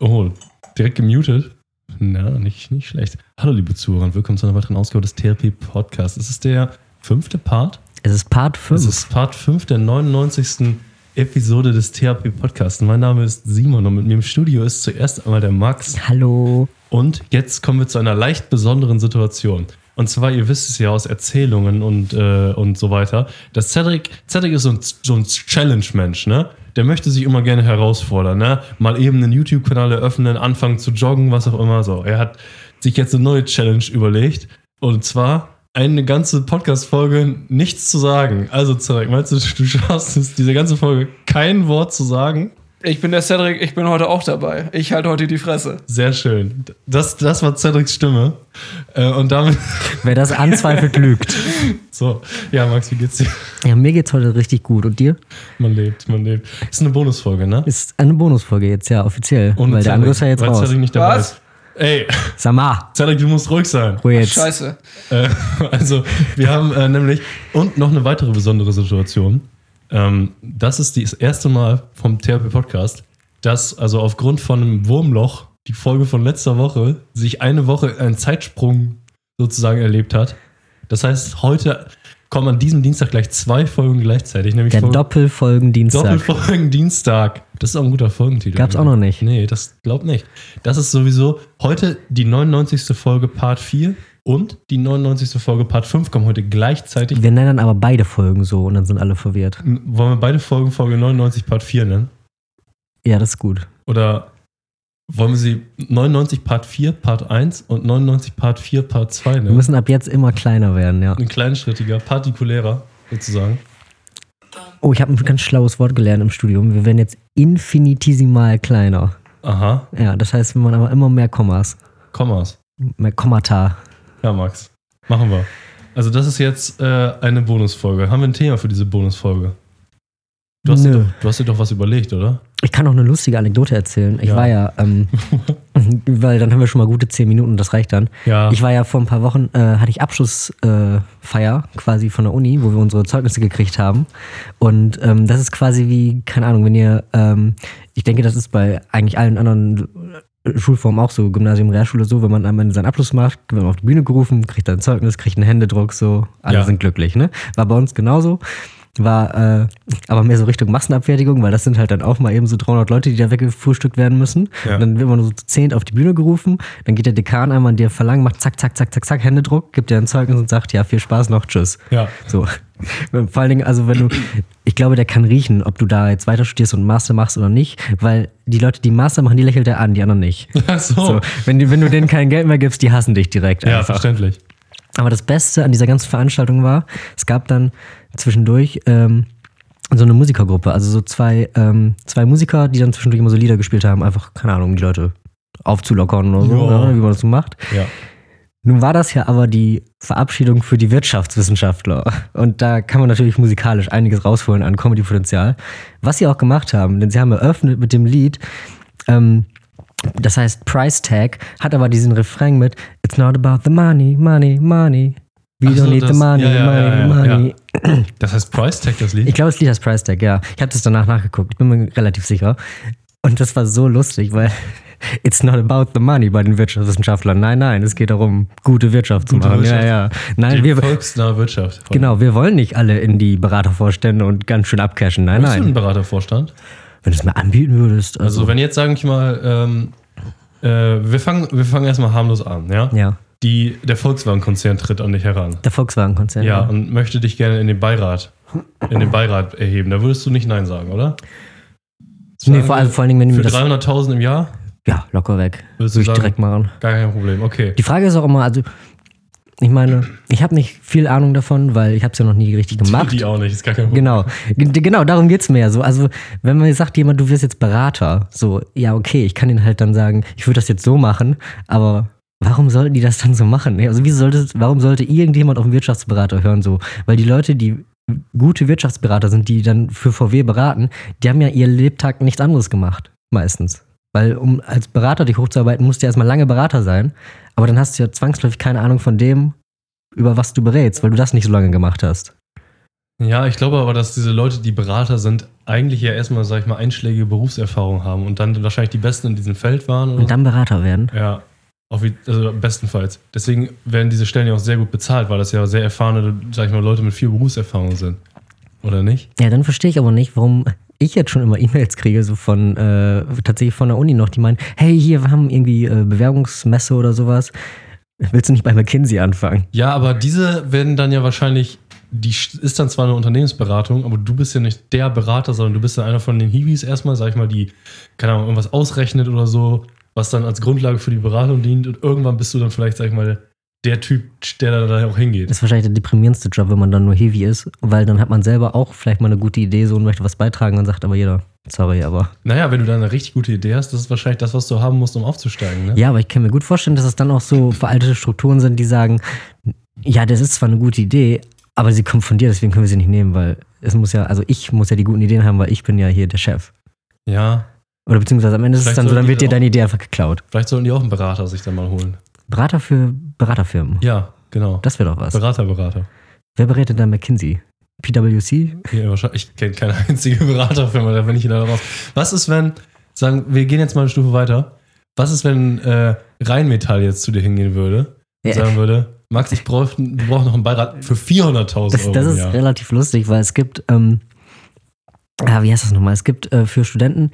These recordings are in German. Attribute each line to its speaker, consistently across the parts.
Speaker 1: Oh, direkt gemutet. Na, nicht, nicht schlecht. Hallo, liebe Zuhörer, und willkommen zu einer weiteren Ausgabe des Therapie-Podcasts. Es ist der fünfte Part.
Speaker 2: Es ist Part 5.
Speaker 1: Es ist Part 5 der 99. Episode des Therapie-Podcasts. Mein Name ist Simon und mit mir im Studio ist zuerst einmal der Max.
Speaker 2: Hallo.
Speaker 1: Und jetzt kommen wir zu einer leicht besonderen Situation. Und zwar, ihr wisst es ja aus Erzählungen und, äh, und so weiter, dass Cedric, Cedric ist so ein, so ein Challenge-Mensch, ne? Der möchte sich immer gerne herausfordern, ne? Mal eben einen YouTube-Kanal eröffnen, anfangen zu joggen, was auch immer so. Er hat sich jetzt eine neue Challenge überlegt. Und zwar eine ganze Podcast-Folge nichts zu sagen. Also, Cedric, meinst du, du schaffst es, diese ganze Folge kein Wort zu sagen?
Speaker 3: Ich bin der Cedric, ich bin heute auch dabei. Ich halte heute die Fresse.
Speaker 1: Sehr schön. Das, das war Cedrics Stimme. Äh, und damit.
Speaker 2: Wer das anzweifelt, lügt.
Speaker 1: So, ja, Max, wie geht's dir?
Speaker 2: Ja, mir geht's heute richtig gut. Und dir?
Speaker 1: Man lebt, man lebt. Ist eine Bonusfolge, ne?
Speaker 2: Ist eine Bonusfolge jetzt, ja, offiziell.
Speaker 1: Ohne
Speaker 2: weil der
Speaker 1: Cedric,
Speaker 2: andere ist ja jetzt
Speaker 1: weil
Speaker 2: raus.
Speaker 1: Cedric nicht dabei
Speaker 3: Was?
Speaker 1: ist. Ey,
Speaker 2: Sag mal,
Speaker 1: Cedric, du musst ruhig sein.
Speaker 2: Ruhe jetzt.
Speaker 3: Scheiße.
Speaker 1: Äh, also, wir haben äh, nämlich. Und noch eine weitere besondere Situation. Ähm, das ist die- das erste Mal vom Therapie-Podcast, dass also aufgrund von einem Wurmloch die Folge von letzter Woche sich eine Woche einen Zeitsprung sozusagen erlebt hat. Das heißt, heute kommen an diesem Dienstag gleich zwei Folgen gleichzeitig, nämlich
Speaker 2: Der
Speaker 1: Folge-
Speaker 2: Doppelfolgendienstag.
Speaker 1: Doppelfolgen Dienstag. Das ist auch ein guter Folgentitel.
Speaker 2: Gab's auch noch nicht.
Speaker 1: Nee, das glaub nicht. Das ist sowieso heute die 99. Folge Part 4 und die 99. Folge Part 5 kommen heute gleichzeitig.
Speaker 2: Wir nennen dann aber beide Folgen so und dann sind alle verwirrt.
Speaker 1: M- Wollen wir beide Folgen Folge 99 Part 4 nennen?
Speaker 2: Ja, das ist gut.
Speaker 1: Oder wollen wir sie 99 Part 4 Part 1 und 99 Part 4 Part 2
Speaker 2: Wir
Speaker 1: nennen?
Speaker 2: müssen ab jetzt immer kleiner werden, ja.
Speaker 1: Ein kleinschrittiger, partikulärer sozusagen.
Speaker 2: Oh, ich habe ein ganz schlaues Wort gelernt im Studium. Wir werden jetzt infinitesimal kleiner.
Speaker 1: Aha,
Speaker 2: Ja, das heißt, wenn man aber immer mehr Kommas,
Speaker 1: Kommas.
Speaker 2: mehr Kommata.
Speaker 1: Ja, Max, machen wir. Also das ist jetzt äh, eine Bonusfolge. Haben wir ein Thema für diese Bonusfolge? Du hast, dir
Speaker 2: Nö.
Speaker 1: doch, du hast dir doch was überlegt, oder?
Speaker 2: Ich kann auch eine lustige Anekdote erzählen. Ich
Speaker 1: Ja.
Speaker 2: war ja, ähm, weil dann haben wir schon mal gute zehn Minuten, das reicht dann.
Speaker 1: Ja.
Speaker 2: Ich war ja vor ein paar Wochen, äh, hatte ich Abschlussfeier äh, Feier quasi von der Uni, wo wir unsere Zeugnisse gekriegt haben. Und ähm, das ist quasi wie, keine Ahnung, wenn ihr, ähm, ich denke, das ist bei eigentlich allen anderen äh, Schulformen auch so, Gymnasium, Realschule so, wenn man am Ende seinen Abschluss macht, wird man auf die Bühne gerufen, kriegt ein Zeugnis, kriegt einen Händedruck, so, alle
Speaker 1: Ja.
Speaker 2: sind glücklich, ne? War bei uns genauso. War äh, aber mehr so Richtung Massenabfertigung, weil das sind halt dann auch mal eben so 300 Leute, die da weggefrühstückt werden müssen.
Speaker 1: Ja.
Speaker 2: Und dann wird man so zu zehnt auf die Bühne gerufen, dann geht der Dekan einmal an dir verlangen, macht zack, zack, zack, zack, zack, Händedruck, gibt dir ein Zeugnis und sagt, ja, viel Spaß noch, tschüss.
Speaker 1: Ja.
Speaker 2: So. Vor allen Dingen, also wenn du, ich glaube, der kann riechen, ob du da jetzt weiter studierst und einen Master machst oder nicht, weil die Leute, die Master machen, die lächelt er an, die anderen nicht.
Speaker 1: Ach so.
Speaker 2: So, wenn, die, wenn du denen kein Geld mehr gibst, die hassen dich direkt
Speaker 1: ja,
Speaker 2: einfach.
Speaker 1: verständlich.
Speaker 2: Aber das Beste an dieser ganzen Veranstaltung war, es gab dann zwischendurch ähm, so eine Musikergruppe, also so zwei, ähm, zwei Musiker, die dann zwischendurch immer so Lieder gespielt haben, einfach, keine Ahnung, um die Leute aufzulockern oder so,
Speaker 1: Ja.
Speaker 2: ne, wie man das so macht.
Speaker 1: Ja.
Speaker 2: Nun war das ja aber die Verabschiedung für die Wirtschaftswissenschaftler. Und da kann man natürlich musikalisch einiges rausholen an Comedy-Potenzial. Was sie auch gemacht haben, denn sie haben eröffnet mit dem Lied, ähm, das heißt Price Tag, hat aber diesen Refrain mit It's not about the money, money, money. We
Speaker 1: Ach
Speaker 2: don't
Speaker 1: so,
Speaker 2: need
Speaker 1: das-
Speaker 2: the money,
Speaker 1: ja, ja,
Speaker 2: money,
Speaker 1: ja, ja,
Speaker 2: money.
Speaker 1: ja. Das heißt Price Tag, das Lied?
Speaker 2: Ich glaube, das Lied heißt Price Tag, ja. Ich habe das danach nachgeguckt, ich bin mir relativ sicher. Und das war so lustig, weil it's not about the money bei den Wirtschaftswissenschaftlern. Nein, nein, es geht darum, gute Wirtschaft zu
Speaker 1: Gute
Speaker 2: machen.
Speaker 1: Wirtschaft.
Speaker 2: Ja, ja. Nein,
Speaker 1: die
Speaker 2: wir,
Speaker 1: volksnahe Wirtschaft.
Speaker 2: genau, wir wollen nicht alle in die Beratervorstände und ganz schön abcashen. Nein,
Speaker 1: Bist du ein
Speaker 2: nein.
Speaker 1: Beratervorstand?
Speaker 2: Wenn du es mir anbieten würdest. Also,
Speaker 1: Also wenn jetzt, sage ich mal, ähm, äh, wir fangen, wir fangen erstmal harmlos an, ja?
Speaker 2: ja,
Speaker 1: Die, der Volkswagen-Konzern tritt an dich heran.
Speaker 2: der Volkswagen-Konzern.
Speaker 1: Ja, und möchte dich gerne in den Beirat, in den Beirat erheben. Da würdest du nicht Nein sagen, oder?
Speaker 2: Nee, vor, allem, vor allen Dingen, wenn die
Speaker 1: Für
Speaker 2: mir das.
Speaker 1: 300.000 im Jahr?
Speaker 2: Ja, locker weg.
Speaker 1: Würdest
Speaker 2: Würde
Speaker 1: du
Speaker 2: ich
Speaker 1: sagen-
Speaker 2: direkt machen.
Speaker 1: Gar kein Problem, okay.
Speaker 2: Die Frage ist auch immer, also, ich meine, ich habe nicht viel Ahnung davon, weil ich habe es ja noch nie richtig gemacht.
Speaker 1: Die auch nicht, ist gar kein Problem.
Speaker 2: Genau, G- genau, darum geht's mir. So, also, wenn man jetzt sagt, jemand, du wirst jetzt Berater, so, ja, okay, ich kann ihnen halt dann sagen, ich würde das jetzt so machen, aber warum sollten die das dann so machen? ne? Also, wie sollte, warum sollte irgendjemand auf einen Wirtschaftsberater hören, so? Weil die Leute, die gute Wirtschaftsberater sind, die dann für VW beraten, die haben ja ihr Lebtag nichts anderes gemacht, meistens. Weil um als Berater dich hochzuarbeiten, musst du ja erstmal lange Berater sein, aber dann hast du ja zwangsläufig keine Ahnung von dem, über was du berätst, weil du das nicht so lange gemacht hast.
Speaker 1: Ja, ich glaube aber, dass diese Leute, die Berater sind, eigentlich ja erstmal, sag ich mal, einschlägige Berufserfahrung haben und dann wahrscheinlich die Besten in diesem Feld waren. Oder
Speaker 2: Und dann Berater werden.
Speaker 1: so. Ja, auch wie, also bestenfalls. Deswegen werden diese Stellen ja auch sehr gut bezahlt, weil das ja sehr erfahrene, sag ich mal, Leute mit viel Berufserfahrung sind. Oder nicht?
Speaker 2: Ja, dann verstehe ich aber nicht, warum ich jetzt schon immer E-Mails kriege, so von äh, tatsächlich von der Uni noch, die meinen, hey, hier, wir haben irgendwie äh, Bewerbungsmesse oder sowas. Willst du nicht bei McKinsey anfangen?
Speaker 1: Ja, aber diese werden dann ja wahrscheinlich, die sch- ist dann zwar eine Unternehmensberatung, aber du bist ja nicht der Berater, sondern du bist dann einer von den Hiwis erstmal, sag ich mal, die, keine Ahnung, irgendwas ausrechnet oder so, was dann als Grundlage für die Beratung dient und irgendwann bist du dann vielleicht, sag ich mal, der Typ, der da dann auch hingeht.
Speaker 2: Das ist wahrscheinlich der deprimierendste Job, wenn man dann nur Heavy ist, weil dann hat man selber auch vielleicht mal eine gute Idee so und möchte was beitragen, dann sagt aber jeder, sorry, aber.
Speaker 1: Naja, wenn du dann eine richtig gute Idee hast, das ist wahrscheinlich das, was du haben musst, um aufzusteigen. Ne?
Speaker 2: Ja, aber ich kann mir gut vorstellen, dass es dann auch so veraltete Strukturen sind, die sagen, ja, das ist zwar eine gute Idee, aber sie kommt von dir, deswegen können wir sie nicht nehmen, weil es muss ja, also ich muss ja die guten Ideen haben, weil ich bin ja hier der Chef.
Speaker 1: ja,
Speaker 2: Oder beziehungsweise am Ende ist es
Speaker 1: Vielleicht
Speaker 2: dann so, dann
Speaker 1: sollten
Speaker 2: wird
Speaker 1: die
Speaker 2: dir deine Idee einfach geklaut.
Speaker 1: vielleicht sollten die auch einen Berater sich dann mal holen.
Speaker 2: Berater für Beraterfirmen.
Speaker 1: Ja, genau.
Speaker 2: Das wäre doch was.
Speaker 1: Berater, Berater.
Speaker 2: Wer berät denn da McKinsey? PwC?
Speaker 1: Ja, wahrscheinlich, ich kenne keine einzige Beraterfirma, da bin ich wieder raus. Was ist, wenn, sagen, wir gehen jetzt mal eine Stufe weiter. Was ist, wenn äh, Rheinmetall jetzt zu dir hingehen würde und
Speaker 2: Ja.
Speaker 1: sagen würde, Max, ich brauche wir brauchen noch einen Beirat für 400.000
Speaker 2: Das,
Speaker 1: Euro
Speaker 2: das
Speaker 1: im
Speaker 2: ist
Speaker 1: Jahr.
Speaker 2: relativ lustig, weil es gibt, ähm, ah, wie heißt das nochmal? Es gibt äh, für Studenten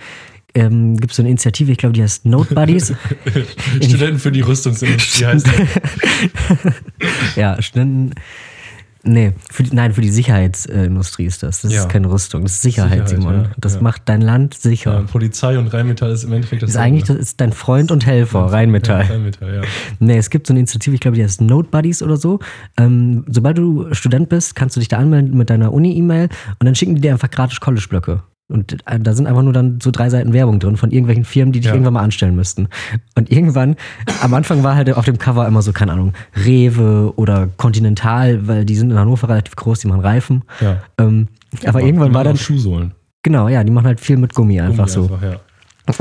Speaker 2: ähm, gibt so eine Initiative, ich glaube, die heißt Note Buddies.
Speaker 1: Studenten für die Rüstungsindustrie heißt das.
Speaker 2: ja, Studenten. Nee, für die, nein, für die Sicherheitsindustrie ist das. Das
Speaker 1: Ja.
Speaker 2: ist keine Rüstung, das ist Sicherheit,
Speaker 1: Sicherheit,
Speaker 2: Simon.
Speaker 1: ja,
Speaker 2: Das
Speaker 1: ja.
Speaker 2: macht dein Land sicher.
Speaker 1: Ja, Polizei und Rheinmetall ist im Endeffekt das
Speaker 2: Das ist eigentlich das ist dein Freund und Helfer, Rheinmetall.
Speaker 1: Ja, Rheinmetall, ja.
Speaker 2: Nee, es gibt so eine Initiative, ich glaube, die heißt Note Buddies oder so. Ähm, sobald du Student bist, kannst du dich da anmelden mit deiner Uni-E-Mail und dann schicken die dir einfach gratis College-Blöcke. Und äh, da sind einfach nur dann so drei Seiten Werbung drin von irgendwelchen Firmen, die dich
Speaker 1: Ja.
Speaker 2: irgendwann mal anstellen müssten. Und irgendwann, am Anfang war halt auf dem Cover immer so, keine Ahnung, Rewe oder Continental, weil die sind in Hannover relativ groß, die machen Reifen.
Speaker 1: ja.
Speaker 2: Ähm, aber irgendwann
Speaker 1: Die machen
Speaker 2: war
Speaker 1: auch
Speaker 2: dann,
Speaker 1: Schuhsohlen.
Speaker 2: genau, ja, die machen halt viel mit Gummi einfach
Speaker 1: Irgendwie
Speaker 2: so.
Speaker 1: Einfach,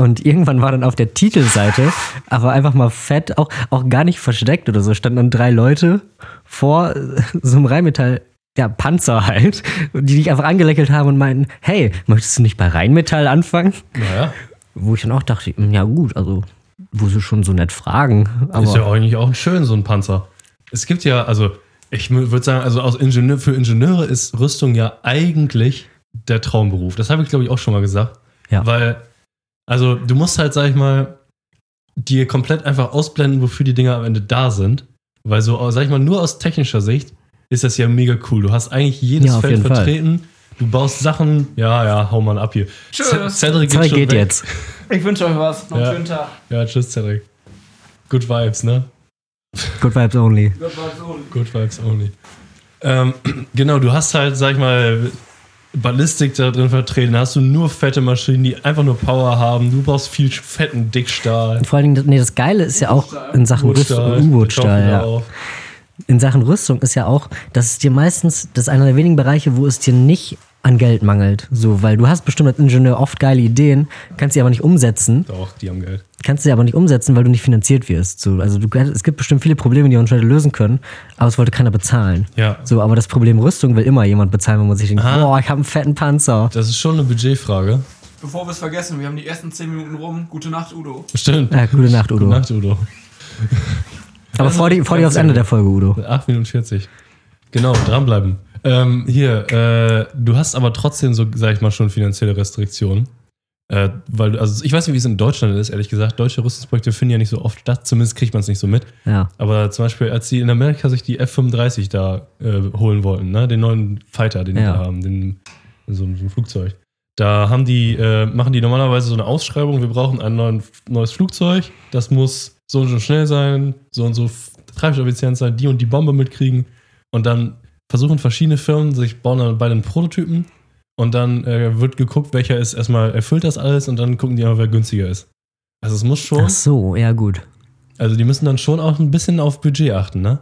Speaker 1: ja.
Speaker 2: Und irgendwann war dann auf der Titelseite, aber einfach mal fett, auch, auch gar nicht versteckt oder so, standen dann drei Leute vor äh, so einem Rheinmetall, ja, Panzer halt, die dich einfach angeleckelt haben und meinten, hey, möchtest du nicht bei Rheinmetall anfangen?
Speaker 1: Naja,
Speaker 2: Wo ich dann auch dachte, "Mm, ja gut, also, wo sie schon so nett fragen,
Speaker 1: Ist ja
Speaker 2: aber
Speaker 1: eigentlich auch ein schön, so ein Panzer. Es gibt ja, also ich würde sagen, also aus Ingenieur, für Ingenieure ist Rüstung ja eigentlich der Traumberuf. Das habe ich, glaube ich, auch schon mal gesagt.
Speaker 2: Ja.
Speaker 1: Weil, also du musst halt, sag ich mal, dir komplett einfach ausblenden, wofür die Dinger am Ende da sind. Weil so, sag ich mal, nur aus technischer Sicht ist das ja mega cool. Du hast eigentlich jedes
Speaker 2: Ja, auf
Speaker 1: Feld
Speaker 2: jeden Fall.
Speaker 1: vertreten. Du baust Sachen, ja, ja, hau mal ab hier.
Speaker 3: Tschüss.
Speaker 1: Ce- Cedric
Speaker 2: Zeug
Speaker 1: schon
Speaker 2: geht
Speaker 1: weg.
Speaker 2: jetzt.
Speaker 3: Ich wünsche euch was. Noch einen
Speaker 1: Ja.
Speaker 3: schönen Tag.
Speaker 1: Ja, tschüss, Cedric. Good Vibes, ne?
Speaker 2: Good Vibes only.
Speaker 3: Gott war so.
Speaker 1: Good Vibes only. Ähm, genau, du hast halt, sag ich mal, Ballistik da drin vertreten. Da hast du nur fette Maschinen, die einfach nur Power haben. Du brauchst viel fetten Dickstahl.
Speaker 2: Und vor allen Dingen, nee, das Geile ist ja auch in Sachen
Speaker 1: U-Boot-Stahl,
Speaker 2: Rüstung, U-Boot-Stahl,
Speaker 1: Kartoffeln
Speaker 2: ja.
Speaker 1: auch.
Speaker 2: in Sachen Rüstung ist ja auch, dass es dir meistens, das ist einer der wenigen Bereiche, wo es dir nicht an Geld mangelt. So, weil du hast bestimmt als Ingenieur oft geile Ideen, kannst sie aber nicht umsetzen,
Speaker 1: Doch, die haben Geld.
Speaker 2: kannst sie aber nicht umsetzen, weil du nicht finanziert wirst. So, also du, es gibt bestimmt viele Probleme, die man schnell lösen können, aber es wollte keiner bezahlen.
Speaker 1: Ja.
Speaker 2: So, aber das Problem Rüstung will immer jemand bezahlen, wenn man sich denkt,
Speaker 1: Aha.
Speaker 2: boah, ich habe einen fetten Panzer.
Speaker 1: Das ist schon eine Budgetfrage.
Speaker 3: Bevor wir es vergessen, wir haben die ersten 10 Minuten rum. Gute Nacht, Udo.
Speaker 1: Stimmt.
Speaker 2: Ja, gute Nacht, Udo.
Speaker 1: Gute Nacht, Udo.
Speaker 2: Aber vor dir, vor dir aufs Ende der Folge, Udo.
Speaker 1: 8 Minuten 40. Genau, dranbleiben. Ähm, hier, äh, du hast aber trotzdem so, sag ich mal, schon finanzielle Restriktionen. Äh, weil, du- also ich weiß nicht, wie es in Deutschland ist, ehrlich gesagt. Deutsche Rüstungsprojekte finden ja nicht so oft statt, zumindest kriegt man es nicht so mit.
Speaker 2: Ja.
Speaker 1: Aber zum Beispiel, als sie in Amerika sich die F-35 da äh, holen wollten, ne? den neuen Fighter, den
Speaker 2: Ja.
Speaker 1: die da haben, den, so, ein- so ein Flugzeug. Da haben die, äh, machen die normalerweise so eine Ausschreibung, wir brauchen ein neuen, neues Flugzeug, das muss so und so schnell sein, so und so f- treibstoffeffizient sein, die und die Bombe mitkriegen. Und dann versuchen verschiedene Firmen, sich bauen dann beide einen Prototypen und dann äh, wird geguckt, welcher ist erstmal erfüllt das alles und dann gucken die einfach, wer günstiger ist. Also es muss schon.
Speaker 2: Ach so, ja gut.
Speaker 1: Also die müssen dann schon auch ein bisschen auf Budget achten, ne?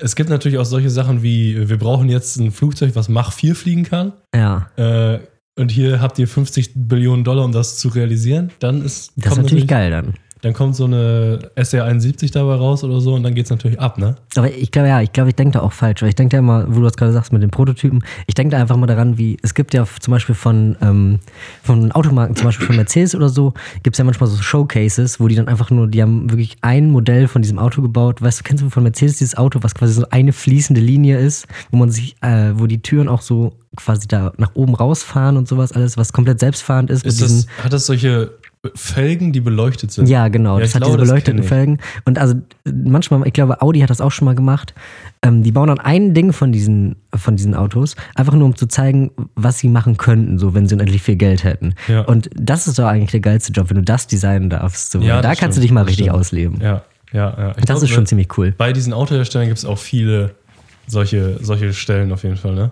Speaker 1: Es gibt natürlich auch solche Sachen wie, äh, wir brauchen jetzt ein Flugzeug, was Mach 4 fliegen kann.
Speaker 2: Ja.
Speaker 1: Äh, und hier habt ihr 50 Billionen Dollar, um das zu realisieren. Dann ist,
Speaker 2: Das ist
Speaker 1: kommt
Speaker 2: natürlich geil dann.
Speaker 1: Dann dann kommt so eine SR 71 dabei raus oder so und dann geht's natürlich ab, ne?
Speaker 2: Aber ich glaube, ja, ich glaube, ich denke da auch falsch. Weil ich denke da immer, wo du das gerade sagst mit den Prototypen, ich denke da einfach mal daran, wie es gibt ja zum Beispiel von, ähm, von Automarken, zum Beispiel von Mercedes oder so, gibt es ja manchmal so Showcases, wo die dann einfach nur, die haben wirklich ein Modell von diesem Auto gebaut. Weißt du, kennst du von Mercedes dieses Auto, was quasi so eine fließende Linie ist, wo man sich, äh, wo die Türen auch so quasi da nach oben rausfahren und sowas, alles, was komplett selbstfahrend ist. mit
Speaker 1: Ist
Speaker 2: diesen-
Speaker 1: das, hat das solche Felgen, die beleuchtet sind?
Speaker 2: ja, genau.
Speaker 1: Ja,
Speaker 2: das
Speaker 1: ich
Speaker 2: hat
Speaker 1: glaube,
Speaker 2: diese
Speaker 1: das
Speaker 2: beleuchteten
Speaker 1: kenn
Speaker 2: Felgen. Und also äh, manchmal, ich glaube, Audi hat das auch schon mal gemacht. Ähm, die bauen dann ein Ding von diesen, von diesen Autos, einfach nur um zu zeigen, was sie machen könnten, so wenn sie unendlich viel Geld hätten.
Speaker 1: Ja.
Speaker 2: Und das ist doch eigentlich der geilste Job, wenn du das designen darfst. So.
Speaker 1: Ja,
Speaker 2: da
Speaker 1: das
Speaker 2: kannst du
Speaker 1: stimmt,
Speaker 2: dich mal
Speaker 1: das
Speaker 2: richtig
Speaker 1: stimmt.
Speaker 2: ausleben.
Speaker 1: Ja, ja, ja. ne? Ich
Speaker 2: Das
Speaker 1: glaub,
Speaker 2: ist schon
Speaker 1: bei-
Speaker 2: ziemlich cool.
Speaker 1: Bei diesen Autoherstellern gibt es auch viele solche, solche Stellen auf jeden Fall, ne?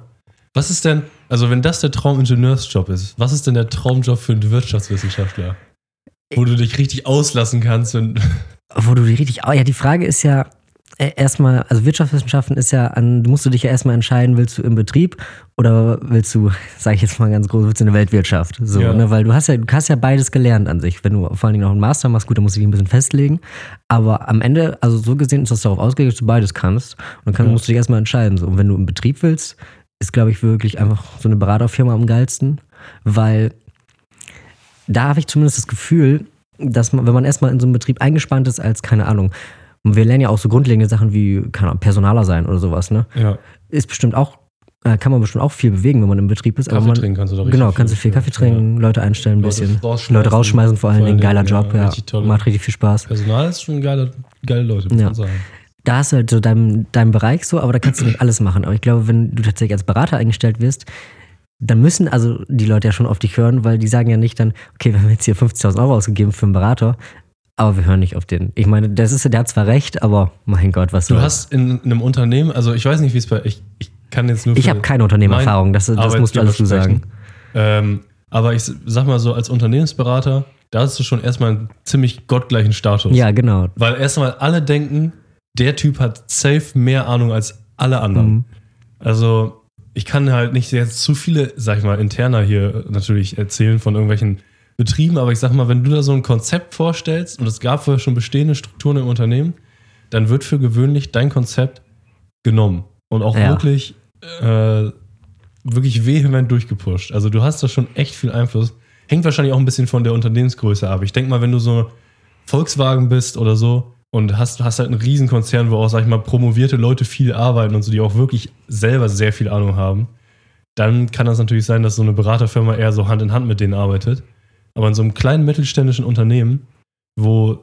Speaker 1: Was ist denn, also wenn das der Traumingenieursjob ist, was ist denn der Traumjob für einen Wirtschaftswissenschaftler? Wo du dich richtig auslassen kannst und
Speaker 2: Wo du die richtig. Oh, ja, die Frage ist ja äh, erstmal, also Wirtschaftswissenschaften ist ja an, du musst du dich ja erstmal entscheiden, willst du im Betrieb oder willst du, sag ich jetzt mal ganz groß, willst du in der Weltwirtschaft? So,
Speaker 1: Ja.
Speaker 2: ne? Weil du hast ja, du hast ja beides gelernt an sich. Wenn du vor allen Dingen noch einen Master machst, gut, dann musst du dich ein bisschen festlegen. Aber am Ende, also so gesehen ist das darauf ausgelegt, dass du beides kannst. Und dann kann,
Speaker 1: Ja.
Speaker 2: musst du dich erstmal entscheiden. So. Und wenn du im Betrieb willst, ist, glaube ich, wirklich einfach so eine Beraterfirma am geilsten. Weil da habe ich zumindest das Gefühl, dass man, wenn man erstmal in so einem Betrieb eingespannt ist, als, keine Ahnung, und wir lernen ja auch so grundlegende Sachen wie, keine Ahnung, Personaler sein oder sowas, ne?
Speaker 1: ja,
Speaker 2: Ist bestimmt auch, äh, kann man bestimmt auch viel bewegen, wenn man im Betrieb ist.
Speaker 1: Kaffee
Speaker 2: man,
Speaker 1: trinken kannst du da richtig
Speaker 2: Genau, kannst du viel
Speaker 1: für.
Speaker 2: Kaffee trinken, Leute einstellen ein
Speaker 1: Leute
Speaker 2: bisschen.
Speaker 1: rausschmeißen.
Speaker 2: Leute rausschmeißen vor allen Dingen, geiler Job, ja.
Speaker 1: richtig toll.
Speaker 2: Macht richtig viel Spaß.
Speaker 1: Personal ist schon geile, geile Leute, muss
Speaker 2: Ja.
Speaker 1: man sagen.
Speaker 2: da hast du halt so deinen dein Bereich so, aber da kannst du nicht alles machen. Aber ich glaube, wenn du tatsächlich als Berater eingestellt wirst, dann müssen also die Leute ja schon auf dich hören, weil die sagen ja nicht dann, okay, wir haben jetzt hier 50.000 Euro ausgegeben für einen Berater, aber wir hören nicht auf den. Ich meine, das ist, der hat zwar recht, aber mein Gott, was
Speaker 1: Du
Speaker 2: soll's.
Speaker 1: hast in einem Unternehmen, also ich weiß nicht, wie es bei, ich, ich kann jetzt nur
Speaker 2: Ich
Speaker 1: für
Speaker 2: habe keine Unternehmererfahrung,
Speaker 1: meinen
Speaker 2: das- das musst du
Speaker 1: Arbeitgeber
Speaker 2: alles du
Speaker 1: sprechen.
Speaker 2: sagen.
Speaker 1: Ähm, aber ich sag mal so, als Unternehmensberater, da hast du schon erstmal einen ziemlich gottgleichen Status.
Speaker 2: Ja, genau.
Speaker 1: Weil erstmal alle denken, der Typ hat safe mehr Ahnung als alle anderen. Also ich kann halt nicht jetzt zu viele, sag ich mal, interner hier natürlich erzählen von irgendwelchen Betrieben, aber ich sag mal, wenn du da so ein Konzept vorstellst und es gab vorher schon bestehende Strukturen im Unternehmen, dann wird für gewöhnlich dein Konzept genommen und auch
Speaker 2: Ja.
Speaker 1: wirklich, äh, wirklich vehement durchgepusht. Also du hast da schon echt viel Einfluss. Hängt wahrscheinlich auch ein bisschen von der Unternehmensgröße ab. Ich denke mal, wenn du so Volkswagen bist oder so und hast, hast halt einen Riesenkonzern, wo auch, sag ich mal, promovierte Leute viel arbeiten und so, die auch wirklich selber sehr viel Ahnung haben, dann kann das natürlich sein, dass so eine Beraterfirma eher so Hand in Hand mit denen arbeitet. Aber in so einem kleinen mittelständischen Unternehmen, wo,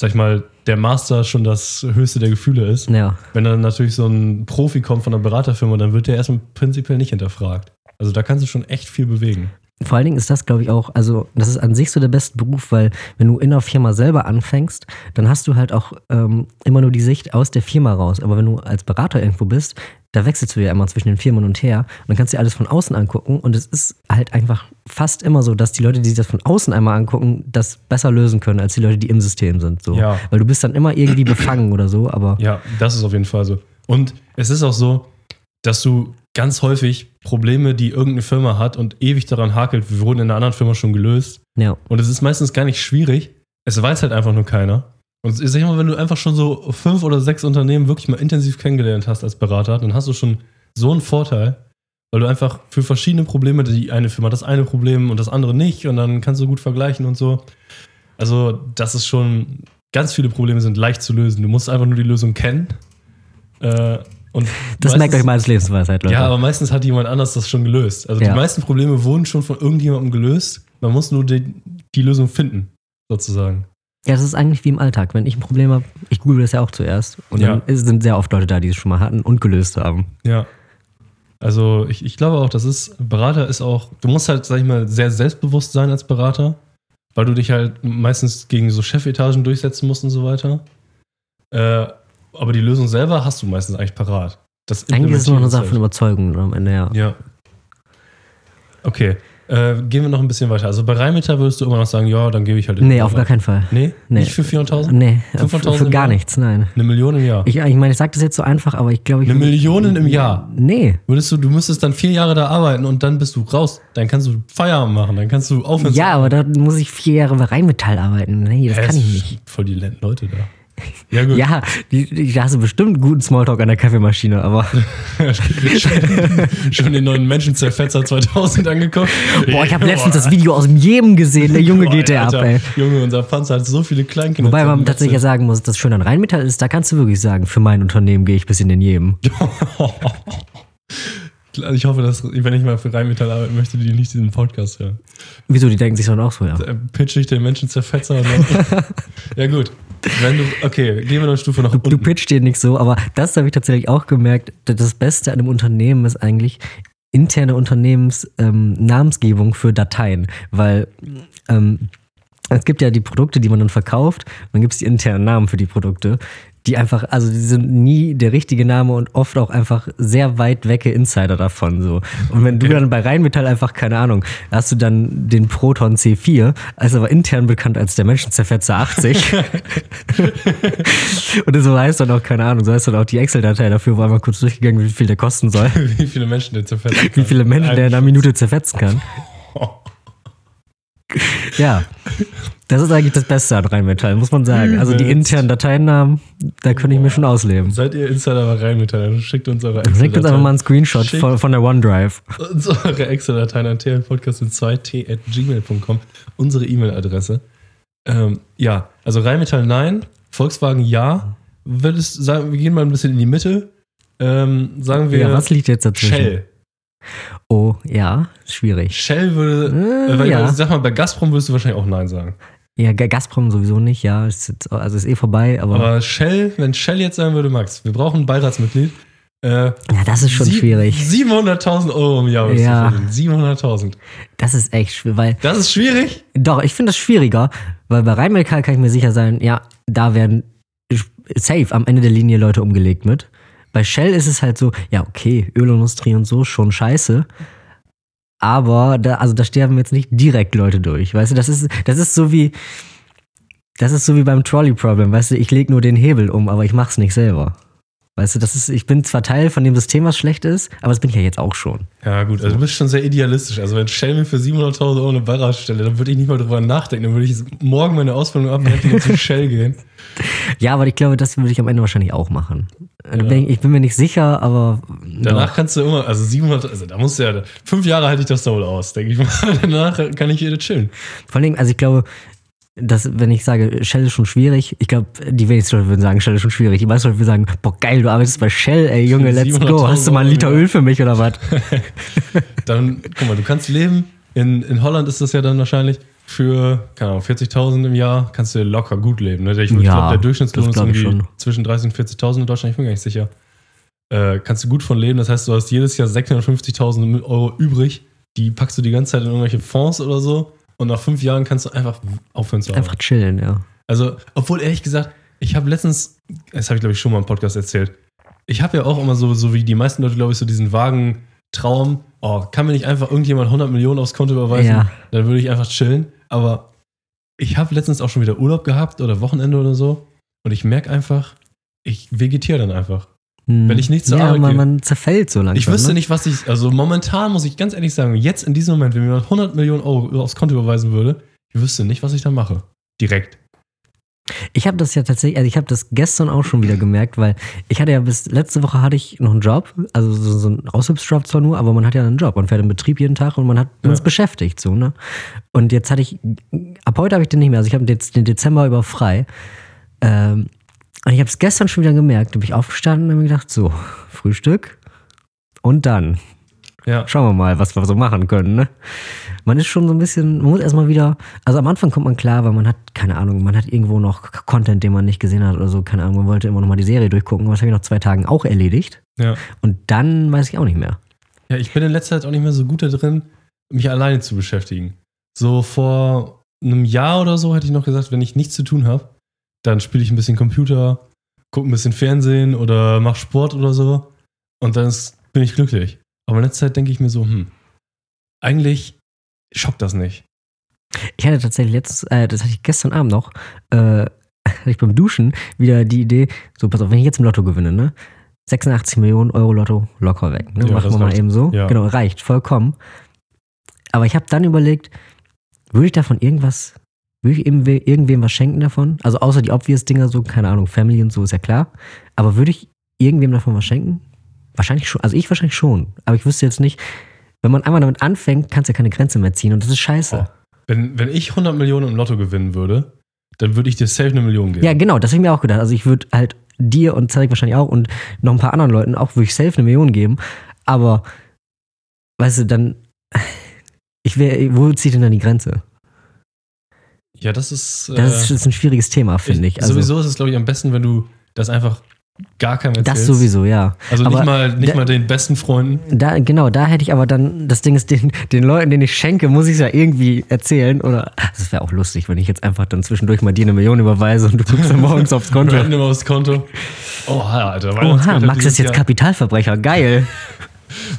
Speaker 1: sag ich mal, der Master schon das höchste der Gefühle ist,
Speaker 2: Ja.
Speaker 1: wenn dann natürlich so ein Profi kommt von einer Beraterfirma, dann wird der erstmal prinzipiell nicht hinterfragt. Also da kannst du schon echt viel bewegen.
Speaker 2: Vor allen Dingen ist das, glaube ich, auch, also das ist an sich so der beste Beruf, weil wenn du in der Firma selber anfängst, dann hast du halt auch ähm, immer nur die Sicht aus der Firma raus. Aber wenn du als Berater irgendwo bist, da wechselst du ja immer zwischen den Firmen und her und dann kannst du dir alles von außen angucken. Und es ist halt einfach fast immer so, dass die Leute, die sich das von außen einmal angucken, das besser lösen können als die Leute, die im System sind. So.
Speaker 1: Ja.
Speaker 2: Weil du bist dann immer irgendwie befangen oder so, aber
Speaker 1: Ja, das ist auf jeden Fall so. Und es ist auch so, dass du ganz häufig Probleme, die irgendeine Firma hat und ewig daran hakelt, wurden in einer anderen Firma schon gelöst.
Speaker 2: ja.
Speaker 1: Und es ist meistens gar nicht schwierig. Es weiß halt einfach nur keiner. Und ich sag mal, wenn du einfach schon so fünf oder sechs Unternehmen wirklich mal intensiv kennengelernt hast als Berater, dann hast du schon so einen Vorteil, weil du einfach für verschiedene Probleme, die eine Firma hat das eine Problem und das andere nicht, und dann kannst du gut vergleichen und so. Also, das ist schon, ganz viele Probleme sind leicht zu lösen. Du musst einfach nur die Lösung kennen. Äh, und
Speaker 2: Das merkt
Speaker 1: meistens-
Speaker 2: euch mal als Lebensweisheit, Leute.
Speaker 1: ja, aber meistens hat jemand anders das schon gelöst. Also
Speaker 2: Ja.
Speaker 1: die meisten Probleme wurden schon von irgendjemandem gelöst. Man muss nur die, die Lösung finden, sozusagen.
Speaker 2: Ja, das ist eigentlich wie im Alltag. Wenn ich ein Problem habe, ich google das ja auch zuerst. Und
Speaker 1: Ja.
Speaker 2: dann ist, sind sehr oft Leute da, die es schon mal hatten und gelöst haben.
Speaker 1: Ja. Also ich, ich glaube auch, das ist, Berater ist auch, du musst halt, sag ich mal, sehr selbstbewusst sein als Berater, weil du dich halt meistens gegen so Chefetagen durchsetzen musst und so weiter. Äh, aber die Lösung selber hast du meistens eigentlich parat. Das
Speaker 2: Eigentlich ist es nur eine Sache von
Speaker 1: Implementierungsseite.
Speaker 2: Überzeugung am Ende, ja.
Speaker 1: Ja. Okay. Äh, gehen wir noch ein bisschen weiter. Also bei Rheinmetall würdest du immer noch sagen, ja, dann gebe ich halt.
Speaker 2: Nee, auf gar keinen Fall.
Speaker 1: Nee?
Speaker 2: Nee.
Speaker 1: Nicht für 400.000?
Speaker 2: Nee, für,
Speaker 1: 500.000
Speaker 2: für
Speaker 1: im
Speaker 2: gar
Speaker 1: Jahr?
Speaker 2: nichts, nein.
Speaker 1: Eine Million im Jahr.
Speaker 2: Ich, ich meine, ich sage das jetzt so einfach, aber ich glaube, ich.
Speaker 1: Eine Million im Jahr.
Speaker 2: Nee.
Speaker 1: Würdest du, du müsstest dann vier Jahre da arbeiten und dann bist du raus. Dann kannst du Feierabend machen, dann kannst du aufhören. zu-
Speaker 2: Ja, aber da muss ich vier Jahre bei Rheinmetall arbeiten. Nee, das
Speaker 1: Hä,
Speaker 2: kann
Speaker 1: es
Speaker 2: ich nicht.
Speaker 1: sind Voll die Len- Leute da. Ja, gut.
Speaker 2: Ja, die, die, da hast du bestimmt einen guten Smalltalk an der Kaffeemaschine, aber.
Speaker 1: schon, schon den neuen Menschen zerfetzer 2000 angeguckt.
Speaker 2: Boah, ich habe letztens das Video aus dem Jemen gesehen. Der Junge geht der ab,
Speaker 1: Alter,
Speaker 2: ey.
Speaker 1: Junge, unser Panzer hat so viele Kleinkinder.
Speaker 2: Wobei man
Speaker 1: zerfetzt.
Speaker 2: tatsächlich ja sagen muss, das schön an Rheinmetall ist, da kannst du wirklich sagen, für mein Unternehmen gehe ich bis in den Jemen.
Speaker 1: Klar, Ich hoffe, dass, wenn ich mal für Rheinmetall arbeiten möchte, die nicht diesen Podcast hören.
Speaker 2: Wieso, die denken sich dann auch so, ja.
Speaker 1: Äh, Pitch ich den Menschen zerfetzer. Und dann, ja, gut. Wenn du, okay, gehen wir noch eine Stufe nach
Speaker 2: Du
Speaker 1: unten.
Speaker 2: pitcht dir nichts so, aber das habe ich tatsächlich auch gemerkt. dass Das Beste an einem Unternehmen ist eigentlich interne Unternehmensnamensgebung ähm, Namensgebung für Dateien, weil ähm, es gibt ja die Produkte, die man dann verkauft, und dann gibt es die internen Namen für die Produkte, die einfach, also die sind nie der richtige Name und oft auch einfach sehr weit wecke Insider davon so. Und wenn du dann bei Rheinmetall einfach, keine Ahnung, hast du dann den Proton C4, als aber intern bekannt als der Menschenzerfetzer 80. Und so heißt dann auch, keine Ahnung, so heißt dann auch die Excel-Datei dafür, wo einmal kurz durchgegangen wird, wie viel der kosten soll,
Speaker 1: Wie viele Menschen der zerfetzt
Speaker 2: wie viele Menschen der in einer Minute zerfetzen kann. Ja, das ist eigentlich das Beste an Rheinmetall, muss man sagen. Also die internen Dateinamen, da könnte ich mir schon ausleben.
Speaker 1: Seid ihr Insider bei Rheinmetall? Dann schickt uns eure
Speaker 2: Schickt uns einfach mal
Speaker 1: Excel-Dateien
Speaker 2: einen Screenshot
Speaker 1: Schickt-
Speaker 2: von, von der OneDrive.
Speaker 1: uns eure Excel-Dateien an tlpodcast 2t at gmail.com. Unsere E-Mail-Adresse. Ähm, ja, also Rheinmetall nein, Volkswagen ja. Will es, sagen, wir gehen mal ein bisschen in die Mitte. Ähm, sagen wir
Speaker 2: Ja, was liegt jetzt dazwischen?
Speaker 1: Shell.
Speaker 2: Oh, ja, schwierig.
Speaker 1: Shell würde,
Speaker 2: Äh,
Speaker 1: äh, weil,
Speaker 2: ja.
Speaker 1: sag mal, bei Gazprom würdest du wahrscheinlich auch nein sagen.
Speaker 2: Ja, Ga- Gazprom sowieso nicht, ja, ist jetzt, also ist eh vorbei, aber,
Speaker 1: Aber Shell, wenn Shell jetzt sein würde, Max, wir brauchen ein Beiratsmitglied. Äh,
Speaker 2: ja, das ist schon
Speaker 1: sie-
Speaker 2: schwierig.
Speaker 1: 700.000 Euro im Jahr würdest
Speaker 2: Ja.
Speaker 1: du verdienen. 700.000.
Speaker 2: Das ist echt schwierig, weil
Speaker 1: Das ist schwierig.
Speaker 2: Doch, ich finde das schwieriger, weil bei Rheinmetall kann ich mir sicher sein, ja, da werden safe am Ende der Linie Leute umgelegt mit. Bei Shell ist es halt so, ja, okay, Ölindustrie und so, schon scheiße. Aber da, also da sterben jetzt nicht direkt Leute durch. Weißt du, das ist, das ist so wie. Das ist so wie beim Trolley-Problem, weißt du, ich lege nur den Hebel um, aber ich mach's nicht selber. Weißt du, das ist, ich bin zwar Teil von dem System, was schlecht ist, aber das bin ich ja jetzt auch schon.
Speaker 1: Ja, gut, also du bist schon sehr idealistisch. Also, wenn Shell mir für 700.000 Euro eine Beirat stelle, dann würde ich nicht mal drüber nachdenken. Dann würde ich jetzt morgen meine Ausbildung abbrechen und zu Shell gehen.
Speaker 2: Ja, aber ich glaube, das würde ich am Ende wahrscheinlich auch machen. Bin ich, ich bin mir nicht sicher, aber
Speaker 1: Danach kannst du immer, also 700, also da musst du ja, fünf Jahre halte ich das da wohl aus, denke ich mal. Danach kann ich wieder chillen.
Speaker 2: Vor allem, also ich glaube, dass, wenn ich sage, Shell ist schon schwierig, ich glaube, die wenigsten Leute würden sagen, Shell ist schon schwierig. Die meisten Leute würden sagen, boah, geil, du arbeitest bei Shell, ey, Junge, let's go.
Speaker 1: 700.000
Speaker 2: Hast du mal einen Liter
Speaker 1: Euro.
Speaker 2: Öl für mich oder was?
Speaker 1: Dann, guck mal, du kannst leben. In, in Holland ist das ja dann wahrscheinlich für, keine Ahnung, 40.000 im Jahr kannst du locker gut leben. Ne? Ich würde- ich
Speaker 2: Ja,
Speaker 1: glaube, der Durchschnittslohn
Speaker 2: das
Speaker 1: ist
Speaker 2: glaub ich
Speaker 1: irgendwie
Speaker 2: schon.
Speaker 1: zwischen 30.000 und 40.000 in Deutschland. Ich bin gar nicht sicher. Äh, kannst du gut von leben. Das heißt, du hast jedes Jahr 650.000 Euro übrig. Die packst du die ganze Zeit in irgendwelche Fonds oder so. Und nach fünf Jahren kannst du einfach aufhören zu arbeiten.
Speaker 2: Einfach chillen, ja.
Speaker 1: Also, obwohl ehrlich gesagt, ich habe letztens, das habe ich glaube ich schon mal im Podcast erzählt, ich habe ja auch immer so, so wie die meisten Leute, glaube ich, so diesen vagen Traum, oh, kann mir nicht einfach irgendjemand 100 Millionen aufs Konto überweisen,
Speaker 2: Ja.
Speaker 1: dann würde ich einfach chillen. Aber ich habe letztens auch schon wieder Urlaub gehabt oder Wochenende oder so und ich merke einfach, ich vegetiere dann einfach.
Speaker 2: Hm.
Speaker 1: Wenn ich nicht zur
Speaker 2: ja,
Speaker 1: Arbeit
Speaker 2: man,
Speaker 1: gehe.
Speaker 2: man zerfällt so langsam.
Speaker 1: Ich wüsste
Speaker 2: ne?
Speaker 1: nicht, was ich, also momentan muss ich ganz ehrlich sagen, jetzt in diesem Moment, wenn mir jemand 100 Millionen Euro aufs Konto überweisen würde, ich wüsste nicht, was ich dann mache. Direkt.
Speaker 2: Ich habe das ja tatsächlich, also ich habe das gestern auch schon wieder gemerkt, weil ich hatte ja bis letzte Woche hatte ich noch einen Job, also so, so einen Aushilfsjob zwar nur, aber man hat ja einen Job, man fährt in Betrieb jeden Tag und man hat man ist beschäftigt so ne. Und jetzt hatte ich, ab heute habe ich den nicht mehr, also ich habe jetzt den Dezember über frei. Ähm, und ich habe es gestern schon wieder gemerkt, da bin ich aufgestanden und habe mir gedacht, so Frühstück und dann
Speaker 1: Ja.
Speaker 2: schauen wir mal, was wir so machen können. Ne? Man ist schon so ein bisschen, man muss erstmal wieder, also am Anfang kommt man klar, weil man hat, keine Ahnung, man hat irgendwo noch K- Content, den man nicht gesehen hat oder so, keine Ahnung, man wollte immer nochmal die Serie durchgucken, was habe ich nach zwei Tagen auch erledigt.
Speaker 1: Ja.
Speaker 2: Und dann weiß ich auch nicht mehr.
Speaker 1: Ja, ich bin in letzter Zeit auch nicht mehr so gut da drin, mich alleine zu beschäftigen. So vor einem Jahr oder so hätte ich noch gesagt, wenn ich nichts zu tun habe, dann spiele ich ein bisschen Computer, gucke ein bisschen Fernsehen oder mache Sport oder so. Und dann ist, bin ich glücklich. Aber in letzter Zeit denke ich mir so, hm, eigentlich schockt das nicht.
Speaker 2: Ich hatte tatsächlich letztens, äh, das hatte ich gestern Abend noch, äh, hatte ich beim Duschen wieder die Idee, so pass auf, wenn ich jetzt im Lotto gewinne, ne? 86 Millionen Euro Lotto locker weg. Ne?
Speaker 1: Ja,
Speaker 2: Machen
Speaker 1: das
Speaker 2: wir mal
Speaker 1: reicht.
Speaker 2: eben so.
Speaker 1: Ja.
Speaker 2: Genau, reicht, vollkommen. Aber ich habe dann überlegt, würde ich davon irgendwas, würde ich irgendwe- irgendwem was schenken davon? Also außer die obvious Dinger, so, keine Ahnung, Family und so ist ja klar. Aber würde ich irgendwem davon was schenken? Wahrscheinlich schon, also ich wahrscheinlich schon. Aber ich wüsste jetzt nicht, wenn man einmal damit anfängt, kannst du ja keine Grenze mehr ziehen und das ist scheiße.
Speaker 1: Oh. Wenn, wenn ich 100 Millionen im Lotto gewinnen würde, dann würde ich dir safe eine Million geben.
Speaker 2: Ja, genau, das habe ich mir auch gedacht. Also ich würde halt dir und Zarek wahrscheinlich auch und noch ein paar anderen Leuten auch würde ich safe eine Million geben. Aber weißt du, dann ich wär, wo zieht denn dann die Grenze?
Speaker 1: Ja, das ist.
Speaker 2: Das ist, das ist ein schwieriges Thema, finde ich. Also,
Speaker 1: Sowieso ist es, glaube ich, am besten, wenn du das einfach gar keinem erzählst.
Speaker 2: das sowieso, ja.
Speaker 1: Also
Speaker 2: Aber
Speaker 1: nicht, mal, nicht
Speaker 2: da-
Speaker 1: mal den besten Freunden.
Speaker 2: Da, genau, da hätte ich aber dann, das Ding ist, den, den Leuten, denen ich schenke, muss ich es ja irgendwie erzählen. Oder das wäre auch lustig, wenn ich jetzt einfach dann zwischendurch mal dir eine Million überweise und du guckst dann morgens aufs Konto.
Speaker 1: Random aufs Konto. Oha, Alter.
Speaker 2: Oha,
Speaker 1: hat
Speaker 2: Max
Speaker 1: dieses
Speaker 2: ist jetzt
Speaker 1: Jahr,
Speaker 2: Kapitalverbrecher, geil.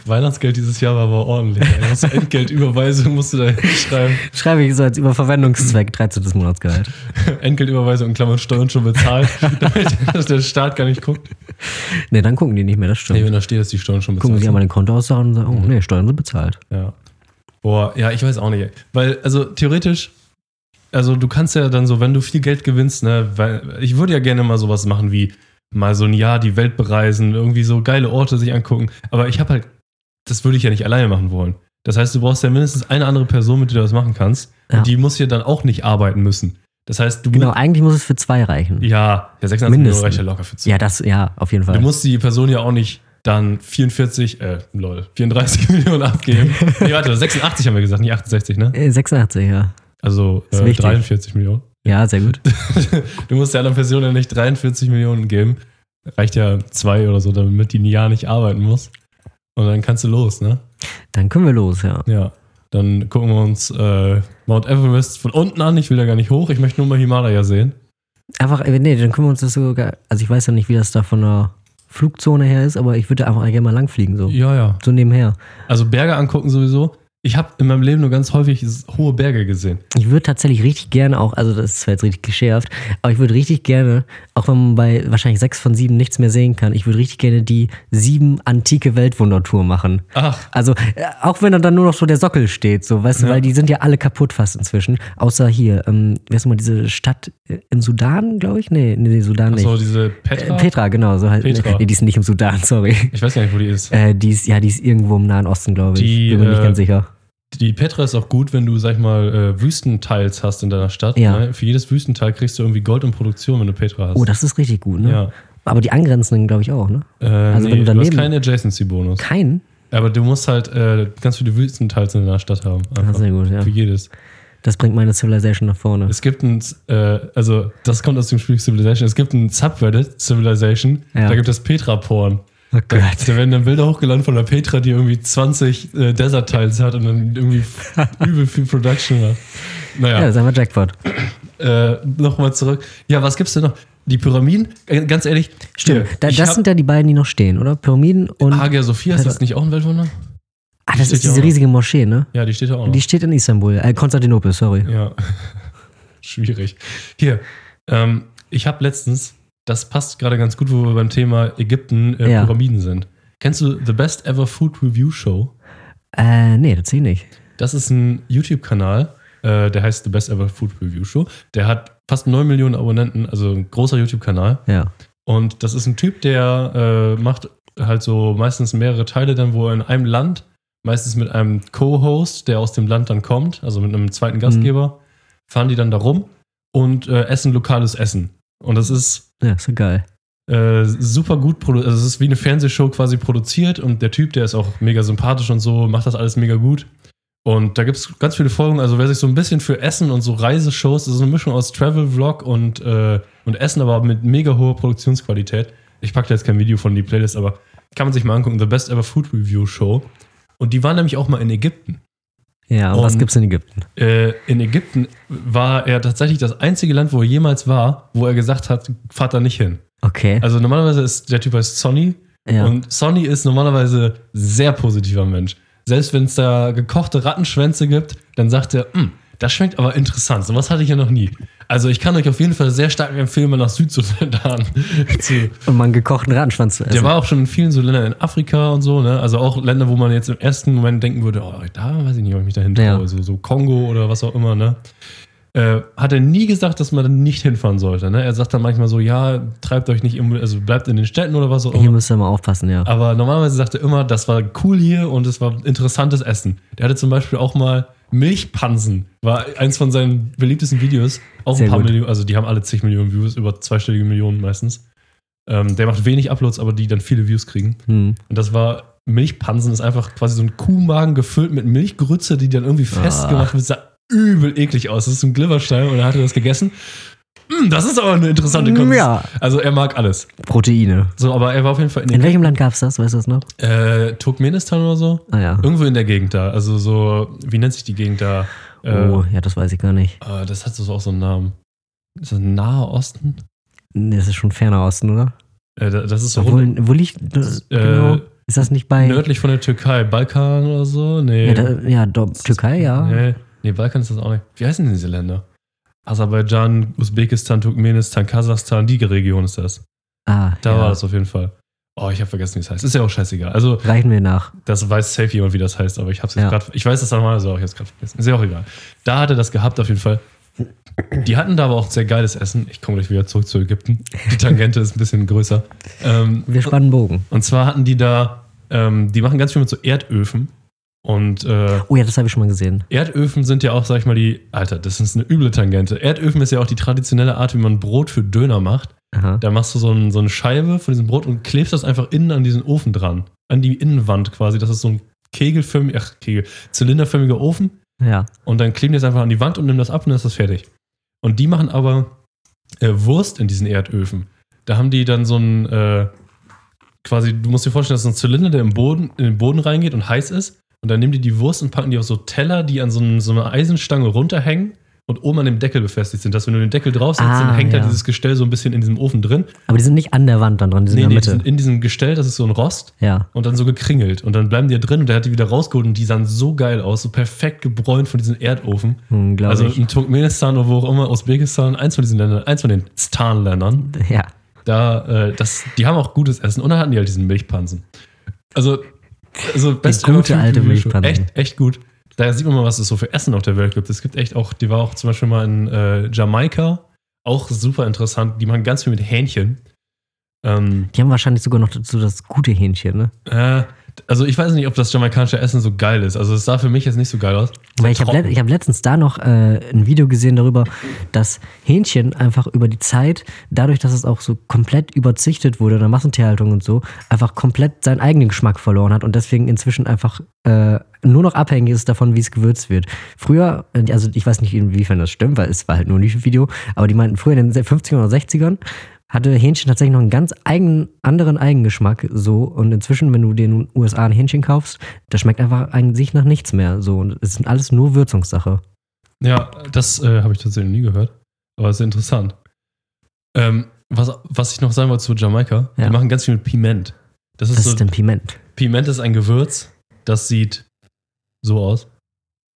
Speaker 1: Weihnachtsgeld dieses Jahr war aber ordentlich. ey. Hast du Entgeltüberweisung musst du da hinschreiben.
Speaker 2: Schreibe ich so als Überverwendungszweck 13. Monatsgehalt.
Speaker 1: Entgeltüberweisung in Klammern Steuern schon bezahlt, damit dass der Staat gar nicht guckt.
Speaker 2: Ne, dann gucken die nicht mehr, das
Speaker 1: Nee,
Speaker 2: stimmt.
Speaker 1: wenn da steht, dass die Steuern schon bezahlt
Speaker 2: Gucken sich
Speaker 1: sind.
Speaker 2: einmal den Konto aus und sagen, oh nee, Steuern sind bezahlt.
Speaker 1: Ja. Boah, ja, ich weiß auch nicht. ey. Weil, also theoretisch, also du kannst ja dann so, wenn du viel Geld gewinnst, ne, weil ich würde ja gerne mal sowas machen wie mal so ein Jahr die Welt bereisen, irgendwie so geile Orte sich angucken. Aber ich habe halt, das würde ich ja nicht alleine machen wollen. Das heißt, du brauchst ja mindestens eine andere Person, mit der du das machen kannst.
Speaker 2: Ja.
Speaker 1: Und die muss ja dann auch nicht arbeiten müssen. Das heißt, du
Speaker 2: Genau, eigentlich muss es für zwei reichen. Ja,
Speaker 1: ja, der 86 Millionen
Speaker 2: Mindestens.
Speaker 1: reicht ja locker für zwei.
Speaker 2: das, ja, auf jeden
Speaker 1: Du
Speaker 2: Fall.
Speaker 1: musst die Person ja auch nicht dann 44, äh, lol, 34 Millionen abgeben. Nee, warte, 86 haben wir gesagt, nicht 68, ne?
Speaker 2: Äh, 86, ja.
Speaker 1: Also
Speaker 2: Ist
Speaker 1: äh,
Speaker 2: wichtig.
Speaker 1: 43 Millionen.
Speaker 2: Ja, sehr gut.
Speaker 1: Du musst der anderen Person ja nicht 43 Millionen geben. Reicht ja zwei oder so, damit die ein Jahr nicht arbeiten muss. Und dann kannst du los, ne?
Speaker 2: Dann können wir los, ja.
Speaker 1: Ja. Dann gucken wir uns äh, Mount Everest von unten an. Ich will da gar nicht hoch. Ich möchte nur mal Himalaya sehen.
Speaker 2: Einfach, äh, nee, dann können wir uns das sogar, also ich weiß ja nicht, wie das da von der Flugzone her ist, aber ich würde einfach gerne mal langfliegen, so.
Speaker 1: Ja, ja.
Speaker 2: So nebenher.
Speaker 1: Also Berge angucken sowieso. Ich habe in meinem Leben nur ganz häufig s- hohe Berge gesehen.
Speaker 2: Ich würde tatsächlich richtig gerne auch, also das ist zwar jetzt richtig geschärft, aber ich würde richtig gerne, auch wenn man bei wahrscheinlich sechs von sieben nichts mehr sehen kann, ich würde richtig gerne die sieben antike Weltwundertour machen.
Speaker 1: Ach,
Speaker 2: Also, äh, auch wenn da dann nur noch so der Sockel steht, so, weißt du, weil die sind ja alle kaputt fast inzwischen. Außer hier, ähm, weißt du mal, diese Stadt äh, im Sudan, glaube ich? Nee, nee, nee, Sudan nicht.
Speaker 1: so diese
Speaker 2: äh,
Speaker 1: Petra.
Speaker 2: Petra, genau, so halt.
Speaker 1: Petra.
Speaker 2: Nee, die ist nicht im Sudan, sorry.
Speaker 1: Ich weiß gar nicht, wo die ist.
Speaker 2: Äh, die ist, ja, die ist irgendwo im Nahen Osten, glaube ich.
Speaker 1: Die,
Speaker 2: Bin mir nicht
Speaker 1: äh,
Speaker 2: ganz sicher.
Speaker 1: Die Petra ist auch gut, wenn du, sag ich mal, äh, Wüstenteils hast in deiner Stadt.
Speaker 2: Ja.
Speaker 1: Ne? Für jedes Wüstenteil kriegst du irgendwie Gold in Produktion, wenn du Petra hast.
Speaker 2: Oh, das ist richtig gut, ne?
Speaker 1: ja.
Speaker 2: Aber die angrenzenden, glaube ich, auch, ne?
Speaker 1: Äh,
Speaker 2: Also
Speaker 1: nee,
Speaker 2: wenn du
Speaker 1: du hast
Speaker 2: daneben-
Speaker 1: keinen Adjacency-Bonus.
Speaker 2: Kein?
Speaker 1: Aber du musst halt äh, ganz viele Wüstenteils in deiner Stadt haben.
Speaker 2: Ah,
Speaker 1: Einfach.
Speaker 2: sehr gut, ja.
Speaker 1: Für jedes.
Speaker 2: Das bringt meine Civilization nach vorne.
Speaker 1: Es gibt ein, äh, also das kommt aus dem Spiel Civilization. Es gibt ein Subreddit, Civilization,
Speaker 2: Ja.
Speaker 1: da gibt es Petra-Porn.
Speaker 2: Oh
Speaker 1: Da, da werden dann Bilder hochgeladen von der Petra, die irgendwie 20 äh, Desert-Tiles hat und dann irgendwie übel viel Production hat. Naja.
Speaker 2: Ja, sagen wir Jackpot.
Speaker 1: äh, nochmal zurück. Ja, was gibt's denn noch? Die Pyramiden? Äh, Ganz ehrlich.
Speaker 2: Stimmt.
Speaker 1: hier,
Speaker 2: Da,
Speaker 1: ich
Speaker 2: das
Speaker 1: hab-
Speaker 2: sind ja die beiden, die noch stehen, oder? Pyramiden und.
Speaker 1: Hagia Sophia, ist
Speaker 2: Petra-
Speaker 1: das nicht auch ein Weltwunder?
Speaker 2: ah,
Speaker 1: steht
Speaker 2: das ist
Speaker 1: ja
Speaker 2: diese
Speaker 1: auch noch.
Speaker 2: riesige Moschee, ne?
Speaker 1: Ja, die steht da auch noch.
Speaker 2: Die steht in Istanbul, äh, Konstantinopel, sorry.
Speaker 1: Oh. ja. Schwierig. Hier, ähm, ich habe letztens, das passt gerade ganz gut, wo wir beim Thema Ägypten äh,
Speaker 2: Ja.
Speaker 1: Pyramiden sind. Kennst du The Best Ever Food Review Show?
Speaker 2: Äh, nee, das sehe ich nicht.
Speaker 1: Das ist ein YouTube-Kanal, äh, der heißt The Best Ever Food Review Show. Der hat fast 9 Millionen Abonnenten, also ein großer YouTube-Kanal.
Speaker 2: Ja.
Speaker 1: Und das ist ein Typ, der äh, macht halt so meistens mehrere Teile dann, wo er in einem Land, meistens mit einem Co-Host, der aus dem Land dann kommt, also mit einem zweiten Gastgeber, fahren die dann da rum und äh, essen lokales Essen. Und das ist
Speaker 2: Ja, so geil.
Speaker 1: äh, super gut produziert, also es ist wie eine Fernsehshow quasi produziert und der Typ, der ist auch mega sympathisch und so, macht das alles mega gut. Und da gibt es ganz viele Folgen, also wer sich so ein bisschen für Essen und so Reiseshows, das ist eine Mischung aus Travel-Vlog und, äh, und Essen, aber mit mega hoher Produktionsqualität. Ich packe da jetzt kein Video von in die Playlist, aber kann man sich mal angucken, The Best Ever Food Review Show. Und die waren nämlich auch mal in Ägypten.
Speaker 2: Ja, und
Speaker 1: Und-
Speaker 2: was gibt's in Ägypten?
Speaker 1: Äh, in Ägypten war er tatsächlich das einzige Land, wo er jemals war, wo er gesagt hat, fahrt da nicht hin.
Speaker 2: Okay.
Speaker 1: Also normalerweise ist der Typ heißt Sonny
Speaker 2: ja.
Speaker 1: und Sonny ist normalerweise sehr positiver Mensch. selbst wenn es da gekochte Rattenschwänze gibt, dann sagt er, "Hm, das schmeckt aber interessant. Sowas hatte ich ja noch nie. Also ich kann euch auf jeden Fall sehr stark empfehlen, mal nach Südsudan zu,
Speaker 2: Und man gekochten Rattenschwanz also zu essen.
Speaker 1: Also der war auch schon in vielen so Ländern in Afrika und so, ne? Also auch Länder, wo man jetzt im ersten Moment denken würde, oh, da weiß ich nicht, ob ich mich dahin traue,
Speaker 2: Ja.
Speaker 1: so, so Kongo oder was auch immer, ne? Äh, hat er nie gesagt, dass man da nicht hinfahren sollte. Ne? Er sagt dann manchmal so, ja, treibt euch nicht, im, also bleibt in den Städten oder was auch
Speaker 2: Hier
Speaker 1: immer.
Speaker 2: müsst ihr mal aufpassen, ja.
Speaker 1: Aber normalerweise sagt er immer, das war cool hier und es war interessantes Essen. Der hatte zum Beispiel auch mal Milchpansen, war eins von seinen beliebtesten Videos. Auch
Speaker 2: Sehr
Speaker 1: ein paar
Speaker 2: gut.
Speaker 1: Millionen, also die haben alle zig Millionen Views, über zweistellige Millionen meistens. Ähm, der macht wenig Uploads, aber die dann viele Views kriegen.
Speaker 2: Hm.
Speaker 1: Und das war Milchpansen, ist einfach quasi so ein Kuhmagen gefüllt mit Milchgrütze, die dann irgendwie
Speaker 2: Ah.
Speaker 1: festgemacht wird. Sah übel eklig aus. Das ist ein Glibberstein und er hatte das gegessen. Mm, das ist aber eine interessante Konsistenz.
Speaker 2: Ja.
Speaker 1: Also er mag alles.
Speaker 2: Proteine.
Speaker 1: So, aber er war auf jeden Fall in,
Speaker 2: In
Speaker 1: den
Speaker 2: welchem Land gab's das? Weißt du das noch?
Speaker 1: äh, Turkmenistan oder so.
Speaker 2: Ah ja.
Speaker 1: Irgendwo in der Gegend da. Also so, wie nennt sich die Gegend da? Äh,
Speaker 2: oh, ja, das weiß ich gar nicht.
Speaker 1: äh, das hat so auch so einen Namen. Ist das Nahe Osten?
Speaker 2: Nee, Das ist schon ferner Osten, oder?
Speaker 1: Äh, da- das ist so rund,
Speaker 2: Obwohl, wo liegt.
Speaker 1: Das, äh,
Speaker 2: genau. Ist das nicht bei.
Speaker 1: nördlich von der Türkei. Balkan oder so? Nee.
Speaker 2: Ja, da, ah. ja do, Türkei, ja.
Speaker 1: Nee, nee, Balkan ist das auch nicht. Wie heißen denn diese Länder? Aserbaidschan, Usbekistan, Turkmenistan, Kasachstan, die Region ist das.
Speaker 2: Ah,
Speaker 1: Da
Speaker 2: ja.
Speaker 1: war das auf jeden Fall. Oh, ich habe vergessen, wie es heißt. Ist ja auch scheißegal. Also,
Speaker 2: Reichen wir nach.
Speaker 1: das weiß safe jemand, wie das heißt, aber ich hab's jetzt
Speaker 2: Ja.
Speaker 1: gerade. Ich weiß das einmal, also auch jetzt gerade vergessen. Ist ja auch egal. Da hatte das gehabt, auf jeden Fall. Die hatten da aber auch sehr geiles Essen. Ich komme gleich wieder zurück zu Ägypten. Die Tangente ist ein bisschen größer. Ähm,
Speaker 2: Wir spannen Bogen.
Speaker 1: und zwar hatten die da, ähm, die machen ganz viel mit so Erdöfen. Und äh,
Speaker 2: Oh ja, das habe ich schon mal gesehen.
Speaker 1: Erdöfen sind ja auch, sag ich mal, die. Alter, das ist eine üble Tangente. Erdöfen ist ja auch die traditionelle Art, wie man Brot für Döner macht.
Speaker 2: Aha.
Speaker 1: Da machst du so, ein, so eine Scheibe von diesem Brot und klebst das einfach innen an diesen Ofen dran. An die Innenwand quasi. Das ist so ein kegelförmiger, ach, Kegel, zylinderförmiger Ofen.
Speaker 2: Ja.
Speaker 1: Und dann kleben die das einfach an die Wand und nehmen das ab und dann ist das fertig. Und die machen aber äh, Wurst in diesen Erdöfen. Da haben die dann so ein. Äh, quasi, du musst dir vorstellen, das ist ein Zylinder, der im Boden, in den Boden reingeht und heiß ist. Und dann nehmen die die Wurst und packen die auf so Teller, die an so, einem, so einer Eisenstange runterhängen und oben an dem Deckel befestigt sind. Dass wenn du den Deckel drauf setzt,
Speaker 2: Ah,
Speaker 1: dann hängt
Speaker 2: ja.
Speaker 1: halt dieses Gestell so ein bisschen in diesem Ofen drin.
Speaker 2: Aber die sind nicht an der Wand dann dran, die sind
Speaker 1: Nee,
Speaker 2: in
Speaker 1: nee,
Speaker 2: der
Speaker 1: die
Speaker 2: Mitte.
Speaker 1: sind in diesem Gestell, das ist so ein Rost.
Speaker 2: ja.
Speaker 1: Und dann so gekringelt. Und dann bleiben die ja drin und der hat die wieder rausgeholt und die sahen so geil aus, so perfekt gebräunt von diesem Erdofen.
Speaker 2: Hm, Glaube
Speaker 1: also
Speaker 2: ich.
Speaker 1: in Turkmenistan oder wo auch immer, Usbekistan, eins von diesen Ländern, eins von den Stan-Ländern,
Speaker 2: Ja.
Speaker 1: da, äh, das, die haben auch gutes Essen und dann hatten die halt diesen Milchpansen. Also, also best
Speaker 2: gute
Speaker 1: ever Typ,
Speaker 2: alte
Speaker 1: die wir schon-
Speaker 2: Milchpansen.
Speaker 1: Echt, echt gut. Da sieht man mal, was es so für Essen auf der Welt gibt. Es gibt echt auch, die war auch zum Beispiel mal in äh, Jamaika, auch super interessant. Die machen ganz viel mit Hähnchen. Ähm,
Speaker 2: Die haben wahrscheinlich sogar noch dazu das gute Hähnchen, ne?
Speaker 1: äh, also ich weiß nicht, ob das jamaikanische Essen so geil ist. Also es sah für mich jetzt nicht so geil aus.
Speaker 2: Weil ich habe
Speaker 1: trocken.
Speaker 2: ich hab letztens da noch äh, ein Video gesehen darüber, dass Hähnchen einfach über die Zeit, dadurch, dass es auch so komplett überzüchtet wurde in der Massentierhaltung und so, einfach komplett seinen eigenen Geschmack verloren hat und deswegen inzwischen einfach äh, nur noch abhängig ist davon, wie es gewürzt wird. Früher, äh, also ich weiß nicht, inwiefern das stimmt, weil es war halt nur ein Video, aber die meinten, früher in den 50ern oder 60ern hatte Hähnchen tatsächlich noch einen ganz eigenen, anderen Eigengeschmack so und inzwischen, wenn du dir in den USA ein Hähnchen kaufst, das schmeckt einfach an sich nach nichts mehr so und es ist alles nur Würzungssache.
Speaker 1: Ja, das äh, habe ich tatsächlich noch nie gehört. Aber ist interessant. Ähm, was, was ich noch sagen wollte zu Jamaika,
Speaker 2: Ja.
Speaker 1: die machen ganz viel mit Piment. Das ist
Speaker 2: Das
Speaker 1: so,
Speaker 2: ist dann Piment.
Speaker 1: Piment ist ein Gewürz, das sieht so aus.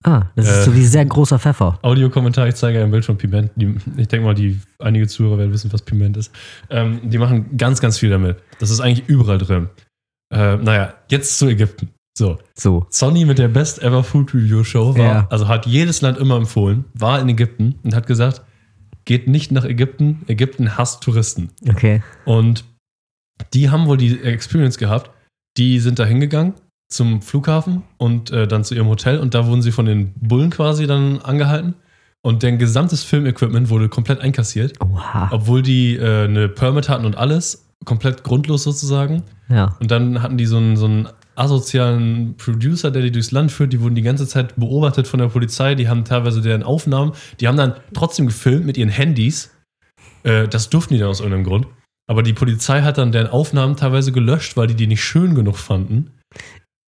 Speaker 2: Ah, das
Speaker 1: Äh.
Speaker 2: ist so wie sehr großer Pfeffer.
Speaker 1: Audiokommentar, ich zeige ein Bild von Piment. Die, ich denke mal, die einige Zuhörer werden wissen, was Piment ist. Ähm, die machen ganz, ganz viel damit. Das ist eigentlich überall drin. Äh, naja, jetzt zu Ägypten. So.
Speaker 2: So.
Speaker 1: Sonny mit der Best Ever Food Review Show war,
Speaker 2: Ja.
Speaker 1: also hat jedes Land immer empfohlen, war in Ägypten und hat gesagt, geht nicht nach Ägypten, Ägypten hasst Touristen.
Speaker 2: Okay.
Speaker 1: Und die haben wohl die Experience gehabt, die sind da hingegangen zum Flughafen und äh, dann zu ihrem Hotel und da wurden sie von den Bullen quasi dann angehalten und deren gesamtes Filmequipment wurde komplett einkassiert,
Speaker 2: Oha.
Speaker 1: obwohl die äh, eine Permit hatten und alles, komplett grundlos sozusagen.
Speaker 2: Ja.
Speaker 1: Und dann hatten die so einen, so einen asozialen Producer, der die durchs Land führt. Die wurden die ganze Zeit beobachtet von der Polizei. Die haben teilweise deren Aufnahmen. Die haben dann trotzdem gefilmt mit ihren Handys. Äh, das durften die dann aus irgendeinem Grund. Aber die Polizei hat dann deren Aufnahmen teilweise gelöscht, weil die die nicht schön genug fanden.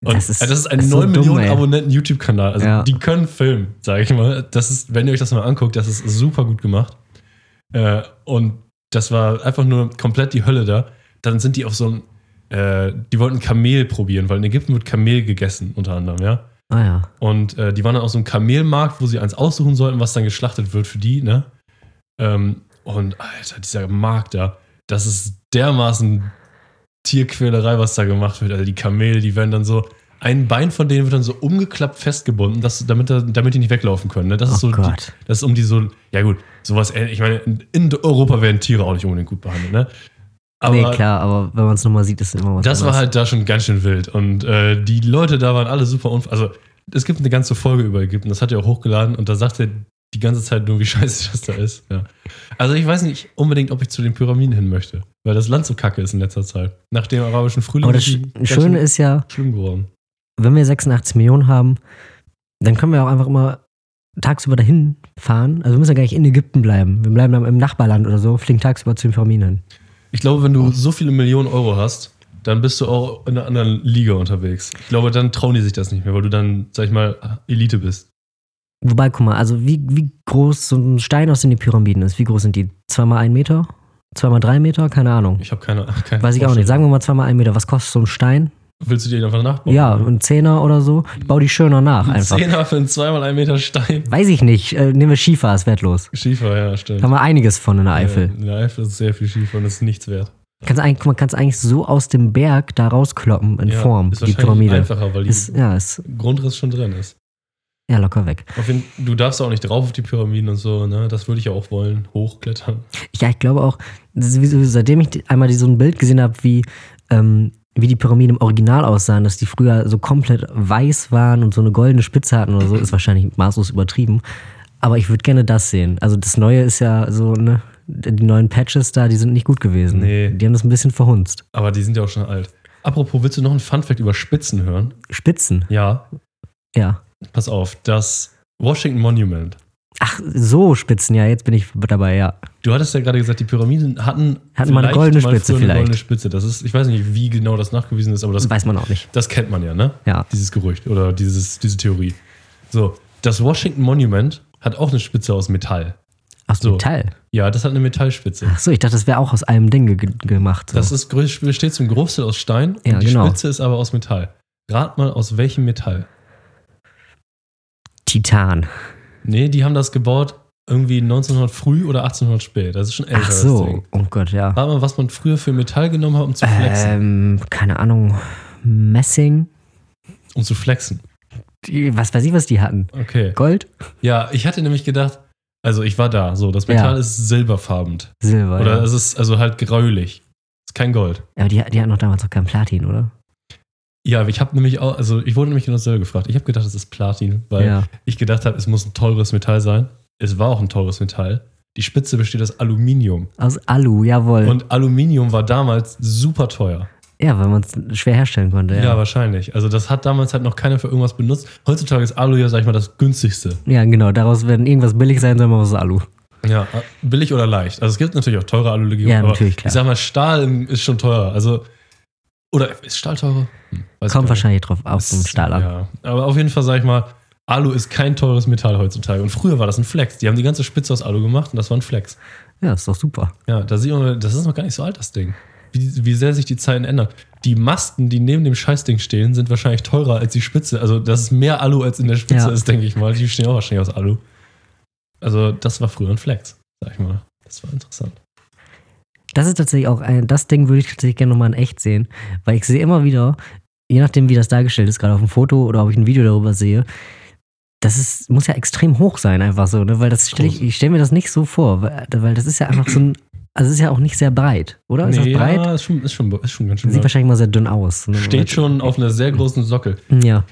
Speaker 1: Und
Speaker 2: Das
Speaker 1: das
Speaker 2: ist-
Speaker 1: ist, das ist ein
Speaker 2: das ist so
Speaker 1: 9
Speaker 2: dumm,
Speaker 1: Millionen
Speaker 2: ey.
Speaker 1: Abonnenten YouTube-Kanal. Also
Speaker 2: Ja.
Speaker 1: die können filmen, sage ich mal. Das ist, wenn ihr euch das mal anguckt, das ist super gut gemacht. Äh, und das war einfach nur komplett die Hölle da. Dann sind die auf so einem äh, die wollten Kamel probieren, weil in Ägypten wird Kamel gegessen, unter anderem, ja.
Speaker 2: Ah ja.
Speaker 1: Und äh, die waren dann auf so einem Kamelmarkt, wo sie eins aussuchen sollten, was dann geschlachtet wird für die, ne? Ähm, und Alter, dieser Markt da, das ist dermaßen Tierquälerei, was da gemacht wird. Also die Kamele, die werden dann so, ein Bein von denen wird dann so umgeklappt festgebunden, dass, damit, da- damit die nicht weglaufen können. Ne? Das ist
Speaker 2: Oh
Speaker 1: so,
Speaker 2: Gott.
Speaker 1: Die, das ist um die so, ja gut, sowas, ähnlich- ich meine, in- in Europa werden Tiere auch nicht unbedingt gut behandelt, ne? Aber
Speaker 2: nee, klar, aber wenn man es nochmal sieht, ist immer was
Speaker 1: das war
Speaker 2: anderes.
Speaker 1: halt da schon ganz schön wild. Und äh, die Leute da waren alle super unf. Also, es gibt eine ganze Folge über Ägypten, das hat er auch hochgeladen und da sagt er die ganze Zeit nur, wie scheiße das da ist. Ja. Also, ich weiß nicht unbedingt, ob ich zu den Pyramiden hin möchte, weil das Land so kacke ist in letzter Zeit. Nach dem arabischen Frühling
Speaker 2: Aber das
Speaker 1: ist die
Speaker 2: Sch-
Speaker 1: ganz
Speaker 2: Schöne
Speaker 1: schön
Speaker 2: ist ja,
Speaker 1: schlimm geworden.
Speaker 2: wenn wir 86 Millionen haben, dann können wir auch einfach immer tagsüber dahin fahren. Also wir müssen ja gar nicht in Ägypten bleiben. Wir bleiben dann im Nachbarland oder so, fliegen tagsüber zu den Pyramiden hin.
Speaker 1: Ich glaube, wenn du so viele Millionen Euro hast, dann bist du auch in einer anderen Liga unterwegs. Ich glaube, dann trauen die sich das nicht mehr, weil du dann, sag ich mal, Elite bist.
Speaker 2: Wobei, guck mal, also wie, wie groß so ein Stein aus den Pyramiden ist. Wie groß sind die? Zweimal ein Meter? Zweimal drei Meter? Keine Ahnung.
Speaker 1: Ich habe keine, keine
Speaker 2: Weiß ich auch nicht.
Speaker 1: Vorstellung.
Speaker 2: Sagen wir mal zweimal ein Meter. Was kostet so ein Stein?
Speaker 1: Willst du dir den einfach nachbauen?
Speaker 2: Ja, ein Zehner oder so. Ich baue die schöner nach
Speaker 1: Oh. Mhm. Ein
Speaker 2: einfach.
Speaker 1: Zehner für einen 2x1 Meter Stein.
Speaker 2: Weiß ich nicht. Äh, nehmen wir Schiefer, ist wertlos.
Speaker 1: Schiefer, ja, stimmt.
Speaker 2: Da haben wir einiges von in der Eifel.
Speaker 1: Ja, in der Eifel ist sehr viel Schiefer und ist nichts wert.
Speaker 2: Kannst eigentlich, guck mal, kannst eigentlich so aus dem Berg da rauskloppen in
Speaker 1: ja,
Speaker 2: Form,
Speaker 1: ist
Speaker 2: die
Speaker 1: wahrscheinlich
Speaker 2: Pyramide.
Speaker 1: einfacher, weil die
Speaker 2: Ist, ja, ist
Speaker 1: Grundriss schon drin ist.
Speaker 2: ja locker weg.
Speaker 1: Auf jeden, du darfst auch nicht drauf auf die Pyramiden und so, ne? Das würde ich ja auch wollen. Hochklettern.
Speaker 2: Ja, ich glaube auch, das ist sowieso, seitdem ich die- einmal die- so ein Bild gesehen habe, wie, ähm, wie die Pyramiden im Original aussahen, dass die früher so komplett weiß waren und so eine goldene Spitze hatten oder so, ist wahrscheinlich maßlos übertrieben. Aber ich würde gerne das sehen. Also das Neue ist ja so, ne, die neuen Patches da, die sind nicht gut gewesen.
Speaker 1: Nee.
Speaker 2: Die haben das ein bisschen verhunzt.
Speaker 1: Aber die sind ja auch schon alt. Apropos, willst du noch ein Funfact über Spitzen hören?
Speaker 2: Spitzen,
Speaker 1: Ja.
Speaker 2: ja.
Speaker 1: Pass auf, das Washington Monument.
Speaker 2: Ach, so Spitzen, ja, jetzt bin ich dabei, ja.
Speaker 1: Du hattest ja gerade gesagt, die Pyramiden hatten,
Speaker 2: Hatten mal eine
Speaker 1: vielleicht
Speaker 2: goldene
Speaker 1: früher
Speaker 2: Spitze
Speaker 1: eine
Speaker 2: vielleicht.
Speaker 1: goldene Spitze. Das ist, ich weiß nicht, wie genau das nachgewiesen ist, aber das
Speaker 2: Das weiß man auch nicht.
Speaker 1: Das kennt man ja, ne?
Speaker 2: Ja.
Speaker 1: Dieses Gerücht oder dieses, diese Theorie. So, das Washington Monument hat auch eine Spitze aus Metall.
Speaker 2: Aus
Speaker 1: So.
Speaker 2: Metall.
Speaker 1: Ja, das hat eine Metallspitze.
Speaker 2: Ach so, ich dachte, das wäre auch aus einem Ding ge gemacht. So.
Speaker 1: Das ist, größ- besteht zum Großteil aus Stein
Speaker 2: Ja,
Speaker 1: und die
Speaker 2: genau.
Speaker 1: Spitze ist aber aus Metall. Rat mal, aus welchem Metall?
Speaker 2: Titan.
Speaker 1: Nee, die haben das gebaut irgendwie 1900 früh oder 1800 spät. Das ist schon älter.
Speaker 2: Ach
Speaker 1: Das
Speaker 2: so,
Speaker 1: Ding.
Speaker 2: oh Gott, ja.
Speaker 1: Rat mal, was man früher für Metall genommen hat, um zu flexen.
Speaker 2: Ähm, keine Ahnung, Messing.
Speaker 1: Um zu flexen.
Speaker 2: Die, was weiß ich, was die hatten.
Speaker 1: Okay.
Speaker 2: Gold?
Speaker 1: Ja, ich hatte nämlich gedacht, also ich war da, so, das
Speaker 2: Ja.
Speaker 1: Metall ist silberfarbend.
Speaker 2: Silber.
Speaker 1: Oder
Speaker 2: ja.
Speaker 1: es ist also halt gräulich. Ist kein Gold.
Speaker 2: Aber die, die hatten noch damals noch kein Platin, oder?
Speaker 1: Ja, aber ich habe nämlich auch, also ich wurde nämlich genau selber gefragt. Ich habe gedacht, es ist Platin, weil
Speaker 2: ja.
Speaker 1: ich gedacht habe, es muss ein teures Metall sein. Es war auch ein teures Metall. Die Spitze besteht aus Aluminium.
Speaker 2: Aus Alu, jawohl.
Speaker 1: Und Aluminium war damals super teuer.
Speaker 2: ja, weil man es schwer herstellen konnte,
Speaker 1: Ja.
Speaker 2: ja.
Speaker 1: wahrscheinlich. Also das hat damals halt noch keiner für irgendwas benutzt. Heutzutage ist Alu ja, sag ich mal, das günstigste.
Speaker 2: Ja, genau. Daraus werden irgendwas billig sein, sondern was aus Alu.
Speaker 1: Ja, Äh, billig oder leicht. Also es gibt natürlich auch teure Alulegierungen.
Speaker 2: Ja,
Speaker 1: aber
Speaker 2: natürlich, klar.
Speaker 1: Ich sag mal, Stahl ist schon teurer. Also, oder ist Stahl teurer? Hm, weiß ich gar
Speaker 2: Kommt
Speaker 1: nicht.
Speaker 2: wahrscheinlich drauf auf den
Speaker 1: Ist-
Speaker 2: Stahl an.
Speaker 1: Ja. Aber auf jeden Fall sag ich mal, Alu ist kein teures Metall heutzutage. Und früher war das ein Flex. Die haben die ganze Spitze aus Alu gemacht und das war ein Flex.
Speaker 2: Ja. ist doch super.
Speaker 1: Ja, da sieht man, das ist noch gar nicht so alt, das Ding. Wie, wie sehr sich die Zeiten ändern. Die Masten, die neben dem Scheißding stehen, sind wahrscheinlich teurer als die Spitze. Also, das ist mehr Alu als in der Spitze
Speaker 2: Ja.
Speaker 1: ist, denke ich mal. Die stehen auch wahrscheinlich aus Alu. Also, das war früher ein Flex, sag ich mal. Das war interessant.
Speaker 2: Das ist tatsächlich auch ein, das Ding würde ich tatsächlich gerne nochmal in echt sehen, weil ich sehe immer wieder, je nachdem wie das dargestellt ist, gerade auf dem Foto oder ob ich ein Video darüber sehe, das ist, muss ja extrem hoch sein, einfach so, ne? Weil das stelle ich, ich stelle mir das nicht so vor, weil, weil das ist ja einfach so ein, also es ist ja auch nicht sehr breit, oder? Ist das breit?
Speaker 1: Ja, ist schon, ist, schon, ist schon ganz schön.
Speaker 2: Sieht
Speaker 1: breit.
Speaker 2: wahrscheinlich mal sehr dünn aus. Ne?
Speaker 1: Steht schon auf einer sehr großen Sockel.
Speaker 2: Ja.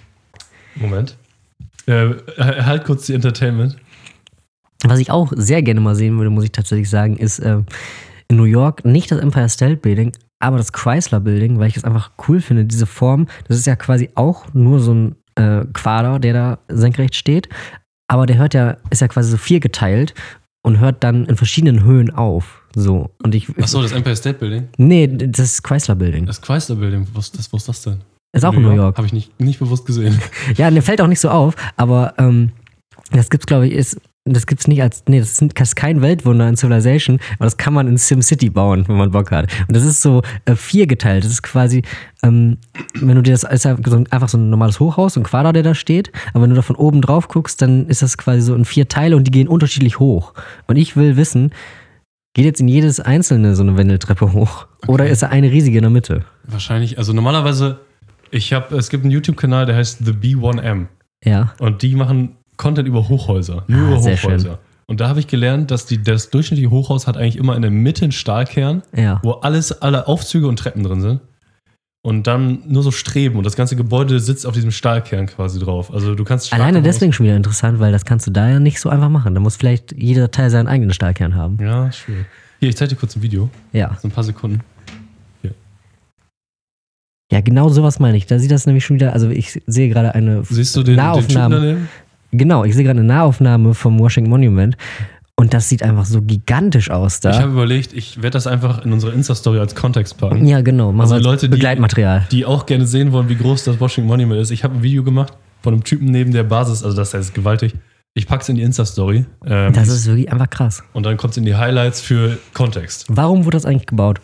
Speaker 1: Moment. Äh, halt kurz die Entertainment.
Speaker 2: Was ich auch sehr gerne mal sehen würde, muss ich tatsächlich sagen, ist äh, in New York nicht das Empire State Building, aber das Chrysler Building, weil ich es einfach cool finde, diese Form. Das ist ja quasi auch nur so ein äh, Quader, der da senkrecht steht, aber der hört ja, ist ja quasi so vier geteilt und hört dann in verschiedenen Höhen auf. So. Und ich.
Speaker 1: Achso, das Empire State Building.
Speaker 2: Nee, das Chrysler Building.
Speaker 1: Das Chrysler Building, was, das, was ist das denn?
Speaker 2: Ist auch in New York.
Speaker 1: Habe ich nicht, nicht bewusst gesehen.
Speaker 2: Ja, der fällt auch nicht so auf, aber ähm, das gibt's, glaube ich, ist, das gibt's nicht als, nee, das sind- das ist kein Weltwunder in Civilization, aber das kann man in SimCity bauen, wenn man Bock hat. Und das ist so äh, viergeteilt. Das ist quasi, ähm, wenn du dir das, ist einfach so ein- einfach so ein normales Hochhaus, so ein Quader, der da steht, aber wenn du da von oben drauf guckst, dann ist das quasi so in vier Teile und die gehen unterschiedlich hoch. Und ich will wissen, geht jetzt in jedes einzelne so eine Wendeltreppe hoch? Oder ist da eine riesige in der Mitte?
Speaker 1: Wahrscheinlich, also normalerweise, ich habe, es gibt einen YouTube-Kanal, der heißt The B1M.
Speaker 2: Ja.
Speaker 1: Und die machen Content über Hochhäuser. Nur
Speaker 2: Ah,
Speaker 1: über
Speaker 2: sehr
Speaker 1: Hochhäuser. Und da habe ich gelernt, dass die, das durchschnittliche Hochhaus hat eigentlich immer in der Mitte einen Stahlkern,
Speaker 2: Ja.
Speaker 1: wo alles, alle Aufzüge und Treppen drin sind. Und dann nur so Streben. Und das ganze Gebäude sitzt auf diesem Stahlkern quasi drauf. Also du kannst stark
Speaker 2: Alleine
Speaker 1: davon
Speaker 2: deswegen schon wieder interessant, weil das kannst du da ja nicht so einfach machen. Da muss vielleicht jeder Teil seinen eigenen Stahlkern haben.
Speaker 1: Aus ja, ist schwierig. Hier, ich zeige dir kurz ein Video.
Speaker 2: Ja.
Speaker 1: So ein paar Sekunden.
Speaker 2: Ja, genau sowas meine ich. Da sieht das nämlich schon wieder, also ich sehe gerade eine,
Speaker 1: Siehst du den, den Typen
Speaker 2: Nahaufnahmen.
Speaker 1: daneben?
Speaker 2: genau, ich sehe gerade eine Nahaufnahme vom Washington Monument und das sieht einfach so gigantisch aus
Speaker 1: Ich
Speaker 2: da.
Speaker 1: habe überlegt, ich werde das einfach in unsere Insta-Story als Kontext packen.
Speaker 2: Ja, genau. Machen
Speaker 1: Also
Speaker 2: wir als
Speaker 1: Leute, die-
Speaker 2: Begleitmaterial.
Speaker 1: die auch gerne sehen wollen, wie groß das Washington Monument ist. Ich habe ein Video gemacht von einem Typen neben der Basis, also das ist gewaltig. Ich pack's in die Insta-Story ähm,
Speaker 2: Das ist wirklich einfach krass.
Speaker 1: und dann kommt's in die Highlights für Kontext,
Speaker 2: Warum wurde das eigentlich gebaut?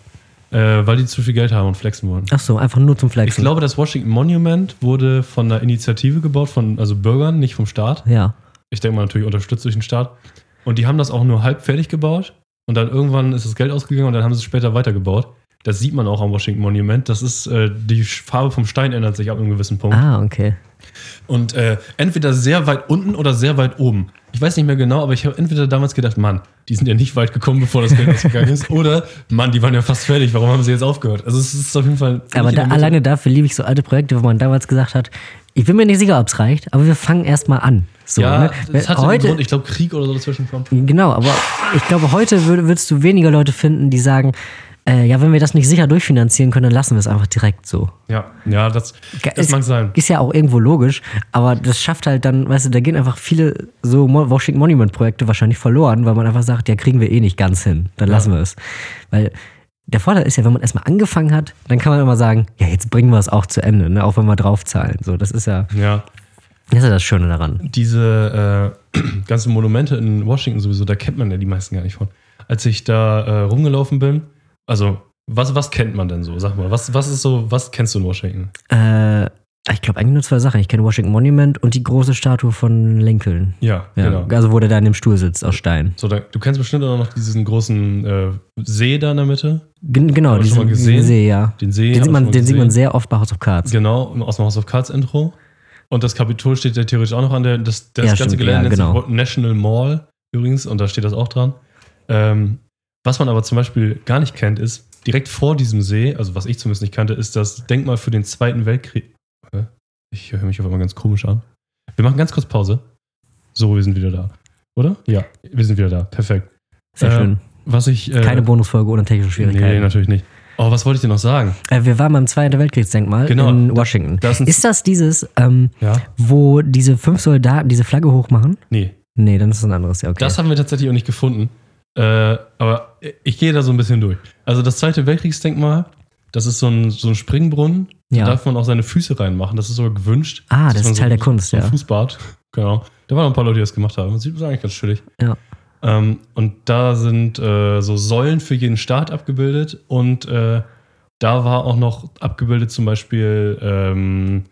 Speaker 1: äh, weil die zu viel Geld haben und flexen wollen.
Speaker 2: Ach so, einfach nur zum Flexen.
Speaker 1: Ich glaube, das Washington Monument wurde von einer Initiative gebaut, von also Bürgern, nicht vom Staat.
Speaker 2: Ja.
Speaker 1: Ich denke mal natürlich unterstützt durch den Staat. Und die haben das auch nur halb fertig gebaut und dann irgendwann ist das Geld ausgegangen und dann haben sie es später weitergebaut. Das sieht man auch am Washington Monument. Das ist, äh, die Farbe vom Stein ändert sich ab einem gewissen Punkt.
Speaker 2: Ah, okay.
Speaker 1: Und äh, entweder sehr weit unten oder sehr weit oben. Ich weiß nicht mehr genau, aber ich habe entweder damals gedacht, Mann, die sind ja nicht weit gekommen, bevor das Geld ausgegangen ist. Oder, Mann, die waren ja fast fertig, warum haben sie jetzt aufgehört? Also es ist auf jeden Fall. nicht
Speaker 2: Aber da,
Speaker 1: in der Mitte.
Speaker 2: alleine dafür liebe ich so alte Projekte, wo man damals gesagt hat, ich bin mir nicht sicher, ob es reicht, aber wir fangen erstmal an. So,
Speaker 1: Ja,
Speaker 2: ne?
Speaker 1: das hatte einen
Speaker 2: heute,
Speaker 1: Grund, ich glaube, Krieg oder so dazwischen kommt.
Speaker 2: Genau, aber ich glaube, heute würd, würdest du weniger Leute finden, die sagen, äh, ja, wenn wir das nicht sicher durchfinanzieren können, dann lassen wir es einfach direkt so.
Speaker 1: Ja, ja, das, das
Speaker 2: Ist-
Speaker 1: mag sein.
Speaker 2: Ist ja auch irgendwo logisch, aber das schafft halt dann, weißt du, da gehen einfach viele so Mo- Washington Monument Projekte wahrscheinlich verloren, weil man einfach sagt, ja, kriegen wir eh nicht ganz hin, dann lassen wir es. Weil der Vorteil ist ja, wenn man erstmal angefangen hat, dann kann man immer sagen, ja, jetzt bringen wir es auch zu Ende, ne? auch wenn wir draufzahlen. So, das ist ja,
Speaker 1: Ja,
Speaker 2: das ist ja das Schöne daran.
Speaker 1: diese äh, ganzen Monumente in Washington sowieso, da kennt man ja die meisten gar nicht von. Als ich da äh, rumgelaufen bin, also, was, was kennt man denn so? Sag mal, was, was ist so, was kennst du in Washington?
Speaker 2: Äh, ich glaube eigentlich nur zwei Sachen. Ich kenne Washington Monument und die große Statue von Lincoln.
Speaker 1: Ja,
Speaker 2: Ja, Also wo der da in dem Stuhl sitzt aus Stein.
Speaker 1: Genau. So, da, du kennst bestimmt auch noch diesen großen äh, See da in der Mitte.
Speaker 2: Gen genau,
Speaker 1: Haben wir
Speaker 2: diesen,
Speaker 1: schon mal
Speaker 2: diesen
Speaker 1: gesehen?
Speaker 2: See, ja.
Speaker 1: Den See.
Speaker 2: Den,
Speaker 1: hab
Speaker 2: sieht
Speaker 1: ich
Speaker 2: man,
Speaker 1: schon
Speaker 2: den sieht man
Speaker 1: gesehen.
Speaker 2: sehr oft bei House of Cards.
Speaker 1: Genau, aus dem House of Cards Intro. Und das Kapitol steht der theoretisch auch noch an der. Das, das
Speaker 2: Ja,
Speaker 1: ganze
Speaker 2: stimmt,
Speaker 1: Gelände
Speaker 2: ja,
Speaker 1: nennt
Speaker 2: genau.
Speaker 1: sich National Mall übrigens und da steht das auch dran. Ähm, was man aber zum Beispiel gar nicht kennt, ist, direkt vor diesem See, also was ich zumindest nicht kannte, ist das Denkmal für den Zweiten Weltkrieg. Hä? Ich höre mich auf einmal ganz komisch an. Wir machen ganz kurz Pause. So, wir sind wieder da. Oder? Ja, wir sind wieder da. Perfekt.
Speaker 2: Sehr
Speaker 1: äh,
Speaker 2: schön.
Speaker 1: Was ich. äh,
Speaker 2: Keine Bonusfolge ohne technische
Speaker 1: Nee,
Speaker 2: Schwierigkeiten.
Speaker 1: natürlich nicht. Oh, was wollte ich dir noch sagen?
Speaker 2: äh, wir waren beim Zweiten Weltkriegsdenkmal
Speaker 1: Genau.
Speaker 2: in Washington.
Speaker 1: Da ist ein
Speaker 2: Ist das dieses, ähm,
Speaker 1: ja?
Speaker 2: wo diese fünf Soldaten diese Flagge hochmachen?
Speaker 1: Nee,
Speaker 2: Nee, dann ist es ein anderes. Ja, okay.
Speaker 1: das haben wir tatsächlich auch nicht gefunden. Äh, aber ich gehe da so ein bisschen durch. Also das Zweite Weltkriegsdenkmal, das ist so ein, so ein Springbrunnen.
Speaker 2: Ja.
Speaker 1: Da darf man auch seine Füße reinmachen. Das ist sogar gewünscht.
Speaker 2: ah,
Speaker 1: Dass
Speaker 2: das
Speaker 1: man
Speaker 2: ist Teil
Speaker 1: so,
Speaker 2: der Kunst,
Speaker 1: so ein
Speaker 2: ja.
Speaker 1: Fußbad. Genau. Da waren noch ein paar Leute, die das gemacht haben. Das sieht das ist eigentlich ganz chillig.
Speaker 2: Ja.
Speaker 1: Ähm, und da sind äh, so Säulen für jeden Staat abgebildet und äh, da war auch noch abgebildet zum Beispiel ähm,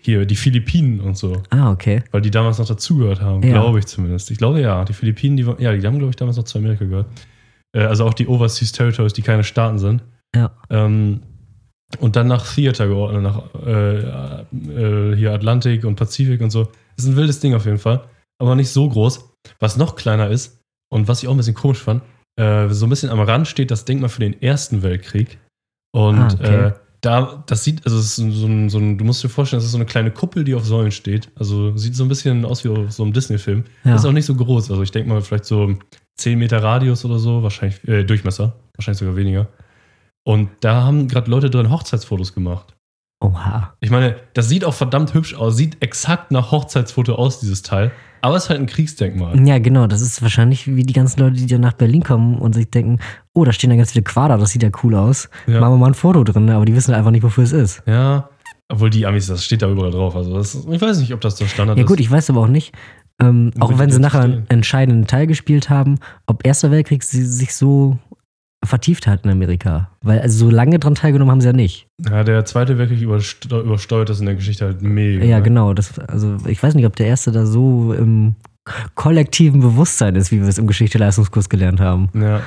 Speaker 1: hier die Philippinen und so.
Speaker 2: Ah, okay.
Speaker 1: Weil die damals noch dazugehört haben,
Speaker 2: Ja.
Speaker 1: glaube ich zumindest. Ich glaube ja. Die Philippinen, die, waren- ja, die haben, glaube ich, damals noch zu Amerika gehört. Äh, also auch die Overseas Territories, die keine Staaten sind.
Speaker 2: Ja.
Speaker 1: Ähm, und dann nach Theater geordnet, nach äh, äh, hier Atlantik und Pazifik und so. Ist ein wildes Ding auf jeden Fall. Aber nicht so groß. Was noch kleiner ist und was ich auch ein bisschen komisch fand, äh, so ein bisschen am Rand steht das Denkmal für den Ersten Weltkrieg. Und
Speaker 2: Ah, okay.
Speaker 1: äh, da, das sieht, also es ist so ein, so ein, du musst dir vorstellen, das ist so eine kleine Kuppel, die auf Säulen steht. Also sieht so ein bisschen aus wie aus so einem Disney-Film.
Speaker 2: Ja.
Speaker 1: Ist auch nicht so groß. Also ich denke mal, vielleicht so 10 Meter Radius oder so, wahrscheinlich, äh, Durchmesser, wahrscheinlich sogar weniger. Und da haben gerade Leute drin Hochzeitsfotos gemacht.
Speaker 2: Oha.
Speaker 1: Ich meine, das sieht auch verdammt hübsch aus, sieht exakt nach Hochzeitsfoto aus, dieses Teil. Aber es ist halt ein Kriegsdenkmal.
Speaker 2: Ja, genau. Das ist wahrscheinlich wie die ganzen Leute, die dann nach Berlin kommen und sich denken, oh, da stehen da ganz viele Quader, das sieht ja cool aus.
Speaker 1: Ja.
Speaker 2: Machen wir mal ein Foto drin, aber die wissen halt einfach nicht, wofür es ist.
Speaker 1: Ja, obwohl die Amis, das steht da überall drauf. Also das, ich weiß nicht, ob das der Standard
Speaker 2: Ja
Speaker 1: ist.
Speaker 2: gut, ich weiß aber auch nicht, Ähm,
Speaker 1: Würde
Speaker 2: auch
Speaker 1: ich
Speaker 2: wenn sie
Speaker 1: jetzt
Speaker 2: nachher einen
Speaker 1: verstehen.
Speaker 2: entscheidenden Teil gespielt haben, ob Erster Weltkrieg sie sich so vertieft hat in Amerika. Weil also so lange dran teilgenommen haben sie ja nicht.
Speaker 1: Ja, der zweite wirklich übersteu übersteuert das in der Geschichte halt mega.
Speaker 2: Ja, genau. Das, also ich weiß nicht, ob der Erste da so im kollektiven Bewusstsein ist, wie wir es im Geschichte-Leistungskurs gelernt haben.
Speaker 1: Ja.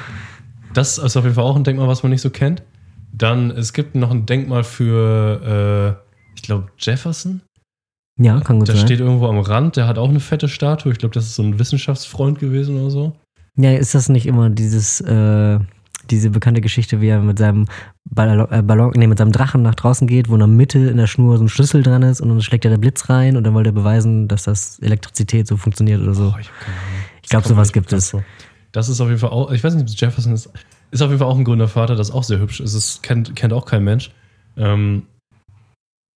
Speaker 1: Das ist auf jeden Fall auch ein Denkmal, was man nicht so kennt. Dann, es gibt noch ein Denkmal für, äh, ich glaube, Jefferson.
Speaker 2: Ja, kann gut
Speaker 1: Der
Speaker 2: sein.
Speaker 1: steht irgendwo am Rand, der hat auch eine fette Statue. Ich glaube, das ist so ein Wissenschaftsfreund gewesen oder so.
Speaker 2: Ja, ist das nicht immer dieses, äh, diese bekannte Geschichte, wie er mit seinem Ballon, äh, Ballon, nee, mit seinem Drachen nach draußen geht, wo in der Mitte in der Schnur so ein Schlüssel dran ist und dann schlägt er der Blitz rein und dann wollte er beweisen, dass das Elektrizität so funktioniert oder so.
Speaker 1: Oh, ich hab keine Ahnung.
Speaker 2: Ich glaube,
Speaker 1: Kommt mir
Speaker 2: sowas
Speaker 1: nicht
Speaker 2: gibt
Speaker 1: bekannt
Speaker 2: es.
Speaker 1: vor. Das ist auf jeden Fall auch, ich weiß nicht, ob es Jefferson ist, ist auf jeden Fall auch ein Gründervater, das ist auch sehr hübsch. Es ist, kennt, kennt auch kein Mensch. Ähm,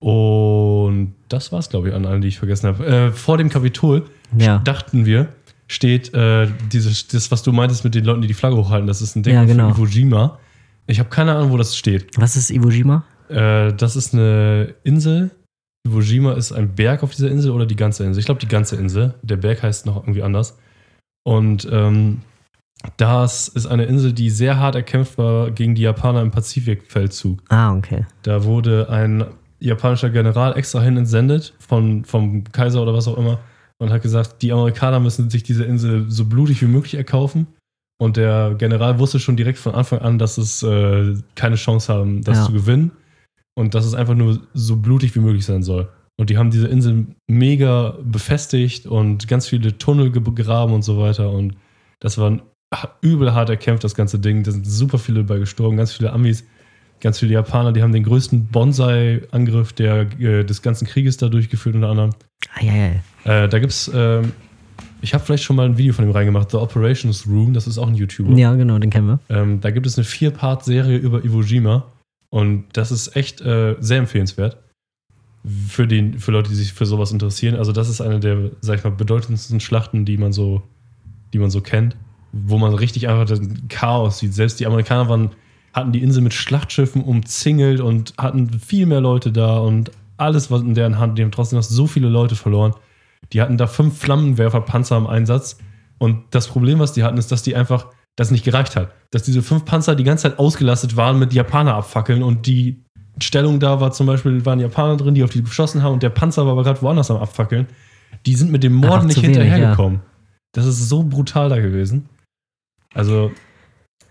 Speaker 1: und das war's, glaube ich, an allen, die ich vergessen habe. Äh, vor dem Kapitol
Speaker 2: Ja.
Speaker 1: dachten wir, steht äh, dieses, das, was du meintest mit den Leuten, die die Flagge hochhalten, das ist ein Ding
Speaker 2: Ja, genau.
Speaker 1: von Iwo Jima. Ich habe keine Ahnung, wo das steht.
Speaker 2: Was ist Iwo Jima?
Speaker 1: Äh, das ist eine Insel. Iwo Jima ist ein Berg auf dieser Insel oder die ganze Insel? Ich glaube, die ganze Insel. Der Berg heißt noch irgendwie anders. Und ähm, das ist eine Insel, die sehr hart erkämpft war gegen die Japaner im Pazifikfeldzug.
Speaker 2: Ah, okay.
Speaker 1: Da wurde ein japanischer General extra hin entsendet von, vom Kaiser oder was auch immer und hat gesagt, die Amerikaner müssen sich diese Insel so blutig wie möglich erkaufen. Und der General wusste schon direkt von Anfang an, dass es äh, keine Chance haben, das
Speaker 2: Ja.
Speaker 1: zu gewinnen und dass es einfach nur so blutig wie möglich sein soll. Und die haben diese Insel mega befestigt und ganz viele Tunnel ge- gegraben und so weiter. Und das war ein ha- übel hart erkämpft, das ganze Ding. Da sind super viele bei gestorben, ganz viele Amis, ganz viele Japaner, die haben den größten Bonsai-Angriff der, äh, des ganzen Krieges da durchgeführt, unter anderem.
Speaker 2: Ah, ja, ja. ja.
Speaker 1: Äh, da gibt's, ähm, ich habe vielleicht schon mal ein Video von ihm reingemacht, The Operations Room, das ist auch ein YouTuber.
Speaker 2: Ja, genau, den kennen wir.
Speaker 1: Ähm, da gibt es eine Vier-Part-Serie über Iwo Jima und das ist echt äh, sehr empfehlenswert für, den, für Leute, die sich für sowas interessieren. Also das ist eine der, sag ich mal, bedeutendsten Schlachten, die man so, die man so kennt, wo man richtig einfach das Chaos sieht. Selbst die Amerikaner waren, hatten die Insel mit Schlachtschiffen umzingelt und hatten viel mehr Leute da und alles was in deren Hand. Die haben trotzdem noch so viele Leute verloren. Die hatten da fünf Flammenwerferpanzer im Einsatz. Und das Problem, was die hatten, ist, dass die einfach das nicht gereicht hat. Dass diese fünf Panzer die ganze Zeit ausgelastet waren mit Japaner abfackeln und die Stellung da war zum Beispiel, waren Japaner drin, die auf die geschossen haben und der Panzer war aber gerade woanders am Abfackeln. Die sind mit dem Morden
Speaker 2: Einfach
Speaker 1: nicht
Speaker 2: zu wenig,
Speaker 1: hinterhergekommen. Das ist so brutal da gewesen. Also,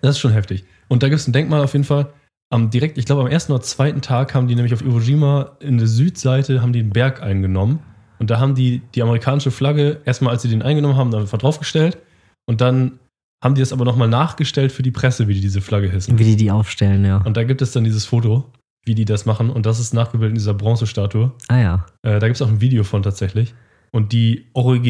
Speaker 1: das ist schon heftig. Und da gibt es ein Denkmal auf jeden Fall. Am direkt, ich glaube, am ersten oder zweiten Tag haben die nämlich auf Iwo Jima in der Südseite haben die einen Berg eingenommen. Und da haben die die amerikanische Flagge erstmal, als sie den eingenommen haben, dann einfach draufgestellt. Und dann haben die das aber nochmal nachgestellt für die Presse, wie die diese Flagge hissen.
Speaker 2: Wie die die aufstellen, ja.
Speaker 1: Und da gibt es dann dieses Foto, wie die das machen. Und das ist nachgebildet in dieser Bronzestatue.
Speaker 2: Ah, ja.
Speaker 1: Äh, da gibt es auch ein Video von tatsächlich. Und die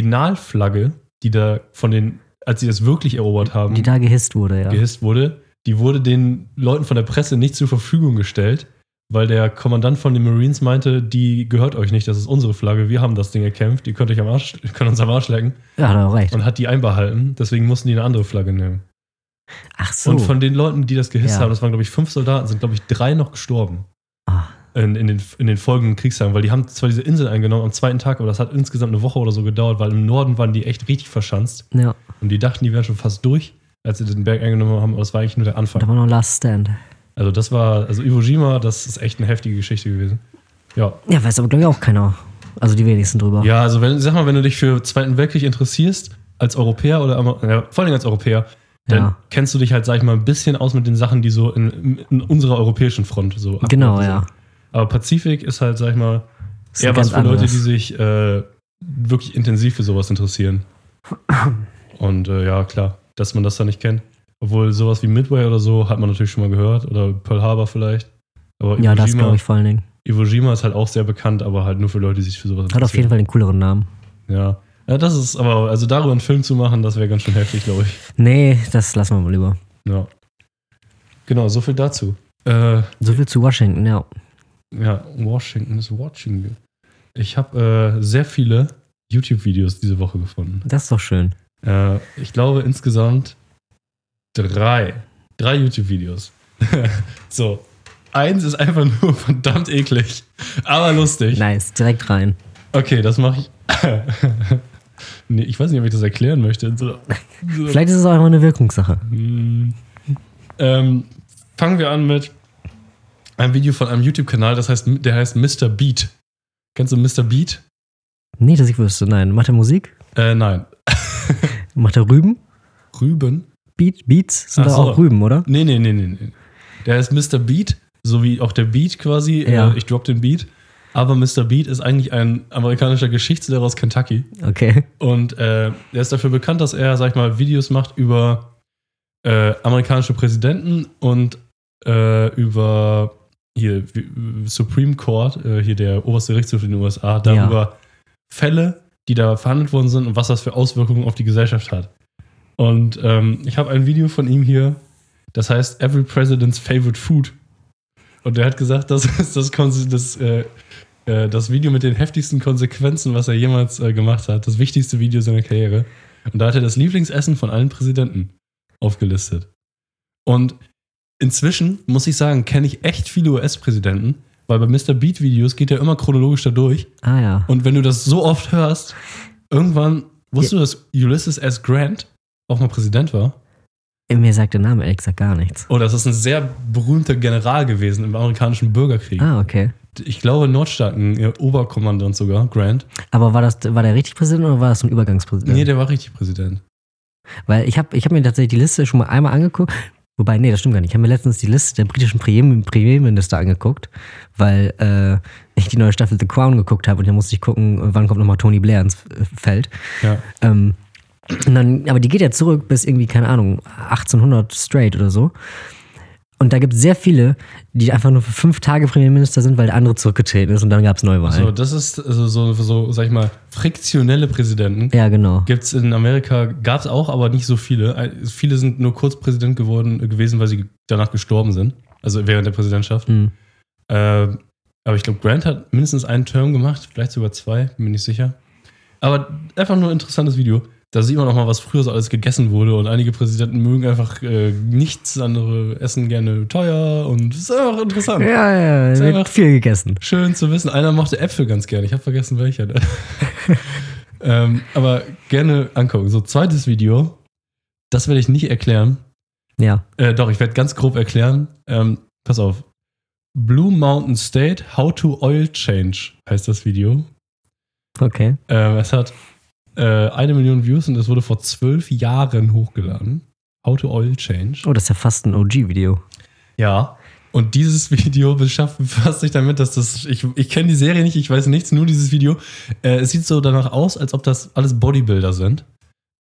Speaker 1: Originalflagge, die da von den, als sie das wirklich erobert haben,
Speaker 2: Die da gehisst wurde, ja.
Speaker 1: gehisst wurde, die wurde den Leuten von der Presse nicht zur Verfügung gestellt, weil der Kommandant von den Marines meinte, die gehört euch nicht, das ist unsere Flagge, wir haben das Ding erkämpft, ihr könnt, euch am Arsch, ihr könnt uns am Arsch lecken
Speaker 2: Ja, hat er auch recht.
Speaker 1: und hat die einbehalten, deswegen mussten die eine andere Flagge nehmen.
Speaker 2: Ach so.
Speaker 1: Und von den Leuten, die das gehisst
Speaker 2: Ja.
Speaker 1: haben, das waren glaube ich fünf Soldaten, sind glaube ich drei noch gestorben.
Speaker 2: Ah.
Speaker 1: In, in, den, in den folgenden Kriegstagen, weil die haben zwar diese Insel eingenommen am zweiten Tag, aber das hat insgesamt eine Woche oder so gedauert, weil im Norden waren die echt richtig verschanzt
Speaker 2: ja,
Speaker 1: und die dachten, die wären schon fast durch, als sie den Berg eingenommen haben, aber das war eigentlich nur der Anfang.
Speaker 2: da war noch Last Stand.
Speaker 1: Also das war, also Iwo Jima, das ist echt eine heftige Geschichte gewesen. Ja.
Speaker 2: Ja, weiß aber, glaube ich, auch keiner. Also die wenigsten drüber.
Speaker 1: Ja, also wenn, sag mal, wenn du dich für Zweiten Weltkrieg interessierst, als Europäer oder Amer- ja, vor allem als Europäer, dann
Speaker 2: Ja.
Speaker 1: kennst du dich halt, sag ich mal, ein bisschen aus mit den Sachen, die so in, in unserer europäischen Front so abgeht.
Speaker 2: Genau,
Speaker 1: So.
Speaker 2: ja.
Speaker 1: Aber Pazifik ist halt, sag ich mal,
Speaker 2: Ist
Speaker 1: eher was
Speaker 2: ganz
Speaker 1: für Leute,
Speaker 2: anderes.
Speaker 1: die sich äh, wirklich intensiv für sowas interessieren. Und äh, ja, klar, dass man das da nicht kennt. Obwohl sowas wie Midway oder so hat man natürlich schon mal gehört. Oder Pearl Harbor vielleicht. Aber
Speaker 2: Ja,
Speaker 1: Iwo
Speaker 2: das
Speaker 1: Jima-
Speaker 2: glaube ich vor allen Dingen.
Speaker 1: Iwo Jima ist halt auch sehr bekannt, aber halt nur für Leute, die sich für sowas
Speaker 2: Hat auf jeden
Speaker 1: interessieren.
Speaker 2: Fall den cooleren Namen.
Speaker 1: Ja. ja, das ist aber, also darüber einen Film zu machen, das wäre ganz schön heftig, glaube ich.
Speaker 2: Nee, das lassen wir mal lieber.
Speaker 1: Ja. Genau, so viel dazu. Äh,
Speaker 2: So viel zu Washington, ja.
Speaker 1: ja, Washington ist Washington. Ich habe äh, sehr viele YouTube-Videos diese Woche gefunden.
Speaker 2: Das ist doch schön.
Speaker 1: Äh, ich glaube insgesamt drei. Drei YouTube-Videos. so. Eins ist einfach nur verdammt eklig, aber lustig.
Speaker 2: Nice, direkt rein.
Speaker 1: Okay, das mache ich. Nee, ich weiß nicht, ob ich das erklären möchte. So, so,
Speaker 2: Vielleicht ist es auch einfach eine Wirkungssache.
Speaker 1: Mm. ähm, fangen wir an mit einem Video von einem YouTube-Kanal, das heißt, der heißt Mr. Beat. Kennst du Mr. Beat?
Speaker 2: Nee, dass ich wüsste. Nein. Macht er Musik?
Speaker 1: Äh, nein.
Speaker 2: Macht er Rüben?
Speaker 1: Rüben?
Speaker 2: Beat, Beats sind
Speaker 1: Ach
Speaker 2: da
Speaker 1: so.
Speaker 2: auch Rüben, oder?
Speaker 1: Nee, nee, nee, nee, nee. Der heißt Mr. Beat, so wie auch der Beat quasi.
Speaker 2: Ja.
Speaker 1: Äh, ich drop den Beat. Aber Mr. Beat ist eigentlich ein amerikanischer Geschichtslehrer aus Kentucky.
Speaker 2: Okay.
Speaker 1: Und äh, er ist dafür bekannt, dass er, sag ich mal, Videos macht über äh, amerikanische Präsidenten und äh, über hier wie- Supreme Court, äh, hier der oberste Gerichtshof in den USA, darüber Fälle, die da verhandelt worden sind und was das für Auswirkungen auf die Gesellschaft hat. Und ähm, ich habe ein Video von ihm hier, das heißt Every President's Favorite Food. Und er hat gesagt, das ist das, Konse- das, äh, äh, das Video mit den heftigsten Konsequenzen, was er jemals äh, gemacht hat. Das wichtigste Video seiner Karriere. Und da hat er das Lieblingsessen von allen Präsidenten aufgelistet. Und inzwischen, muss ich sagen, kenne ich echt viele US-Präsidenten, weil bei Mr. Beat-Videos geht er immer chronologisch da durch.
Speaker 2: Ah ja.
Speaker 1: Und wenn du das so oft hörst, irgendwann wusstest du, dass Ulysses S. Grant auch mal Präsident war?
Speaker 2: Äh, Mir sagt der Name ehrlich gesagt gar nichts.
Speaker 1: Oh, das ist ein sehr berühmter General gewesen im amerikanischen Bürgerkrieg.
Speaker 2: Ah, okay.
Speaker 1: Ich glaube, Nordstaaten, ihr Oberkommandant sogar, Grant.
Speaker 2: Aber war, das, war der richtig Präsident oder war das so ein Übergangspräsident?
Speaker 1: Nee, der war richtig Präsident.
Speaker 2: Weil ich habe ich hab mir tatsächlich die Liste schon mal einmal angeguckt. Wobei, nee, das stimmt gar nicht. Ich habe mir letztens die Liste der britischen Premier- Premierminister angeguckt, weil äh, ich die neue Staffel The Crown geguckt habe und da musste ich gucken, wann kommt nochmal Tony Blair ins äh, Feld.
Speaker 1: Ja.
Speaker 2: Ähm, und dann, aber die geht ja zurück bis irgendwie, keine Ahnung, 1800 straight oder so. Und da gibt es sehr viele, die einfach nur für fünf Tage Premierminister sind, weil der andere zurückgetreten ist und dann gab es Neuwahlen.
Speaker 1: So, das ist also so, so, sag ich mal, friktionelle Präsidenten.
Speaker 2: Ja, genau.
Speaker 1: Gibt's in Amerika, gab's auch, aber nicht so viele. Ein- Viele sind nur kurz Präsident geworden, äh, gewesen, weil sie danach gestorben sind. Also während der Präsidentschaft.
Speaker 2: Mhm.
Speaker 1: Ähm, aber ich glaube, Grant hat mindestens einen Term gemacht, vielleicht sogar zwei, bin mir nicht sicher. Aber einfach nur ein interessantes Video. Da sieht man auch mal, was früher so alles gegessen wurde. Und einige Präsidenten mögen einfach äh, nichts, andere essen gerne teuer und ist einfach interessant.
Speaker 2: Ja, ja, ja, wird
Speaker 1: einfach-
Speaker 2: viel gegessen.
Speaker 1: Schön zu wissen. Einer mochte Äpfel ganz gerne. Ich habe vergessen, welcher. ne? ähm, aber gerne angucken. So, zweites Video. Das werde ich nicht erklären.
Speaker 2: Ja.
Speaker 1: Äh, doch, ich werde ganz grob erklären. Ähm, pass auf. Blue Mountain State, How to Oil Change heißt das Video.
Speaker 2: Okay.
Speaker 1: Ähm, es hat äh, eine Million Views und es wurde vor zwölf Jahren hochgeladen. How to Oil Change.
Speaker 2: Oh, das ist ja fast ein OG-Video.
Speaker 1: Ja. Und dieses Video beschafft befasst sich damit, dass das. Ich, ich kenne die Serie nicht, ich weiß nichts, nur dieses Video. Äh, es sieht so danach aus, als ob das alles Bodybuilder sind.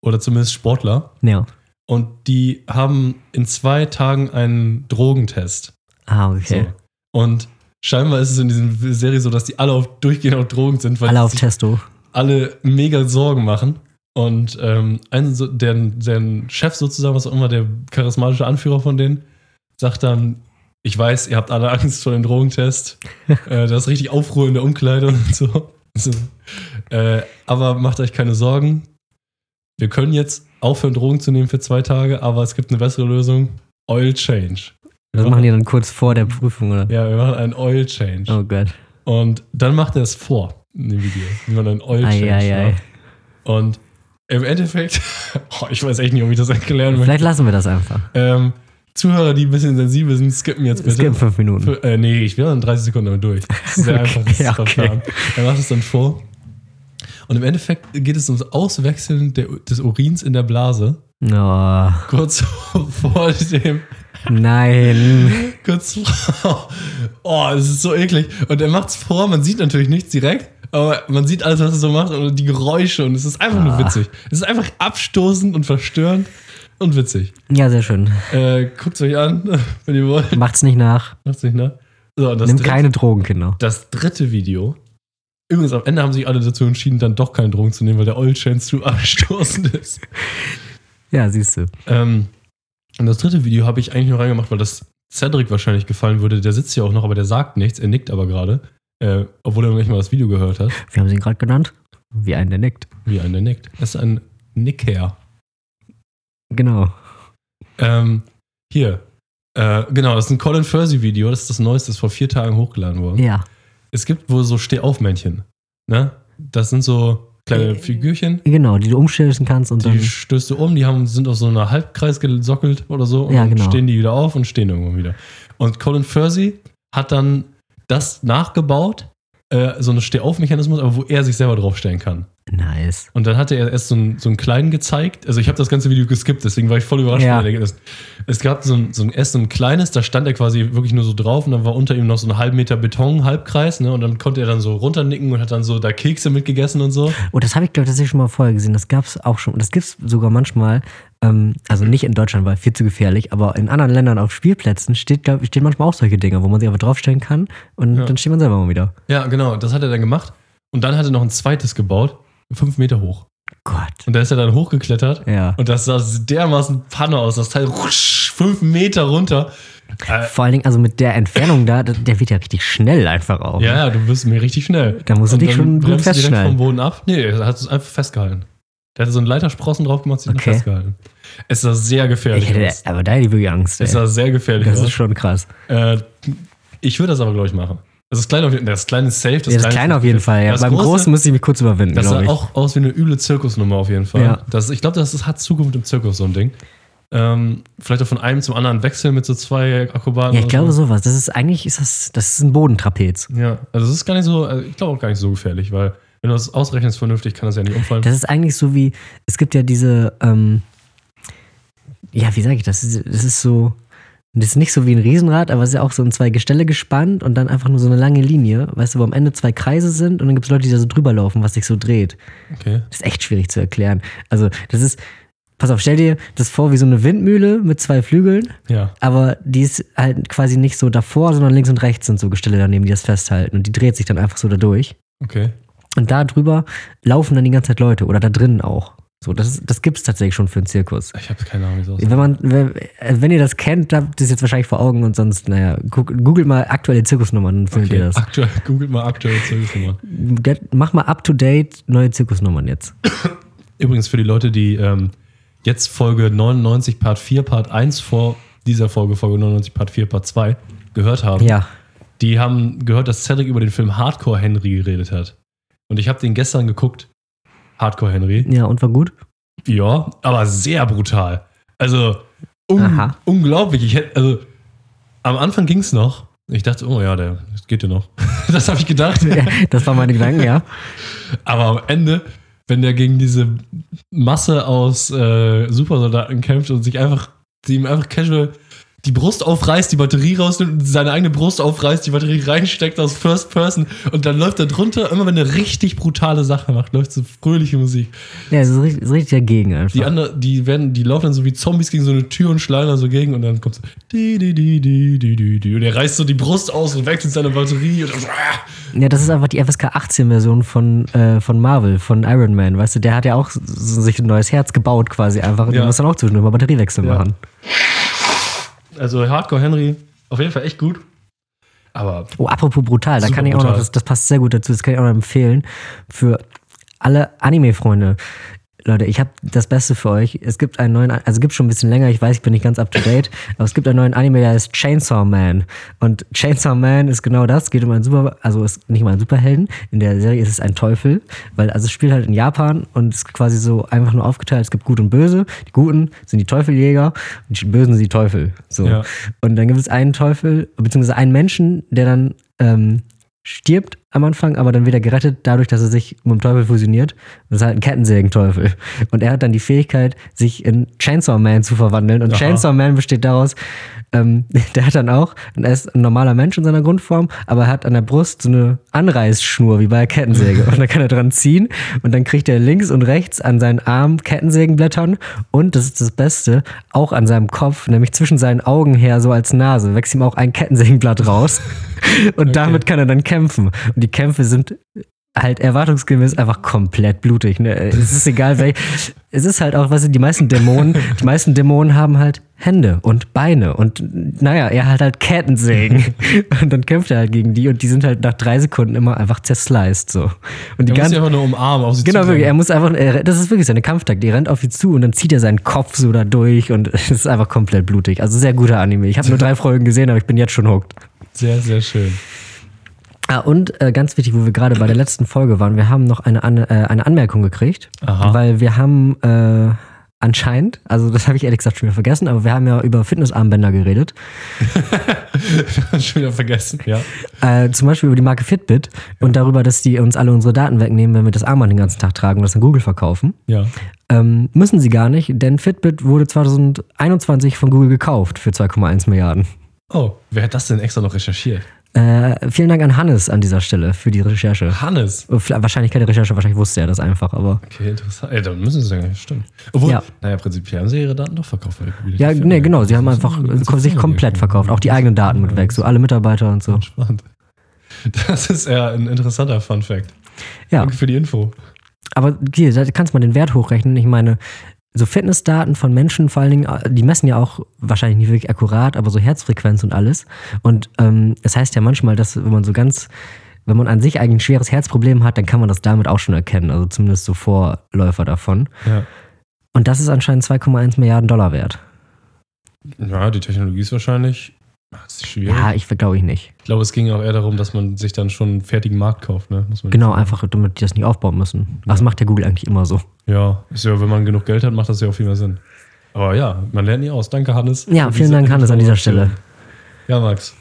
Speaker 1: Oder zumindest Sportler.
Speaker 2: Ja.
Speaker 1: Und die haben in zwei Tagen einen Drogentest.
Speaker 2: Ah,
Speaker 1: So.
Speaker 2: okay.
Speaker 1: Und scheinbar ist es in dieser Serie so, dass die alle auf, durchgehend auf Drogen sind, weil
Speaker 2: Alle
Speaker 1: die
Speaker 2: auf
Speaker 1: sich
Speaker 2: Testo.
Speaker 1: alle mega Sorgen machen. Und ähm, ein, so- deren, deren Chef sozusagen, was auch immer, der charismatische Anführer von denen, sagt dann, ich weiß, ihr habt alle Angst vor dem Drogentest. äh, da ist richtig Aufruhr in der Umkleide und so. so. Äh, aber macht euch keine Sorgen. Wir können jetzt aufhören, Drogen zu nehmen für zwei Tage, aber es gibt eine bessere Lösung. Oil Change.
Speaker 2: Das machen die dann kurz vor der Prüfung, oder?
Speaker 1: Ja, wir machen einen Oil Change.
Speaker 2: Oh Gott.
Speaker 1: Und dann macht er es vor in dem Video, wie man einen Oil Change
Speaker 2: Ei, ei, ei.
Speaker 1: macht. Und im Endeffekt, oh, ich weiß echt nicht, ob ich das erklären möchte.
Speaker 2: Vielleicht lassen wir das einfach.
Speaker 1: Ähm, Zuhörer, die ein bisschen sensibel sind, skippen jetzt
Speaker 2: Es
Speaker 1: bitte.
Speaker 2: gibt fünf Minuten.
Speaker 1: Für, äh, nee, ich bin dann in 30 Sekunden damit durch. Das ist sehr
Speaker 2: Okay,
Speaker 1: einfaches
Speaker 2: okay.
Speaker 1: Verfahren. Er macht es dann vor. Und im Endeffekt geht es ums Auswechseln der, des Urins in der Blase.
Speaker 2: Oh,
Speaker 1: Kurz vor dem
Speaker 2: nein.
Speaker 1: Kurz vor. Oh, es ist so eklig. Und er macht's vor, man sieht natürlich nichts direkt, aber man sieht alles, was er so macht und die Geräusche und es ist einfach nur
Speaker 2: Ah.
Speaker 1: witzig. Es ist einfach abstoßend und verstörend und witzig.
Speaker 2: Ja, sehr schön.
Speaker 1: Äh, guckt's euch an, wenn ihr wollt.
Speaker 2: Macht's nicht nach.
Speaker 1: Macht's nicht, ne? So, und das,
Speaker 2: Nimm
Speaker 1: dritte,
Speaker 2: keine Drogen, Kinder.
Speaker 1: das dritte Video. Übrigens, am Ende haben sich alle dazu entschieden, dann doch keine Drogen zu nehmen, weil der Oil Chance zu abstoßend ist.
Speaker 2: Ja, siehst du.
Speaker 1: Ähm, und das dritte Video habe ich eigentlich nur reingemacht, weil das Cedric wahrscheinlich gefallen würde. Der sitzt hier auch noch, aber der sagt nichts. Er nickt aber gerade. Äh, obwohl er noch nicht mal das Video gehört hat.
Speaker 2: Wir haben sie gerade genannt. Wie einen, der nickt.
Speaker 1: Wie ein, der nickt. Das ist ein Nicker.
Speaker 2: Genau.
Speaker 1: Ähm, hier. Äh, genau, das ist ein Colin Fursey-Video. Das ist das Neueste, das ist vor vier Tagen hochgeladen worden.
Speaker 2: Ja.
Speaker 1: Es gibt wohl so Stehaufmännchen. Ne? Das sind so kleine Figürchen.
Speaker 2: Genau, die du umstellen kannst und
Speaker 1: Die
Speaker 2: dann.
Speaker 1: stößt du um, die haben, sind auf so einer Halbkreis gesockelt oder so. Und
Speaker 2: Ja,
Speaker 1: dann
Speaker 2: genau.
Speaker 1: stehen die wieder auf und stehen irgendwann wieder. Und Colin Fursey hat dann das nachgebaut, äh, so einen Stehaufmechanismus, aber wo er sich selber draufstellen kann.
Speaker 2: Nice.
Speaker 1: Und dann hatte er erst so einen, so einen kleinen gezeigt. Also ich habe das ganze Video geskippt, deswegen war ich voll überrascht
Speaker 2: Ja.
Speaker 1: von den Ergebnissen. Es gab so ein, so ein erst so ein kleines, da stand er quasi wirklich nur so drauf und dann war unter ihm noch so ein halben Meter Beton, Halbkreis, ne? Und dann konnte er dann so runternicken und hat dann so da Kekse mitgegessen und so.
Speaker 2: Oh, das habe ich, glaube ich, tatsächlich schon mal vorher gesehen. Das gab es auch schon. Und das gibt es sogar manchmal, ähm, also nicht in Deutschland, weil viel zu gefährlich, aber in anderen Ländern auf Spielplätzen steht, glaub, ich, stehen manchmal auch solche Dinge, wo man sich einfach draufstellen kann und
Speaker 1: Ja.
Speaker 2: dann steht man selber mal wieder.
Speaker 1: Ja, genau, das hat er dann gemacht. Und dann hat er noch ein zweites gebaut, fünf Meter hoch.
Speaker 2: Gott.
Speaker 1: Und da ist er dann hochgeklettert
Speaker 2: Ja.
Speaker 1: und das sah dermaßen Panne aus. Das Teil rusch, fünf Meter runter. Äh,
Speaker 2: Vor allen Dingen, also mit der Entfernung da, der- der wird ja richtig schnell einfach auch.
Speaker 1: ja, ja, du bist mir richtig schnell.
Speaker 2: Da musst du
Speaker 1: Und
Speaker 2: dich
Speaker 1: dann
Speaker 2: schon gut
Speaker 1: bremst du direkt
Speaker 2: festschneiden.
Speaker 1: vom Boden ab? Nee, er hat es einfach festgehalten. Der hatte so einen Leitersprossen drauf gemacht, sich okay.
Speaker 2: Okay.
Speaker 1: festgehalten. Es sah sehr
Speaker 2: Ich
Speaker 1: gefährlich aus.
Speaker 2: hätte, aber da hätte ich wirklich Angst. Ey.
Speaker 1: Es sah sehr gefährlich
Speaker 2: Das ist
Speaker 1: aus.
Speaker 2: schon krass.
Speaker 1: Äh, ich würde das aber, glaube ich, machen. Das ist klein auf, das kleine ist safe. Das,
Speaker 2: ja, das Kleine auf jeden Fall. Ja.
Speaker 1: Das
Speaker 2: Beim
Speaker 1: große,
Speaker 2: Großen müsste ich mich kurz überwinden,
Speaker 1: Das
Speaker 2: glaube
Speaker 1: sah
Speaker 2: ich.
Speaker 1: auch aus wie eine üble Zirkusnummer auf jeden Fall.
Speaker 2: Ja.
Speaker 1: Das, ich glaube, das ist, hat Zukunft im Zirkus, so ein Ding. Ähm, vielleicht auch von einem zum anderen wechseln mit so zwei Akrobaten.
Speaker 2: ja, ich
Speaker 1: oder
Speaker 2: glaube
Speaker 1: so.
Speaker 2: sowas. Das ist eigentlich, ist das, das ist ein Bodentrapez.
Speaker 1: Ja, also es ist gar nicht so, also ich glaube auch gar nicht so gefährlich, weil wenn du das ausrechnest vernünftig, kann das ja nicht umfallen.
Speaker 2: Das ist eigentlich so wie, es gibt ja diese, ähm, ja, wie sage ich das? Das ist so, das ist nicht so wie ein Riesenrad, aber es ist ja auch so in zwei Gestelle gespannt und dann einfach nur so eine lange Linie, weißt du, wo am Ende zwei Kreise sind und dann gibt es Leute, die da so drüber laufen, was sich so dreht.
Speaker 1: okay.
Speaker 2: Das ist echt schwierig zu erklären. Also, das ist, pass auf, stell dir das vor wie so eine Windmühle mit zwei Flügeln,
Speaker 1: Ja.
Speaker 2: aber die ist halt quasi nicht so davor, sondern links und rechts sind so Gestelle daneben, die das festhalten und die dreht sich dann einfach so dadurch.
Speaker 1: Okay.
Speaker 2: Und da drüber laufen dann die ganze Zeit Leute oder da drinnen auch. So, das, ist- das gibt es tatsächlich schon für einen Zirkus.
Speaker 1: Ich habe keine Ahnung, wie es aussieht.
Speaker 2: Wenn, man, wenn, äh, wenn ihr das kennt, habt ihr es jetzt wahrscheinlich vor Augen und sonst, naja, gu- googelt mal aktuelle Zirkusnummern, dann findet ihr das.
Speaker 1: Aktuell, googelt mal aktuelle Zirkusnummern.
Speaker 2: Get, mach mal up to date neue Zirkusnummern jetzt.
Speaker 1: Übrigens für die Leute, die ähm, jetzt Folge 99 Part 4, Part 1 vor dieser Folge, Folge 99 Part 4, Part 2 gehört haben,
Speaker 2: Ja,
Speaker 1: die haben gehört, dass Cedric über den Film Hardcore Henry geredet hat. Und ich habe den gestern geguckt. Hardcore Henry.
Speaker 2: ja, und war gut.
Speaker 1: Ja, aber sehr brutal. Also un
Speaker 2: Aha.
Speaker 1: unglaublich. Ich hätte, also am Anfang ging es noch. Ich dachte, oh ja, der das geht ja noch. Das habe ich gedacht.
Speaker 2: Ja, das waren meine Gedanken, ja.
Speaker 1: Aber am Ende, wenn der gegen diese Masse aus äh, Supersoldaten kämpft und sich einfach, die ihm einfach casual die Brust aufreißt, die Batterie rausnimmt und seine eigene Brust aufreißt, die Batterie reinsteckt aus First Person und dann läuft er drunter. Immer wenn er richtig brutale Sache macht, läuft so fröhliche Musik.
Speaker 2: Ja, es ist richtig, es ist richtig dagegen
Speaker 1: Die
Speaker 2: einfach.
Speaker 1: anderen, die werden, die laufen dann so wie Zombies gegen so eine Tür und schlagen da so gegen und dann kommt so di, di, di, di, di, di, di. und er reißt so die Brust aus und wechselt seine Batterie und dann so, ah.
Speaker 2: Ja, das ist einfach die FSK 18-Version von, äh, von Marvel, von Iron Man, weißt du, der hat ja auch so, sich ein neues Herz gebaut quasi einfach und
Speaker 1: Ja.
Speaker 2: der muss dann auch zwischendurch mal Batteriewechsel
Speaker 1: Ja.
Speaker 2: machen.
Speaker 1: Also Hardcore Henry, auf jeden Fall echt gut. Aber
Speaker 2: Oh, apropos brutal, da
Speaker 1: Super
Speaker 2: kann ich auch noch,
Speaker 1: brutal.
Speaker 2: das, das passt sehr gut dazu, das kann ich auch noch empfehlen für alle Anime-Freunde. Leute, ich habe das Beste für euch. Es gibt einen neuen, also gibt schon ein bisschen länger, ich weiß, ich bin nicht ganz up to date, aber es gibt einen neuen Anime, der heißt Chainsaw Man. Und Chainsaw Man ist genau das, geht um einen Super, also ist nicht mal ein Superhelden, in der Serie ist es ein Teufel, weil also es spielt halt in Japan und ist quasi so einfach nur aufgeteilt, es gibt Gut und Böse. Die Guten sind die Teufeljäger und die Bösen sind die Teufel. So.
Speaker 1: Ja.
Speaker 2: Und dann gibt es einen Teufel, beziehungsweise einen Menschen, der dann ähm, stirbt am Anfang, aber dann wieder gerettet, dadurch, dass er sich mit dem Teufel fusioniert. Und Das ist halt ein Kettensägenteufel. Und er hat dann die Fähigkeit, sich in Chainsaw Man zu verwandeln. Und
Speaker 1: Aha.
Speaker 2: Chainsaw Man besteht daraus, ähm, der hat dann auch, und er ist ein normaler Mensch in seiner Grundform, aber er hat an der Brust so eine Anreißschnur wie bei der Kettensäge. Und da kann er dran ziehen und dann kriegt er links und rechts an seinen Arm Kettensägenblättern und, das ist das Beste, auch an seinem Kopf, nämlich zwischen seinen Augen her, so als Nase, wächst ihm auch ein Kettensägenblatt raus. Und damit kann er dann kämpfen. Und die Kämpfe sind halt erwartungsgemäß einfach komplett blutig. Ne? Es ist egal, wel es ist halt auch, was weißt du, die meisten Dämonen, die meisten Dämonen haben halt Hände und Beine und naja, er hat halt Kettensägen. Und dann kämpft er halt gegen die und die sind halt nach drei Sekunden immer einfach zersliced so. Und die
Speaker 1: er muss
Speaker 2: ganze
Speaker 1: sie einfach nur umarmen. Auf sie
Speaker 2: Genau,
Speaker 1: zurennen.
Speaker 2: wirklich. Er muss einfach, er, das ist wirklich seine Kampftakt. Er rennt auf sie zu und dann zieht er seinen Kopf so da durch und es ist einfach komplett blutig. Also sehr guter Anime. Ich habe nur drei Folgen gesehen, aber ich bin jetzt schon hooked.
Speaker 1: Sehr, sehr schön.
Speaker 2: Ah, und äh, ganz wichtig, wo wir gerade bei der letzten Folge waren, wir haben noch eine, An äh, eine Anmerkung gekriegt,
Speaker 1: Aha.
Speaker 2: weil wir haben äh, anscheinend, also das habe ich ehrlich gesagt schon wieder vergessen, aber wir haben ja über Fitnessarmbänder geredet,
Speaker 1: Schon wieder vergessen, ja.
Speaker 2: äh, zum Beispiel über die Marke Fitbit und darüber, dass die uns alle unsere Daten wegnehmen, wenn wir das Armband den ganzen Tag tragen und das an Google verkaufen.
Speaker 1: Ja.
Speaker 2: Ähm, müssen sie gar nicht, denn Fitbit wurde 2021 von Google gekauft für 2,1 Milliarden.
Speaker 1: Oh, wer hat das denn extra noch recherchiert?
Speaker 2: Äh, vielen Dank an Hannes an dieser Stelle für die Recherche.
Speaker 1: Hannes.
Speaker 2: Äh, vielleicht- Wahrscheinlich keine Recherche, wahrscheinlich wusste er das einfach, aber.
Speaker 1: Okay, interessant. Ey, dann müssen sie sagen, stimmt. Obwohl,
Speaker 2: Ja.
Speaker 1: naja, prinzipiell haben sie ihre Daten doch verkauft. weil die
Speaker 2: Ja,
Speaker 1: Firma-
Speaker 2: nee, genau. Sie haben
Speaker 1: Das
Speaker 2: einfach
Speaker 1: ist eine
Speaker 2: äh,
Speaker 1: ganze
Speaker 2: sich
Speaker 1: Firma
Speaker 2: komplett
Speaker 1: gekauft.
Speaker 2: verkauft. Auch die eigenen Daten mit weg, so alle Mitarbeiter und so.
Speaker 1: Spannend. Das ist ja ein interessanter Fun Fact.
Speaker 2: Ja,
Speaker 1: Danke für die Info.
Speaker 2: aber hier, da kannst du mal den Wert hochrechnen. Ich meine, so Fitnessdaten von Menschen vor allen Dingen, äh, die messen ja auch wahrscheinlich nicht wirklich akkurat, aber so Herzfrequenz und alles. Und ähm, es heißt ja manchmal, dass wenn man so ganz, wenn man an sich eigentlich ein schweres Herzproblem hat, dann kann man das damit auch schon erkennen. Also zumindest so Vorläufer davon.
Speaker 1: Ja.
Speaker 2: Und das ist anscheinend 2,1 Milliarden Dollar wert.
Speaker 1: ja, die Technologie ist wahrscheinlich. Ah, ist schwierig.
Speaker 2: Ja, ich glaube ich nicht.
Speaker 1: Ich glaube, es ging auch eher darum, dass man sich dann schon einen fertigen Markt kauft, ne? Muss man
Speaker 2: Genau, einfach damit die das nicht aufbauen müssen. Das macht ja Google eigentlich immer so.
Speaker 1: Ja, ist ja, wenn man genug Geld hat, macht das ja auch viel mehr Sinn. Aber ja, man lernt nie aus. Danke, Hannes.
Speaker 2: Ja,
Speaker 1: für
Speaker 2: vielen
Speaker 1: diese
Speaker 2: Dank, Hannes, an dieser Stelle.
Speaker 1: Ja, Max.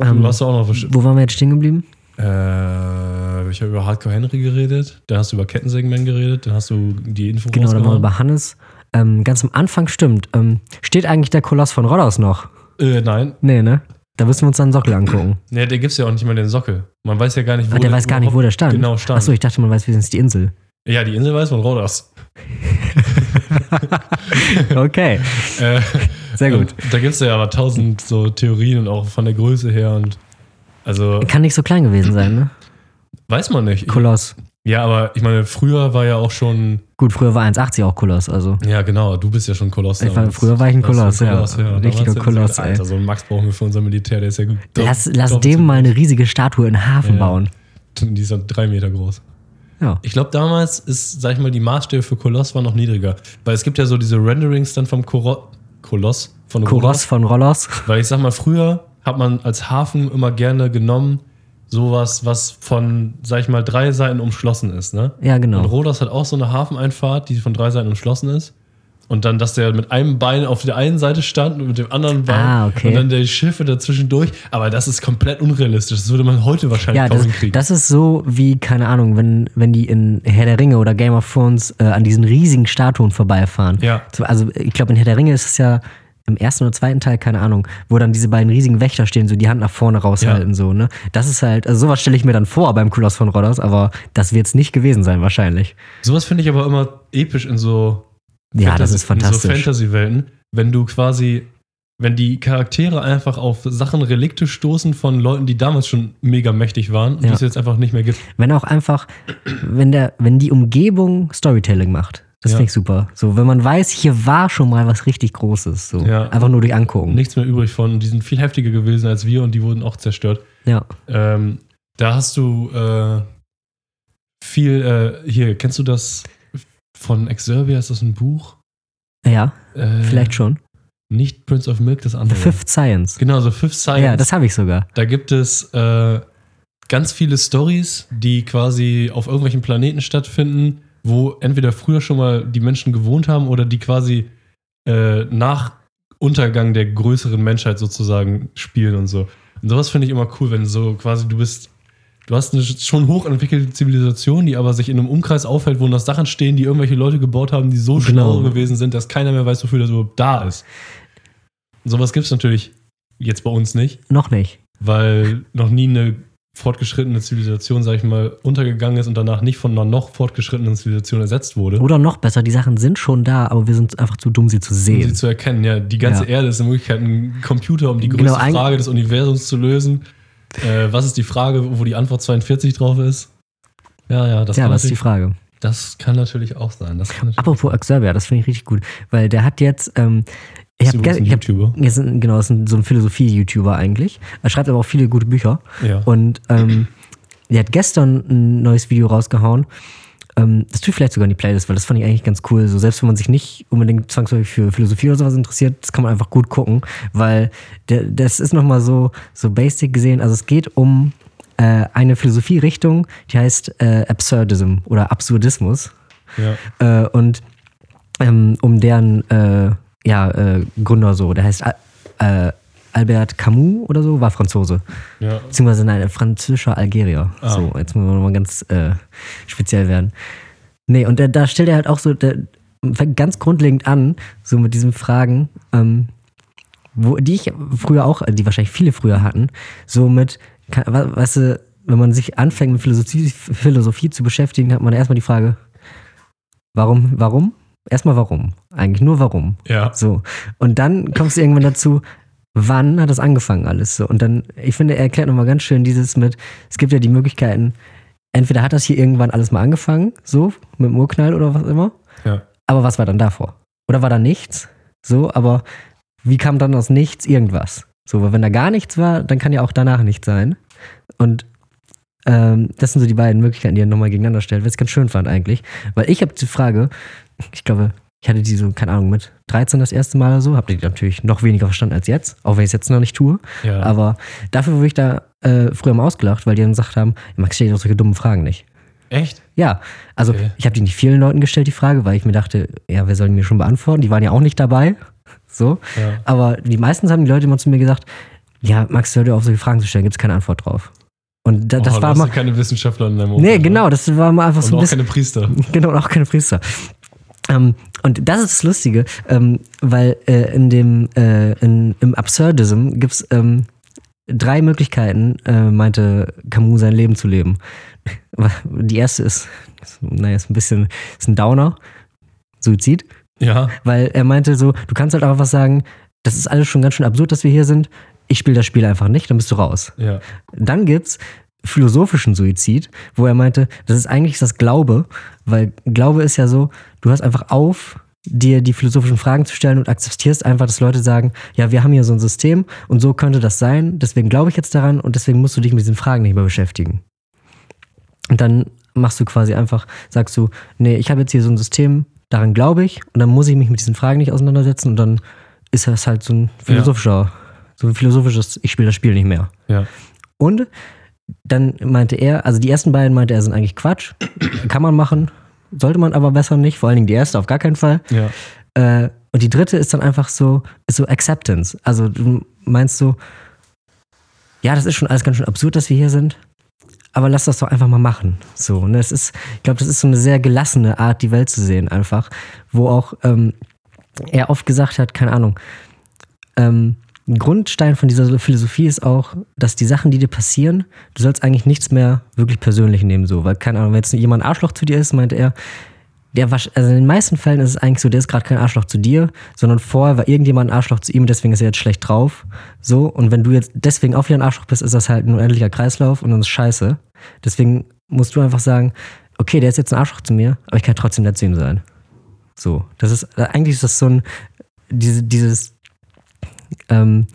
Speaker 2: Ähm,
Speaker 1: du hast auch noch was.
Speaker 2: Wo waren wir jetzt stehen geblieben?
Speaker 1: Äh, ich habe über Hardcore Henry geredet, dann hast du über Kettensegment geredet, dann hast du die Info
Speaker 2: Genau, da waren wir
Speaker 1: rausgehauen.
Speaker 2: bei Hannes. Ähm, ganz am Anfang stimmt. Ähm, steht eigentlich der Koloss von Rodos noch?
Speaker 1: äh, Nein,
Speaker 2: Nee, ne? Da müssen wir uns dann einen Sockel angucken.
Speaker 1: nee, der gibt's ja auch nicht mal den Sockel. Man weiß ja gar nicht, wo
Speaker 2: Ah, der weiß gar nicht, wo der stand.
Speaker 1: Genau, stand.
Speaker 2: Achso, ich dachte, man weiß wenigstens die Insel.
Speaker 1: Ja, die Insel weiß man, Rodas.
Speaker 2: Okay,
Speaker 1: Äh,
Speaker 2: sehr gut.
Speaker 1: Da gibt es ja aber tausend so Theorien und auch von der Größe her und also
Speaker 2: Kann nicht so klein gewesen sein, ne?
Speaker 1: weiß man nicht.
Speaker 2: Koloss.
Speaker 1: Ja, aber ich meine, früher war ja auch schon,
Speaker 2: Gut, früher war 1,80 auch Koloss, also.
Speaker 1: ja genau, du bist ja schon Koloss.
Speaker 2: Ich war-
Speaker 1: damals.
Speaker 2: früher war ich ein
Speaker 1: Warst du
Speaker 2: Koloss, ja.
Speaker 1: Und
Speaker 2: Richtiger
Speaker 1: damals hättest du
Speaker 2: Koloss,
Speaker 1: gesagt,
Speaker 2: ey.
Speaker 1: Alter, so einen Max brauchen wir für unser Militär, der ist ja gut.
Speaker 2: Lass,
Speaker 1: doppelt-
Speaker 2: lass
Speaker 1: doppelt
Speaker 2: dem
Speaker 1: so-
Speaker 2: mal eine riesige Statue in den Hafen
Speaker 1: Ja.
Speaker 2: bauen.
Speaker 1: Die ist ja drei Meter groß.
Speaker 2: Ja.
Speaker 1: Ich glaube, damals ist, sag ich mal, die Maßstäbe für Koloss war noch niedriger. Weil es gibt ja so diese Renderings dann vom Koro Koloss, von
Speaker 2: Koloss von Rollos.
Speaker 1: Weil ich sag mal, früher hat man als Hafen immer gerne genommen, sowas, was von, sag ich mal, drei Seiten umschlossen ist, ne?
Speaker 2: Ja, genau.
Speaker 1: Und Rodas hat auch so eine Hafeneinfahrt, die von drei Seiten umschlossen ist. Und dann, dass der mit einem Bein auf der einen Seite stand und mit dem anderen Bein.
Speaker 2: Ah, okay.
Speaker 1: Und dann die Schiffe dazwischen durch. Aber das ist komplett unrealistisch. Das würde man heute wahrscheinlich
Speaker 2: Ja,
Speaker 1: kaum
Speaker 2: das,
Speaker 1: hinkriegen.
Speaker 2: das ist so wie, keine Ahnung, wenn, wenn die in Herr der Ringe oder Game of Thrones äh, an diesen riesigen Statuen vorbeifahren.
Speaker 1: Ja.
Speaker 2: So, Also ich glaube, in Herr der Ringe ist es ja im ersten oder zweiten Teil, keine Ahnung, wo dann diese beiden riesigen Wächter stehen, so die Hand nach vorne raushalten,
Speaker 1: Ja.
Speaker 2: so, ne? Das ist halt, also sowas stelle ich mir dann vor beim Koloss von Rodos, aber das wird es nicht gewesen sein, wahrscheinlich.
Speaker 1: Sowas finde ich aber immer episch in so
Speaker 2: Ja, das ist
Speaker 1: In so
Speaker 2: fantastisch.
Speaker 1: Fantasy-Welten, wenn du quasi, wenn die Charaktere einfach auf Sachen, Relikte stoßen von Leuten, die damals schon mega mächtig waren und
Speaker 2: Ja.
Speaker 1: die es jetzt einfach nicht mehr gibt.
Speaker 2: Wenn auch einfach, wenn der, wenn die Umgebung Storytelling macht. Das
Speaker 1: Ja.
Speaker 2: finde ich super. So, wenn man weiß, hier war schon mal was richtig Großes. So.
Speaker 1: Ja.
Speaker 2: Einfach nur durch angucken.
Speaker 1: Nichts mehr übrig von. Und die sind viel heftiger gewesen als wir und die wurden auch zerstört.
Speaker 2: Ja.
Speaker 1: Ähm, da hast du äh, viel, äh, hier, kennst du das von Exerbia? Ist das ein Buch?
Speaker 2: Ja,
Speaker 1: Äh,
Speaker 2: vielleicht schon.
Speaker 1: Nicht Prince of Milk, das
Speaker 2: The
Speaker 1: andere.
Speaker 2: Fifth Science.
Speaker 1: Genau, so Mhm. Fifth Science.
Speaker 2: Ja, das habe ich sogar.
Speaker 1: Da gibt es äh, ganz viele Stories, die quasi auf irgendwelchen Planeten stattfinden, wo entweder früher schon mal die Menschen gewohnt haben oder die quasi äh, nach Untergang der größeren Menschheit sozusagen spielen und so. Und sowas finde ich immer cool, wenn so quasi du bist, du hast eine schon hochentwickelte Zivilisation, die aber sich in einem Umkreis aufhält, wo noch Sachen stehen, die irgendwelche Leute gebaut haben, die so
Speaker 2: Genau.
Speaker 1: schlau gewesen sind, dass keiner mehr weiß, wofür das überhaupt da ist. Und sowas gibt es natürlich jetzt bei uns nicht
Speaker 2: Noch nicht.
Speaker 1: weil noch nie eine fortgeschrittene Zivilisation, sag ich mal, untergegangen ist und danach nicht von einer noch fortgeschrittenen Zivilisation ersetzt wurde. um
Speaker 2: Oder noch besser, die Sachen sind schon da, aber wir sind einfach zu dumm, sie zu
Speaker 1: Um sie
Speaker 2: sehen.
Speaker 1: zu erkennen, ja, die ganze
Speaker 2: Ja.
Speaker 1: Erde ist in Wirklichkeit ein Computer, um die
Speaker 2: Genau,
Speaker 1: größte
Speaker 2: ein-
Speaker 1: Frage des Universums zu lösen. Äh, was ist die Frage, wo die Antwort 42 drauf ist? Ja, ja, das,
Speaker 2: ja,
Speaker 1: kann,
Speaker 2: das ist die
Speaker 1: natürlich,
Speaker 2: Frage.
Speaker 1: das kann natürlich auch sein. Das kann natürlich
Speaker 2: Apropos Exerbia, das finde ich richtig gut, weil der hat jetzt, ähm, ich
Speaker 1: Ist
Speaker 2: habe
Speaker 1: übrigens ein
Speaker 2: hab,
Speaker 1: YouTuber.
Speaker 2: jetzt ein- genau, ist ein, so ein Philosophie-YouTuber eigentlich. Er schreibt aber auch viele gute Bücher.
Speaker 1: Ja.
Speaker 2: Ah, Und ähm, der hat gestern ein neues Video rausgehauen. Ähm, das tue ich vielleicht sogar in die Playlist, weil das fand ich eigentlich ganz cool. So, selbst wenn man sich nicht unbedingt zwangsläufig für Philosophie oder sowas interessiert, das kann man einfach gut gucken, weil der, das ist nochmal so, so basic gesehen. Also es geht um äh, eine Philosophierichtung, die heißt äh, Absurdism oder Absurdismus.
Speaker 1: Ja.
Speaker 2: Äh, und ähm, um deren äh, ja, äh, Gründer so, der heißt Al äh, Albert Camus oder so, war Franzose.
Speaker 1: Ja.
Speaker 2: Beziehungsweise nein, ein französischer Algerier. So, jetzt müssen wir nochmal ganz äh, speziell werden. Nee, und da, da stellt er halt auch so der, fängt ganz grundlegend an, so mit diesen Fragen, ähm, wo, die ich früher auch, äh, die wahrscheinlich viele früher hatten, so mit, kann, we- weißt du, wenn man sich anfängt mit Philosophie, Philosophie zu beschäftigen, hat man erstmal die Frage, warum, warum? Erstmal warum? Eigentlich nur warum.
Speaker 1: Ja.
Speaker 2: So. Und dann kommst du irgendwann dazu, wann hat das angefangen alles so? Und dann, ich finde, er erklärt nochmal ganz schön dieses mit, es gibt ja die Möglichkeiten, entweder hat das hier irgendwann alles mal angefangen, so, mit dem Urknall oder was immer,
Speaker 1: Ja.
Speaker 2: aber was war dann davor? Oder war da nichts? So, aber wie kam dann aus nichts irgendwas? So, weil wenn da gar nichts war, dann kann ja auch danach nichts sein. Und ähm, das sind so die beiden Möglichkeiten, die er nochmal gegeneinander stellt, was ich ganz schön fand eigentlich. Weil ich habe die Frage, ich glaube, ich hatte die so, keine Ahnung, mit 13 das erste Mal oder so, habe die natürlich noch weniger verstanden als jetzt, auch wenn ich es jetzt noch nicht tue.
Speaker 1: Ja.
Speaker 2: Aber dafür wurde ich da äh, früher mal ausgelacht, weil die dann gesagt haben, Max, stell dir doch solche dummen Fragen nicht.
Speaker 1: Echt?
Speaker 2: Ja, also
Speaker 1: Okay.
Speaker 2: ich habe die nicht vielen Leuten gestellt, die Frage, weil ich mir dachte, ja, wer soll die mir schon beantworten? Die waren ja auch nicht dabei. So.
Speaker 1: Ja.
Speaker 2: Aber die meistens haben die Leute immer zu mir gesagt, ja, Max, hör dir auf, solche Fragen zu stellen, gibt's keine Antwort drauf. Und da,
Speaker 1: Oh,
Speaker 2: das
Speaker 1: du
Speaker 2: war
Speaker 1: hast
Speaker 2: mal.
Speaker 1: ja keine Wissenschaftler in deinem
Speaker 2: Nee,
Speaker 1: Umfeld, ne?
Speaker 2: genau, das war mal einfach
Speaker 1: Und
Speaker 2: so ein
Speaker 1: auch
Speaker 2: bisschen.
Speaker 1: keine Priester.
Speaker 2: Genau, und auch keine Priester. Ähm, und das ist das Lustige, ähm, weil äh, in dem, äh, in, im Absurdism gibt's ähm, drei Möglichkeiten, äh, meinte Camus, sein Leben zu leben. Die erste ist, naja, ist ein bisschen, ist ein Downer, Suizid,
Speaker 1: Ja.
Speaker 2: weil er meinte so, du kannst halt auch was sagen, das ist alles schon ganz schön absurd, dass wir hier sind, ich spiele das Spiel einfach nicht, dann bist du raus.
Speaker 1: Ja.
Speaker 2: Dann gibt's philosophischen Suizid, wo er meinte, das ist eigentlich das Glaube, weil Glaube ist ja so, du hörst einfach auf, dir die philosophischen Fragen zu stellen und akzeptierst einfach, dass Leute sagen, ja, wir haben hier so ein System und so könnte das sein, deswegen glaube ich jetzt daran und deswegen musst du dich mit diesen Fragen nicht mehr beschäftigen. Und dann machst du quasi einfach, sagst du, nee, ich habe jetzt hier so ein System, daran glaube ich und dann muss ich mich mit diesen Fragen nicht auseinandersetzen und dann ist das halt so ein philosophischer, so ein philosophisches, ich spiele das Spiel nicht mehr.
Speaker 1: Ja.
Speaker 2: Und dann meinte er, also die ersten beiden meinte er, sind eigentlich Quatsch. Kann man machen, sollte man aber besser nicht. Vor allen Dingen die erste auf gar keinen Fall.
Speaker 1: Ja.
Speaker 2: Äh, und die dritte ist dann einfach so, ist so Acceptance. Also du meinst so, ja, das ist schon alles ganz schön absurd, dass wir hier sind. Aber lass das doch einfach mal machen. So, ne? Es ist, ich glaube, das ist so eine sehr gelassene Art, die Welt zu sehen, einfach. Wo auch ähm, er oft gesagt hat, keine Ahnung, ähm, ein Grundstein von dieser Philosophie ist auch, dass die Sachen, die dir passieren, du sollst eigentlich nichts mehr wirklich persönlich nehmen, so. Weil, keine Ahnung, wenn jetzt jemand ein Arschloch zu dir ist, meint er, der wasch- also in den meisten Fällen ist es eigentlich so, der ist gerade kein Arschloch zu dir, sondern vorher war irgendjemand ein Arschloch zu ihm, deswegen ist er jetzt schlecht drauf. So, und wenn du jetzt deswegen auch wieder ein Arschloch bist, ist das halt ein unendlicher Kreislauf und dann ist scheiße. Deswegen musst du einfach sagen, okay, der ist jetzt ein Arschloch zu mir, aber ich kann trotzdem nett zu ihm sein. So, das ist, äh, eigentlich ist das so ein, diese, dieses, ähm,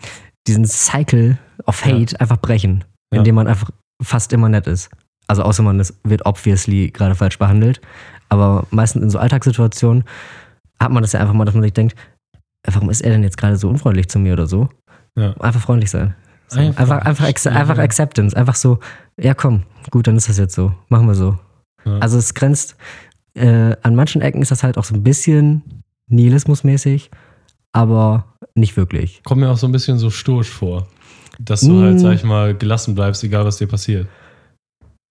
Speaker 2: diesen Cycle of Hate einfach brechen,
Speaker 1: Ja.
Speaker 2: indem man einfach fast immer nett ist. Also außer man ist, wird obviously gerade falsch behandelt. Aber meistens in so Alltagssituationen hat man das ja einfach mal, dass man sich denkt, "Äh, warum ist er denn jetzt gerade so unfreundlich zu mir oder so?
Speaker 1: Ja.
Speaker 2: Einfach freundlich sein. So.
Speaker 1: Einfach
Speaker 2: Einfach, einfach, acce-
Speaker 1: spielen,
Speaker 2: einfach
Speaker 1: ja.
Speaker 2: Acceptance. Einfach so, ja komm, gut, dann ist das jetzt so. Machen wir so.
Speaker 1: Ja.
Speaker 2: Also es grenzt, äh, an manchen Ecken ist das halt auch so ein bisschen nihilismusmäßig, aber nicht wirklich.
Speaker 1: Kommt mir auch so ein bisschen so stoisch vor. Dass du
Speaker 2: Mm.
Speaker 1: halt, sag ich mal, gelassen bleibst, egal was dir passiert.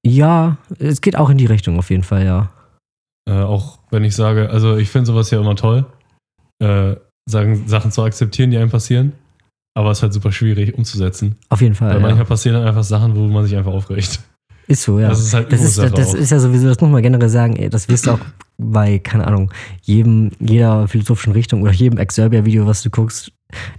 Speaker 2: Ja, es geht auch in die Richtung auf jeden Fall, ja.
Speaker 1: Äh, auch wenn ich sage, also ich finde sowas ja immer toll, äh, sagen, Sachen zu akzeptieren, die einem passieren. Aber es ist halt super schwierig umzusetzen.
Speaker 2: Auf jeden
Speaker 1: weil
Speaker 2: Fall. Ah, Ja.
Speaker 1: manchmal passieren dann einfach Sachen, wo man sich einfach aufregt.
Speaker 2: Ist so, ja.
Speaker 1: Das ist halt
Speaker 2: Das ist,
Speaker 1: Übungssache
Speaker 2: das
Speaker 1: auch.
Speaker 2: ist ja sowieso, das muss man generell sagen, ey, das wirst du auch bei, keine Ahnung, jedem, jeder philosophischen Richtung oder jedem Exerbia-Video, was du guckst,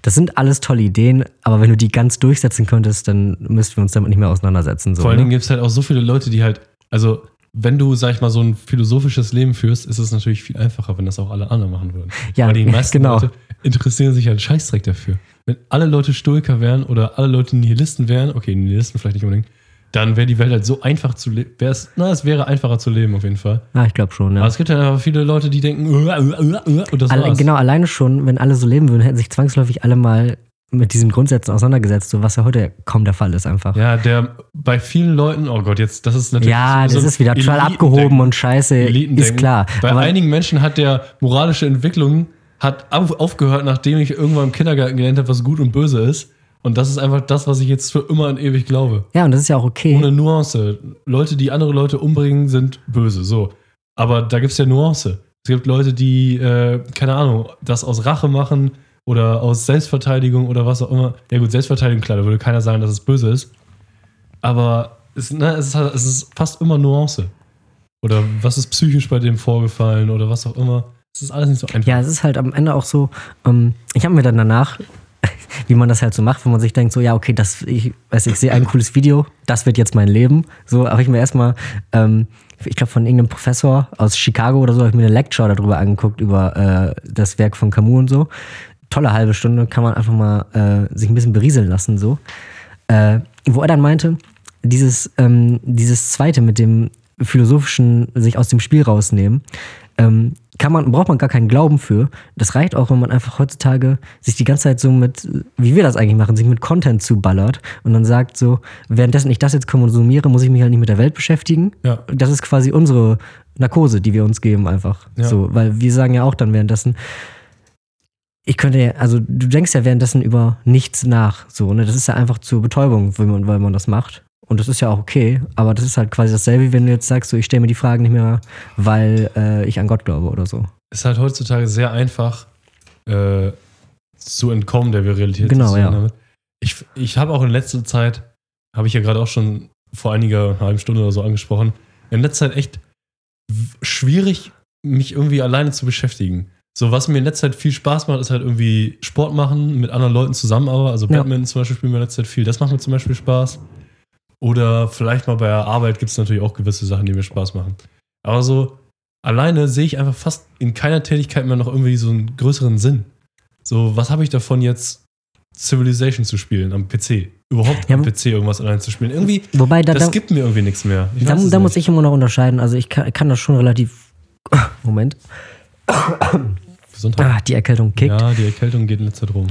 Speaker 2: das sind alles tolle Ideen, aber wenn du die ganz durchsetzen könntest, dann müssten wir uns damit nicht mehr auseinandersetzen. So,
Speaker 1: Vor allen
Speaker 2: ne?
Speaker 1: Dingen gibt es halt auch so viele Leute, die halt, also wenn du, sag ich mal, so ein philosophisches Leben führst, ist es natürlich viel einfacher, wenn das auch alle anderen machen würden.
Speaker 2: Ja,
Speaker 1: Weil die meisten
Speaker 2: genau.
Speaker 1: Leute interessieren sich halt scheißdreck dafür. Wenn alle Leute Stoiker wären oder alle Leute Nihilisten wären, okay, Nihilisten vielleicht nicht unbedingt, dann wäre die Welt halt so einfach zu leben. Na, es wäre einfacher zu leben auf jeden Fall.
Speaker 2: Ah, ich glaube schon,
Speaker 1: Aber
Speaker 2: ja.
Speaker 1: es gibt halt einfach viele Leute, die denken, "Uah, uah, uah", und das
Speaker 2: Alle,
Speaker 1: war's.
Speaker 2: genau, alleine schon, wenn alle so leben würden, hätten sich zwangsläufig alle mal mit diesen Grundsätzen auseinandergesetzt, so was ja heute kaum der Fall ist einfach.
Speaker 1: Ja, der bei vielen Leuten, oh Gott, jetzt, das ist natürlich.
Speaker 2: Ja,
Speaker 1: so
Speaker 2: das
Speaker 1: ein
Speaker 2: ist wieder total
Speaker 1: Elitendenken.
Speaker 2: abgehoben und scheiße, ist
Speaker 1: Elitendenken.
Speaker 2: klar.
Speaker 1: Bei
Speaker 2: Aber
Speaker 1: einigen Menschen hat der moralische Entwicklung hat auf, aufgehört, nachdem ich irgendwann im Kindergarten gelernt habe, was gut und böse ist. Und das ist einfach das, was ich jetzt für immer und ewig glaube.
Speaker 2: ja, und das ist ja auch okay.
Speaker 1: Ohne Nuance. Leute, die andere Leute umbringen, sind böse. So. Aber da gibt es ja Nuance. Es gibt Leute, die, äh, keine Ahnung, das aus Rache machen oder aus Selbstverteidigung oder was auch immer. Ja, gut, Selbstverteidigung, klar, da würde keiner sagen, dass es böse ist. Aber es, ne, es, ist, halt- es ist fast immer Nuance. Oder was ist psychisch bei dem vorgefallen oder was auch immer. Es ist alles nicht so einfach.
Speaker 2: Ja, es ist halt am Ende auch so, ähm, ich habe mir dann danach, wie man das halt so macht, wenn man sich denkt, so, ja, okay, das, ich weiß, ich sehe ein cooles Video, das wird jetzt mein Leben. So habe ich mir erstmal, ähm, ich glaube, von irgendeinem Professor aus Chicago oder so, habe ich mir eine Lecture darüber angeguckt, über äh, das Werk von Camus und so. Tolle halbe Stunde, kann man einfach mal äh, sich ein bisschen berieseln lassen, so. Äh, wo er dann meinte, dieses, ähm, dieses zweite mit dem philosophischen sich aus dem Spiel rausnehmen, ähm, kann man, braucht man gar keinen Glauben für. Das reicht auch, wenn man einfach heutzutage sich die ganze Zeit so mit, wie wir das eigentlich machen, sich mit Content zuballert und dann sagt so, währenddessen ich das jetzt konsumiere, muss ich mich halt nicht mit der Welt beschäftigen.
Speaker 1: Ja.
Speaker 2: Das ist quasi unsere Narkose, die wir uns geben einfach.
Speaker 1: Ja.
Speaker 2: So, weil wir sagen ja auch dann währenddessen, ich könnte ja, also du denkst ja währenddessen über nichts nach, so, ne? Das ist ja einfach zur Betäubung, weil man, weil man das macht. Und das ist ja auch okay, aber das ist halt quasi dasselbe, wie wenn du jetzt sagst, so, ich stelle mir die Fragen nicht mehr, weil äh, ich an Gott glaube oder so.
Speaker 1: ist halt heutzutage sehr einfach äh, zu entkommen der Viralität.
Speaker 2: Genau,
Speaker 1: sozusagen
Speaker 2: ja.
Speaker 1: damit. ne? Ich, ich habe auch in letzter Zeit, habe ich ja gerade auch schon vor einiger halben Stunde oder so angesprochen, in letzter Zeit echt w- schwierig, mich irgendwie alleine zu beschäftigen. So, was mir in letzter Zeit viel Spaß macht, ist halt irgendwie Sport machen, mit anderen Leuten zusammenarbeiten. Also
Speaker 2: Ja.
Speaker 1: Badminton zum Beispiel spielen wir in letzter Zeit viel. Das macht mir zum Beispiel Spaß. Oder vielleicht mal bei der Arbeit gibt es natürlich auch gewisse Sachen, die mir Spaß machen. Aber so alleine sehe ich einfach fast in keiner Tätigkeit mehr noch irgendwie so einen größeren Sinn. So, was habe ich davon jetzt, Civilization zu spielen am PC? Überhaupt
Speaker 2: Ja,
Speaker 1: am
Speaker 2: aber-
Speaker 1: PC irgendwas allein zu spielen? Irgendwie,
Speaker 2: Wobei, da,
Speaker 1: das
Speaker 2: da,
Speaker 1: gibt mir irgendwie nichts mehr. Ich
Speaker 2: da,
Speaker 1: weiß es
Speaker 2: da
Speaker 1: nicht.
Speaker 2: muss ich immer noch unterscheiden. Also ich kann, kann das schon relativ. oh, Moment.
Speaker 1: Gesundheit.
Speaker 2: Ah, die Erkältung kickt.
Speaker 1: Ja, die Erkältung geht in letzter Zeit rum.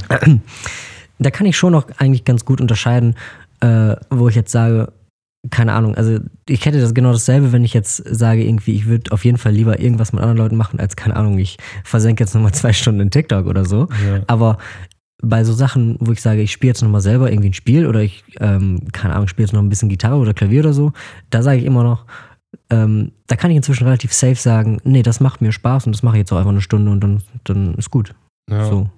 Speaker 2: da kann ich schon noch eigentlich ganz gut unterscheiden, äh, wo ich jetzt sage, keine Ahnung, also ich hätte das genau dasselbe, wenn ich jetzt sage, irgendwie, ich würde auf jeden Fall lieber irgendwas mit anderen Leuten machen, als keine Ahnung, ich versenke jetzt nochmal zwei Stunden in TikTok oder so.
Speaker 1: Ja.
Speaker 2: Aber bei so Sachen, wo ich sage, ich spiele jetzt nochmal selber irgendwie ein Spiel oder ich, ähm, keine Ahnung, spiele jetzt noch ein bisschen Gitarre oder Klavier oder so, da sage ich immer noch, ähm, da kann ich inzwischen relativ safe sagen, nee, das macht mir Spaß und das mache ich jetzt auch einfach eine Stunde und dann, dann ist gut.
Speaker 1: Ja.
Speaker 2: So.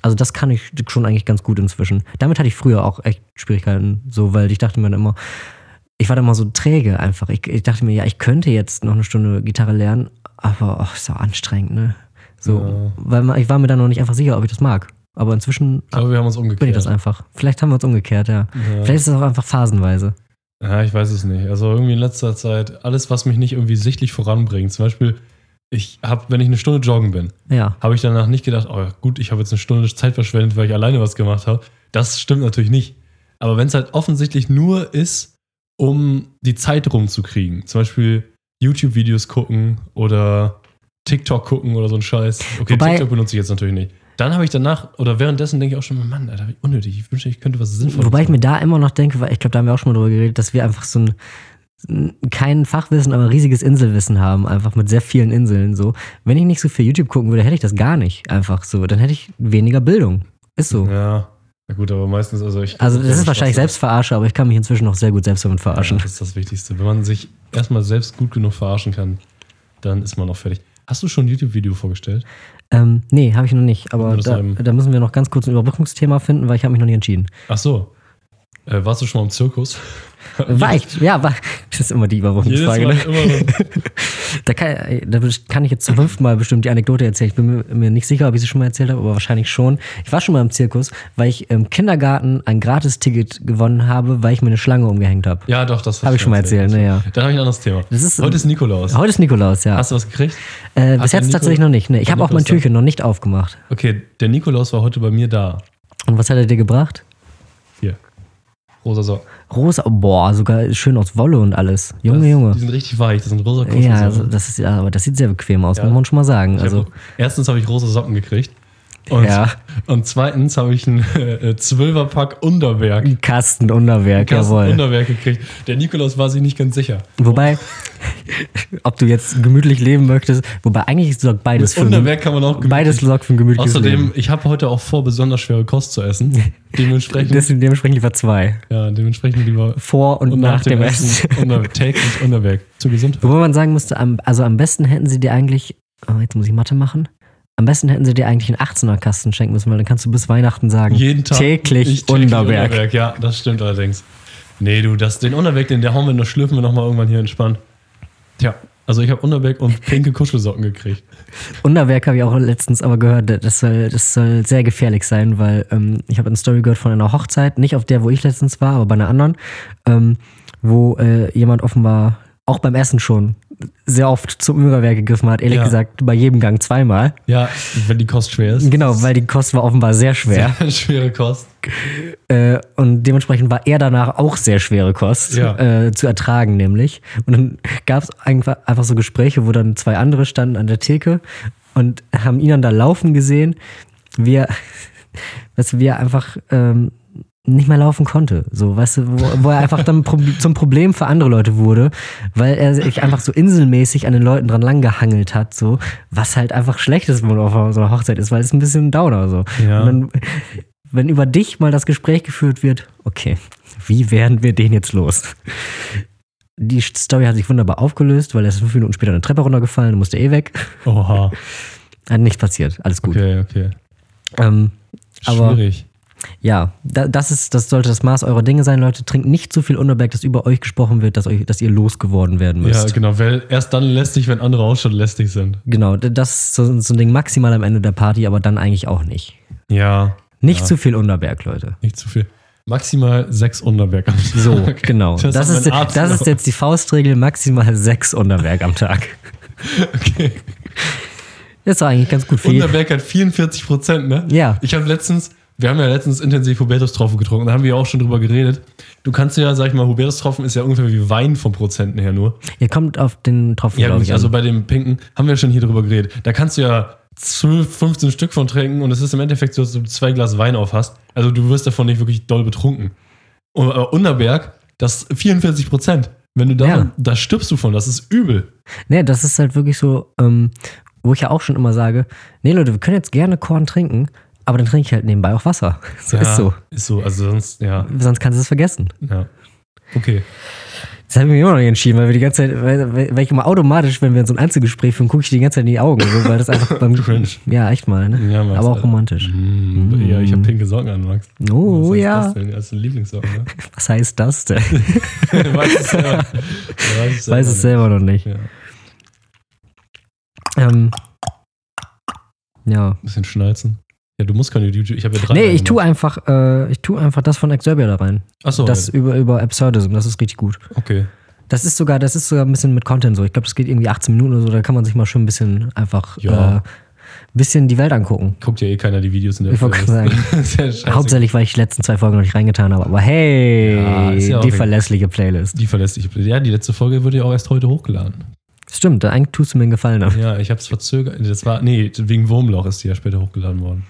Speaker 2: Also das kann ich schon eigentlich ganz gut inzwischen. Damit hatte ich früher auch echt Schwierigkeiten, so, weil ich dachte mir dann immer, ich war dann immer so träge einfach. Ich, ich dachte mir, ja, ich könnte jetzt noch eine Stunde Gitarre lernen, aber ach, ist ja anstrengend, ne? So,
Speaker 1: Ja.
Speaker 2: weil man, ich war mir dann noch nicht einfach sicher, ob ich das mag. Aber inzwischen
Speaker 1: Ich glaube, wir haben uns
Speaker 2: bin ich das
Speaker 1: umgekehrt.
Speaker 2: einfach. Vielleicht haben wir uns umgekehrt, ja.
Speaker 1: Ja.
Speaker 2: Vielleicht ist es auch einfach phasenweise.
Speaker 1: Ja, ich weiß es nicht. Also irgendwie in letzter Zeit, alles, was mich nicht irgendwie sichtlich voranbringt. Zum Beispiel, ich habe, wenn ich eine Stunde joggen bin,
Speaker 2: Ja.
Speaker 1: habe ich danach nicht gedacht, oh gut, ich habe jetzt eine Stunde Zeit verschwendet, weil ich alleine was gemacht habe. Das stimmt natürlich nicht. Aber wenn es halt offensichtlich nur ist, um die Zeit rumzukriegen, zum Beispiel YouTube-Videos gucken oder TikTok gucken oder so ein Scheiß. Okay,
Speaker 2: Wobei-
Speaker 1: TikTok benutze ich jetzt natürlich nicht. Dann habe ich danach oder währenddessen denke ich auch schon, Mann, Alter, wie unnötig. Ich wünschte, ich könnte was Sinnvolles
Speaker 2: Wobei ich mir da immer noch denke, weil ich glaube, da haben wir auch schon mal drüber geredet, dass wir einfach so ein kein Fachwissen, aber riesiges Inselwissen haben, einfach mit sehr vielen Inseln so. Wenn ich nicht so viel YouTube gucken würde, hätte ich das gar nicht einfach so. Dann hätte ich weniger Bildung. Ist so.
Speaker 1: Ja, na gut, aber meistens, also ich.
Speaker 2: Also das ist
Speaker 1: Spaß
Speaker 2: wahrscheinlich
Speaker 1: daran.
Speaker 2: Selbstverarsche, aber ich kann mich inzwischen auch sehr gut selbst damit
Speaker 1: Ja,
Speaker 2: verarschen.
Speaker 1: das ist das Wichtigste. Wenn man sich erstmal selbst gut genug verarschen kann, dann ist man auch fertig. Hast du schon ein YouTube-Video vorgestellt?
Speaker 2: Ähm, nee, habe ich noch nicht, aber
Speaker 1: Das
Speaker 2: da,
Speaker 1: eben.
Speaker 2: da müssen wir noch ganz kurz ein Überbrückungsthema finden, weil ich habe mich noch nicht entschieden.
Speaker 1: Ach so. Äh, warst du schon mal im Zirkus?
Speaker 2: War ich, ja, war, das ist immer die
Speaker 1: Jedes Mal
Speaker 2: Überbrückungsfrage. Ne?
Speaker 1: immer.
Speaker 2: Da kann, da kann ich jetzt zum fünften Mal bestimmt die Anekdote erzählen. Ich bin mir- mir nicht sicher, ob ich sie schon mal erzählt habe, aber wahrscheinlich schon. Ich war schon mal im Zirkus, weil ich im Kindergarten ein Gratisticket gewonnen habe, weil ich mir eine Schlange umgehängt habe.
Speaker 1: Ja, doch, das
Speaker 2: Habe ich schon mal erzählt, naja.
Speaker 1: Dann habe ich ein anderes Thema.
Speaker 2: Das ist-
Speaker 1: Heute ist Nikolaus.
Speaker 2: Heute ist Nikolaus, ja.
Speaker 1: Hast du was gekriegt?
Speaker 2: Äh,
Speaker 1: hat
Speaker 2: bis
Speaker 1: der
Speaker 2: jetzt
Speaker 1: Nico-
Speaker 2: tatsächlich noch nicht. Ne, ich
Speaker 1: hat
Speaker 2: habe auch mein
Speaker 1: Nikolaus
Speaker 2: Türchen noch nicht aufgemacht.
Speaker 1: Okay, der Nikolaus war heute bei mir da.
Speaker 2: Und was hat er dir gebracht?
Speaker 1: Hier. Rosa Socken.
Speaker 2: Rosa, boah, sogar schön aus Wolle und alles. Junge,
Speaker 1: Das-
Speaker 2: Junge.
Speaker 1: Die sind richtig weich, das sind rosa Kuschelsocken.
Speaker 2: Ja, also das ist, ja, aber das sieht sehr bequem aus,
Speaker 1: ne? Ja.
Speaker 2: muss man schon mal sagen.
Speaker 1: Ich
Speaker 2: Also,
Speaker 1: hab, erstens habe ich rosa Socken gekriegt. Und,
Speaker 2: Ja.
Speaker 1: und zweitens habe ich einen äh, Zwölferpack Unterwerk.
Speaker 2: Ein Kasten Unterwerk,
Speaker 1: Kasten
Speaker 2: jawohl.
Speaker 1: Unterwerk gekriegt. Der Nikolaus war sich nicht ganz sicher.
Speaker 2: Wobei, ob du jetzt gemütlich leben möchtest, wobei eigentlich sorgt beides für
Speaker 1: Unterwerk kann man auch gemütlich-
Speaker 2: beides sorgt für ein gemütliches
Speaker 1: Außerdem,
Speaker 2: Leben.
Speaker 1: ich habe heute auch vor, besonders schwere Kost zu essen. Dementsprechend,
Speaker 2: Deswegen dementsprechend lieber zwei.
Speaker 1: ja, dementsprechend lieber
Speaker 2: Vor und, nach, dem Essen.
Speaker 1: Unter, täglich Unterwerk. Zur Gesundheit.
Speaker 2: Wobei man sagen musste, am, also am besten hätten sie dir eigentlich, oh, jetzt muss ich Mathe machen, am besten hätten sie dir eigentlich einen 18er-Kasten schenken müssen, weil dann kannst du bis Weihnachten sagen,
Speaker 1: Jeden Tag. ich
Speaker 2: täglich Unterberg.
Speaker 1: Ja, das stimmt allerdings. Nee, du, das, den Unterberg, den der hauen wir noch, schlürfen wir nochmal irgendwann hier entspannt. Tja, also ich habe Unterberg und pinke Kuschelsocken gekriegt.
Speaker 2: Unterwerk habe ich auch letztens aber gehört, das soll, das soll sehr gefährlich sein, weil ähm, ich habe eine Story gehört von einer Hochzeit, nicht auf der, wo ich letztens war, aber bei einer anderen, ähm, wo äh, jemand offenbar auch beim Essen schon sehr oft zum Überwerk gegriffen hat, ehrlich
Speaker 1: Ja.
Speaker 2: gesagt bei jedem Gang zweimal.
Speaker 1: Ja, wenn die Kost schwer ist.
Speaker 2: Genau, weil die Kost war offenbar sehr schwer
Speaker 1: Schwere Kost.
Speaker 2: äh, und dementsprechend war er danach auch sehr schwere Kost
Speaker 1: Ja.
Speaker 2: äh, zu ertragen nämlich. Und dann gab es einfach, einfach so Gespräche, wo dann zwei andere standen an der Theke und haben ihn dann da laufen gesehen, wie er, dass wir einfach ähm, nicht mehr laufen konnte. So, weißt du, wo, wo er einfach dann pro zum Problem für andere Leute wurde, weil er sich einfach so inselmäßig an den Leuten dran langgehangelt hat, so, was halt einfach schlecht ist, wenn man auf so einer Hochzeit ist, weil es ein bisschen ein Downer so.
Speaker 1: Ja.
Speaker 2: Und dann, wenn über dich mal das Gespräch geführt wird, okay, wie werden wir den jetzt los? Die Story hat sich wunderbar aufgelöst, weil er ist fünf Minuten später eine Treppe runtergefallen, musste eh weg.
Speaker 1: Oha.
Speaker 2: Hat nichts passiert, alles gut.
Speaker 1: Okay, okay.
Speaker 2: Ähm, Aber-
Speaker 1: Schwierig.
Speaker 2: ja, da, das ist, das sollte das Maß eurer Dinge sein, Leute. Trinkt nicht zu viel Unterberg, dass über euch gesprochen wird, dass, euch, dass ihr losgeworden werden
Speaker 1: Ja,
Speaker 2: müsst.
Speaker 1: genau. Weil erst dann lästig, wenn andere auch schon lästig sind.
Speaker 2: genau, d- das ist so, so ein Ding maximal am Ende der Party, aber dann eigentlich auch nicht.
Speaker 1: Ja,
Speaker 2: Nicht zu viel Unterberg, Leute.
Speaker 1: nicht zu viel. Maximal sechs Unterberg am Tag.
Speaker 2: So, genau.
Speaker 1: Das
Speaker 2: Das,
Speaker 1: hat
Speaker 2: ist,
Speaker 1: mein Arzt
Speaker 2: das
Speaker 1: auch.
Speaker 2: ist jetzt die Faustregel, maximal sechs Unterberg am Tag.
Speaker 1: Okay.
Speaker 2: Das ist doch eigentlich ganz gut für jeden.
Speaker 1: Unterberg hat 44 Prozent, ne?
Speaker 2: Ja.
Speaker 1: Ich habe letztens, wir haben ja letztens intensiv Hubertus-Tropfen getrunken, da haben wir ja auch schon drüber geredet. Du kannst ja, sag ich mal, Hubertus-Tropfen ist ja ungefähr wie Wein vom Prozenten her nur.
Speaker 2: Ihr kommt auf den Tropfen,
Speaker 1: Ja,
Speaker 2: glaube
Speaker 1: gut,
Speaker 2: ich.
Speaker 1: also
Speaker 2: Also
Speaker 1: bei dem Pinken haben wir schon hier drüber geredet. Da kannst du ja 12, 15 Stück von trinken und es ist im Endeffekt so, dass du zwei Glas Wein auf hast. Also du wirst davon nicht wirklich doll betrunken. Und, aber Unterberg, das 44 Prozent. Wenn du da,
Speaker 2: Ja.
Speaker 1: da stirbst du von, das ist übel.
Speaker 2: nee, das ist halt wirklich so, ähm, wo ich ja auch schon immer sage, nee, Leute, wir können jetzt gerne Korn trinken, aber dann trinke ich halt nebenbei auch Wasser. So
Speaker 1: Ja,
Speaker 2: ist so.
Speaker 1: Ist so, also sonst, ja.
Speaker 2: Sonst kannst du es vergessen.
Speaker 1: ja. Okay.
Speaker 2: Das habe ich mir immer noch nicht entschieden, weil wir die ganze Zeit, weil, weil weil ich immer automatisch, wenn wir so ein Einzelgespräch führen, gucke ich die ganze Zeit in die Augen, so, weil das einfach beim
Speaker 1: Cringe.
Speaker 2: Ja, echt mal, ne?
Speaker 1: Ja, halt. Max,
Speaker 2: aber auch
Speaker 1: Alter.
Speaker 2: romantisch.
Speaker 1: Mm, Ja, ich habe pinke Socken an, Max.
Speaker 2: Oh
Speaker 1: Was heißt
Speaker 2: ja.
Speaker 1: Das, denn? das ist ein Lieblingssocken, ne?
Speaker 2: Was heißt das denn?
Speaker 1: Du weißt es selber. Du weißt es selber
Speaker 2: Weiß es
Speaker 1: nicht.
Speaker 2: selber noch nicht.
Speaker 1: Ja.
Speaker 2: Ähm, ja.
Speaker 1: Bisschen schnalzen. Ja, du musst keine YouTube. Ich habe ja drei.
Speaker 2: Nee, ich tue einfach, äh, ich tue einfach das von Exerbia da rein.
Speaker 1: Achso,
Speaker 2: Das über, über Absurdism, das ist richtig gut.
Speaker 1: okay.
Speaker 2: Das ist sogar, das ist sogar ein bisschen mit Content so. Ich glaube, das geht irgendwie 18 Minuten oder so, da kann man sich mal schön ein bisschen einfach
Speaker 1: Ja.
Speaker 2: äh, bisschen die Welt angucken.
Speaker 1: Guckt ja eh keiner die Videos in der
Speaker 2: Ich wollte
Speaker 1: Playlist. Ist ja scheißegal.
Speaker 2: Hauptsächlich, weil ich die letzten zwei Folgen noch nicht reingetan habe. Aber hey,
Speaker 1: Ja, ist ja auch
Speaker 2: die
Speaker 1: egal.
Speaker 2: verlässliche Playlist.
Speaker 1: Die verlässliche Playlist. Ja, die letzte Folge wurde ja auch erst heute hochgeladen.
Speaker 2: Stimmt, eigentlich tust du mir einen Gefallen. damit.
Speaker 1: Ja, ich habe es verzögert. Das war, nee, wegen Wurmloch ist die ja später hochgeladen worden.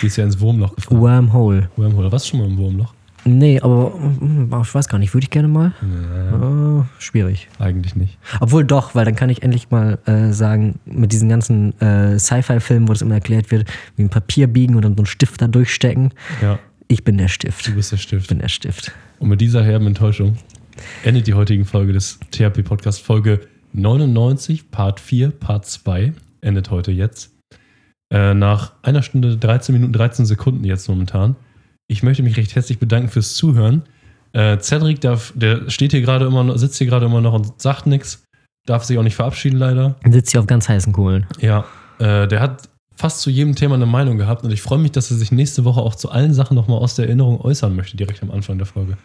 Speaker 1: Die ist ja ins Wurmloch gefahren.
Speaker 2: Wormhole.
Speaker 1: Wormhole. Warst du schon mal im Wurmloch?
Speaker 2: Nee, aber mm, ich weiß gar nicht, würde ich gerne mal? Äh, schwierig.
Speaker 1: Eigentlich nicht.
Speaker 2: Obwohl doch, weil dann kann ich endlich mal äh, sagen, mit diesen ganzen äh, Sci-Fi-Filmen, wo das immer erklärt wird, wie ein Papier biegen und dann so einen Stift da durchstecken.
Speaker 1: Ja,
Speaker 2: Ich bin der Stift.
Speaker 1: du
Speaker 2: Ich
Speaker 1: bist der Stift.
Speaker 2: bin der Stift.
Speaker 1: Und mit dieser herben Enttäuschung endet die heutige Folge des THP Podcast Folge 99, Part 4, Part 2. Endet heute jetzt. Äh, nach einer Stunde, 13 Minuten, 13 Sekunden jetzt momentan. Ich möchte mich recht herzlich bedanken fürs Zuhören. Äh, Cedric darf, der steht hier gerade immer noch, sitzt hier gerade immer noch und sagt nichts. Darf sich auch nicht verabschieden, leider.
Speaker 2: Dann sitzt hier auf ganz heißen Kohlen.
Speaker 1: Ja, äh, der hat fast zu jedem Thema eine Meinung gehabt und ich freue mich, dass er sich nächste Woche auch zu allen Sachen nochmal aus der Erinnerung äußern möchte, direkt am Anfang der Folge.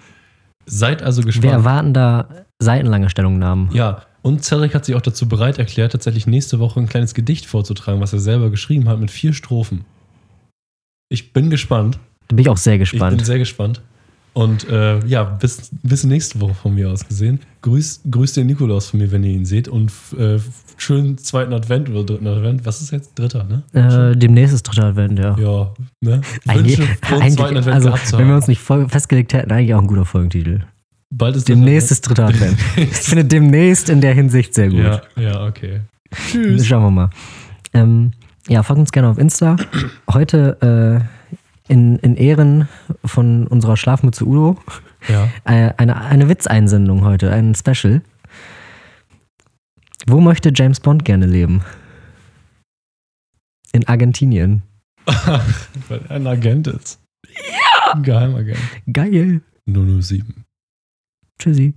Speaker 1: Seid also gespannt.
Speaker 2: Wir erwarten da seitenlange Stellungnahmen.
Speaker 1: Ja, und Cedric hat sich auch dazu bereit erklärt, tatsächlich nächste Woche ein kleines Gedicht vorzutragen, was er selber geschrieben hat mit vier Strophen. Ich bin gespannt.
Speaker 2: Da bin ich auch sehr
Speaker 1: Ich bin
Speaker 2: gespannt.
Speaker 1: sehr gespannt. Und äh, ja, bis, bis nächste Woche von mir aus gesehen. Grüß, grüßt den Nikolaus von mir, wenn ihr ihn seht. Und f- äh, f- schönen zweiten Advent oder dritten Advent. Was ist jetzt? Dritter, ne?
Speaker 2: Äh, demnächst ist dritter Advent, ja.
Speaker 1: Ja, ne?
Speaker 2: Eigentlich,
Speaker 1: frohen zweiten
Speaker 2: eigentlich,
Speaker 1: Advent
Speaker 2: also,
Speaker 1: gehabt zu
Speaker 2: wenn wir
Speaker 1: haben.
Speaker 2: uns nicht voll festgelegt hätten, eigentlich auch ein guter Folgentitel.
Speaker 1: Bald ist
Speaker 2: Demnächst ist dritter Advent. Ich finde demnächst in der Hinsicht sehr gut.
Speaker 1: Ja, ja, okay.
Speaker 2: Tschüss. Schauen wir mal. Ähm, ja, folgt uns gerne auf Insta. Heute äh, in, in Ehren von unserer Schlafmütze Udo
Speaker 1: Ja.
Speaker 2: äh, eine, eine Witzeinsendung heute, ein Special. Wo möchte James Bond gerne leben? In Argentinien.
Speaker 1: Weil er ein Agent ist. Ja! Ein Geheimagent.
Speaker 2: Geil.
Speaker 1: 007.
Speaker 2: Tschüssi.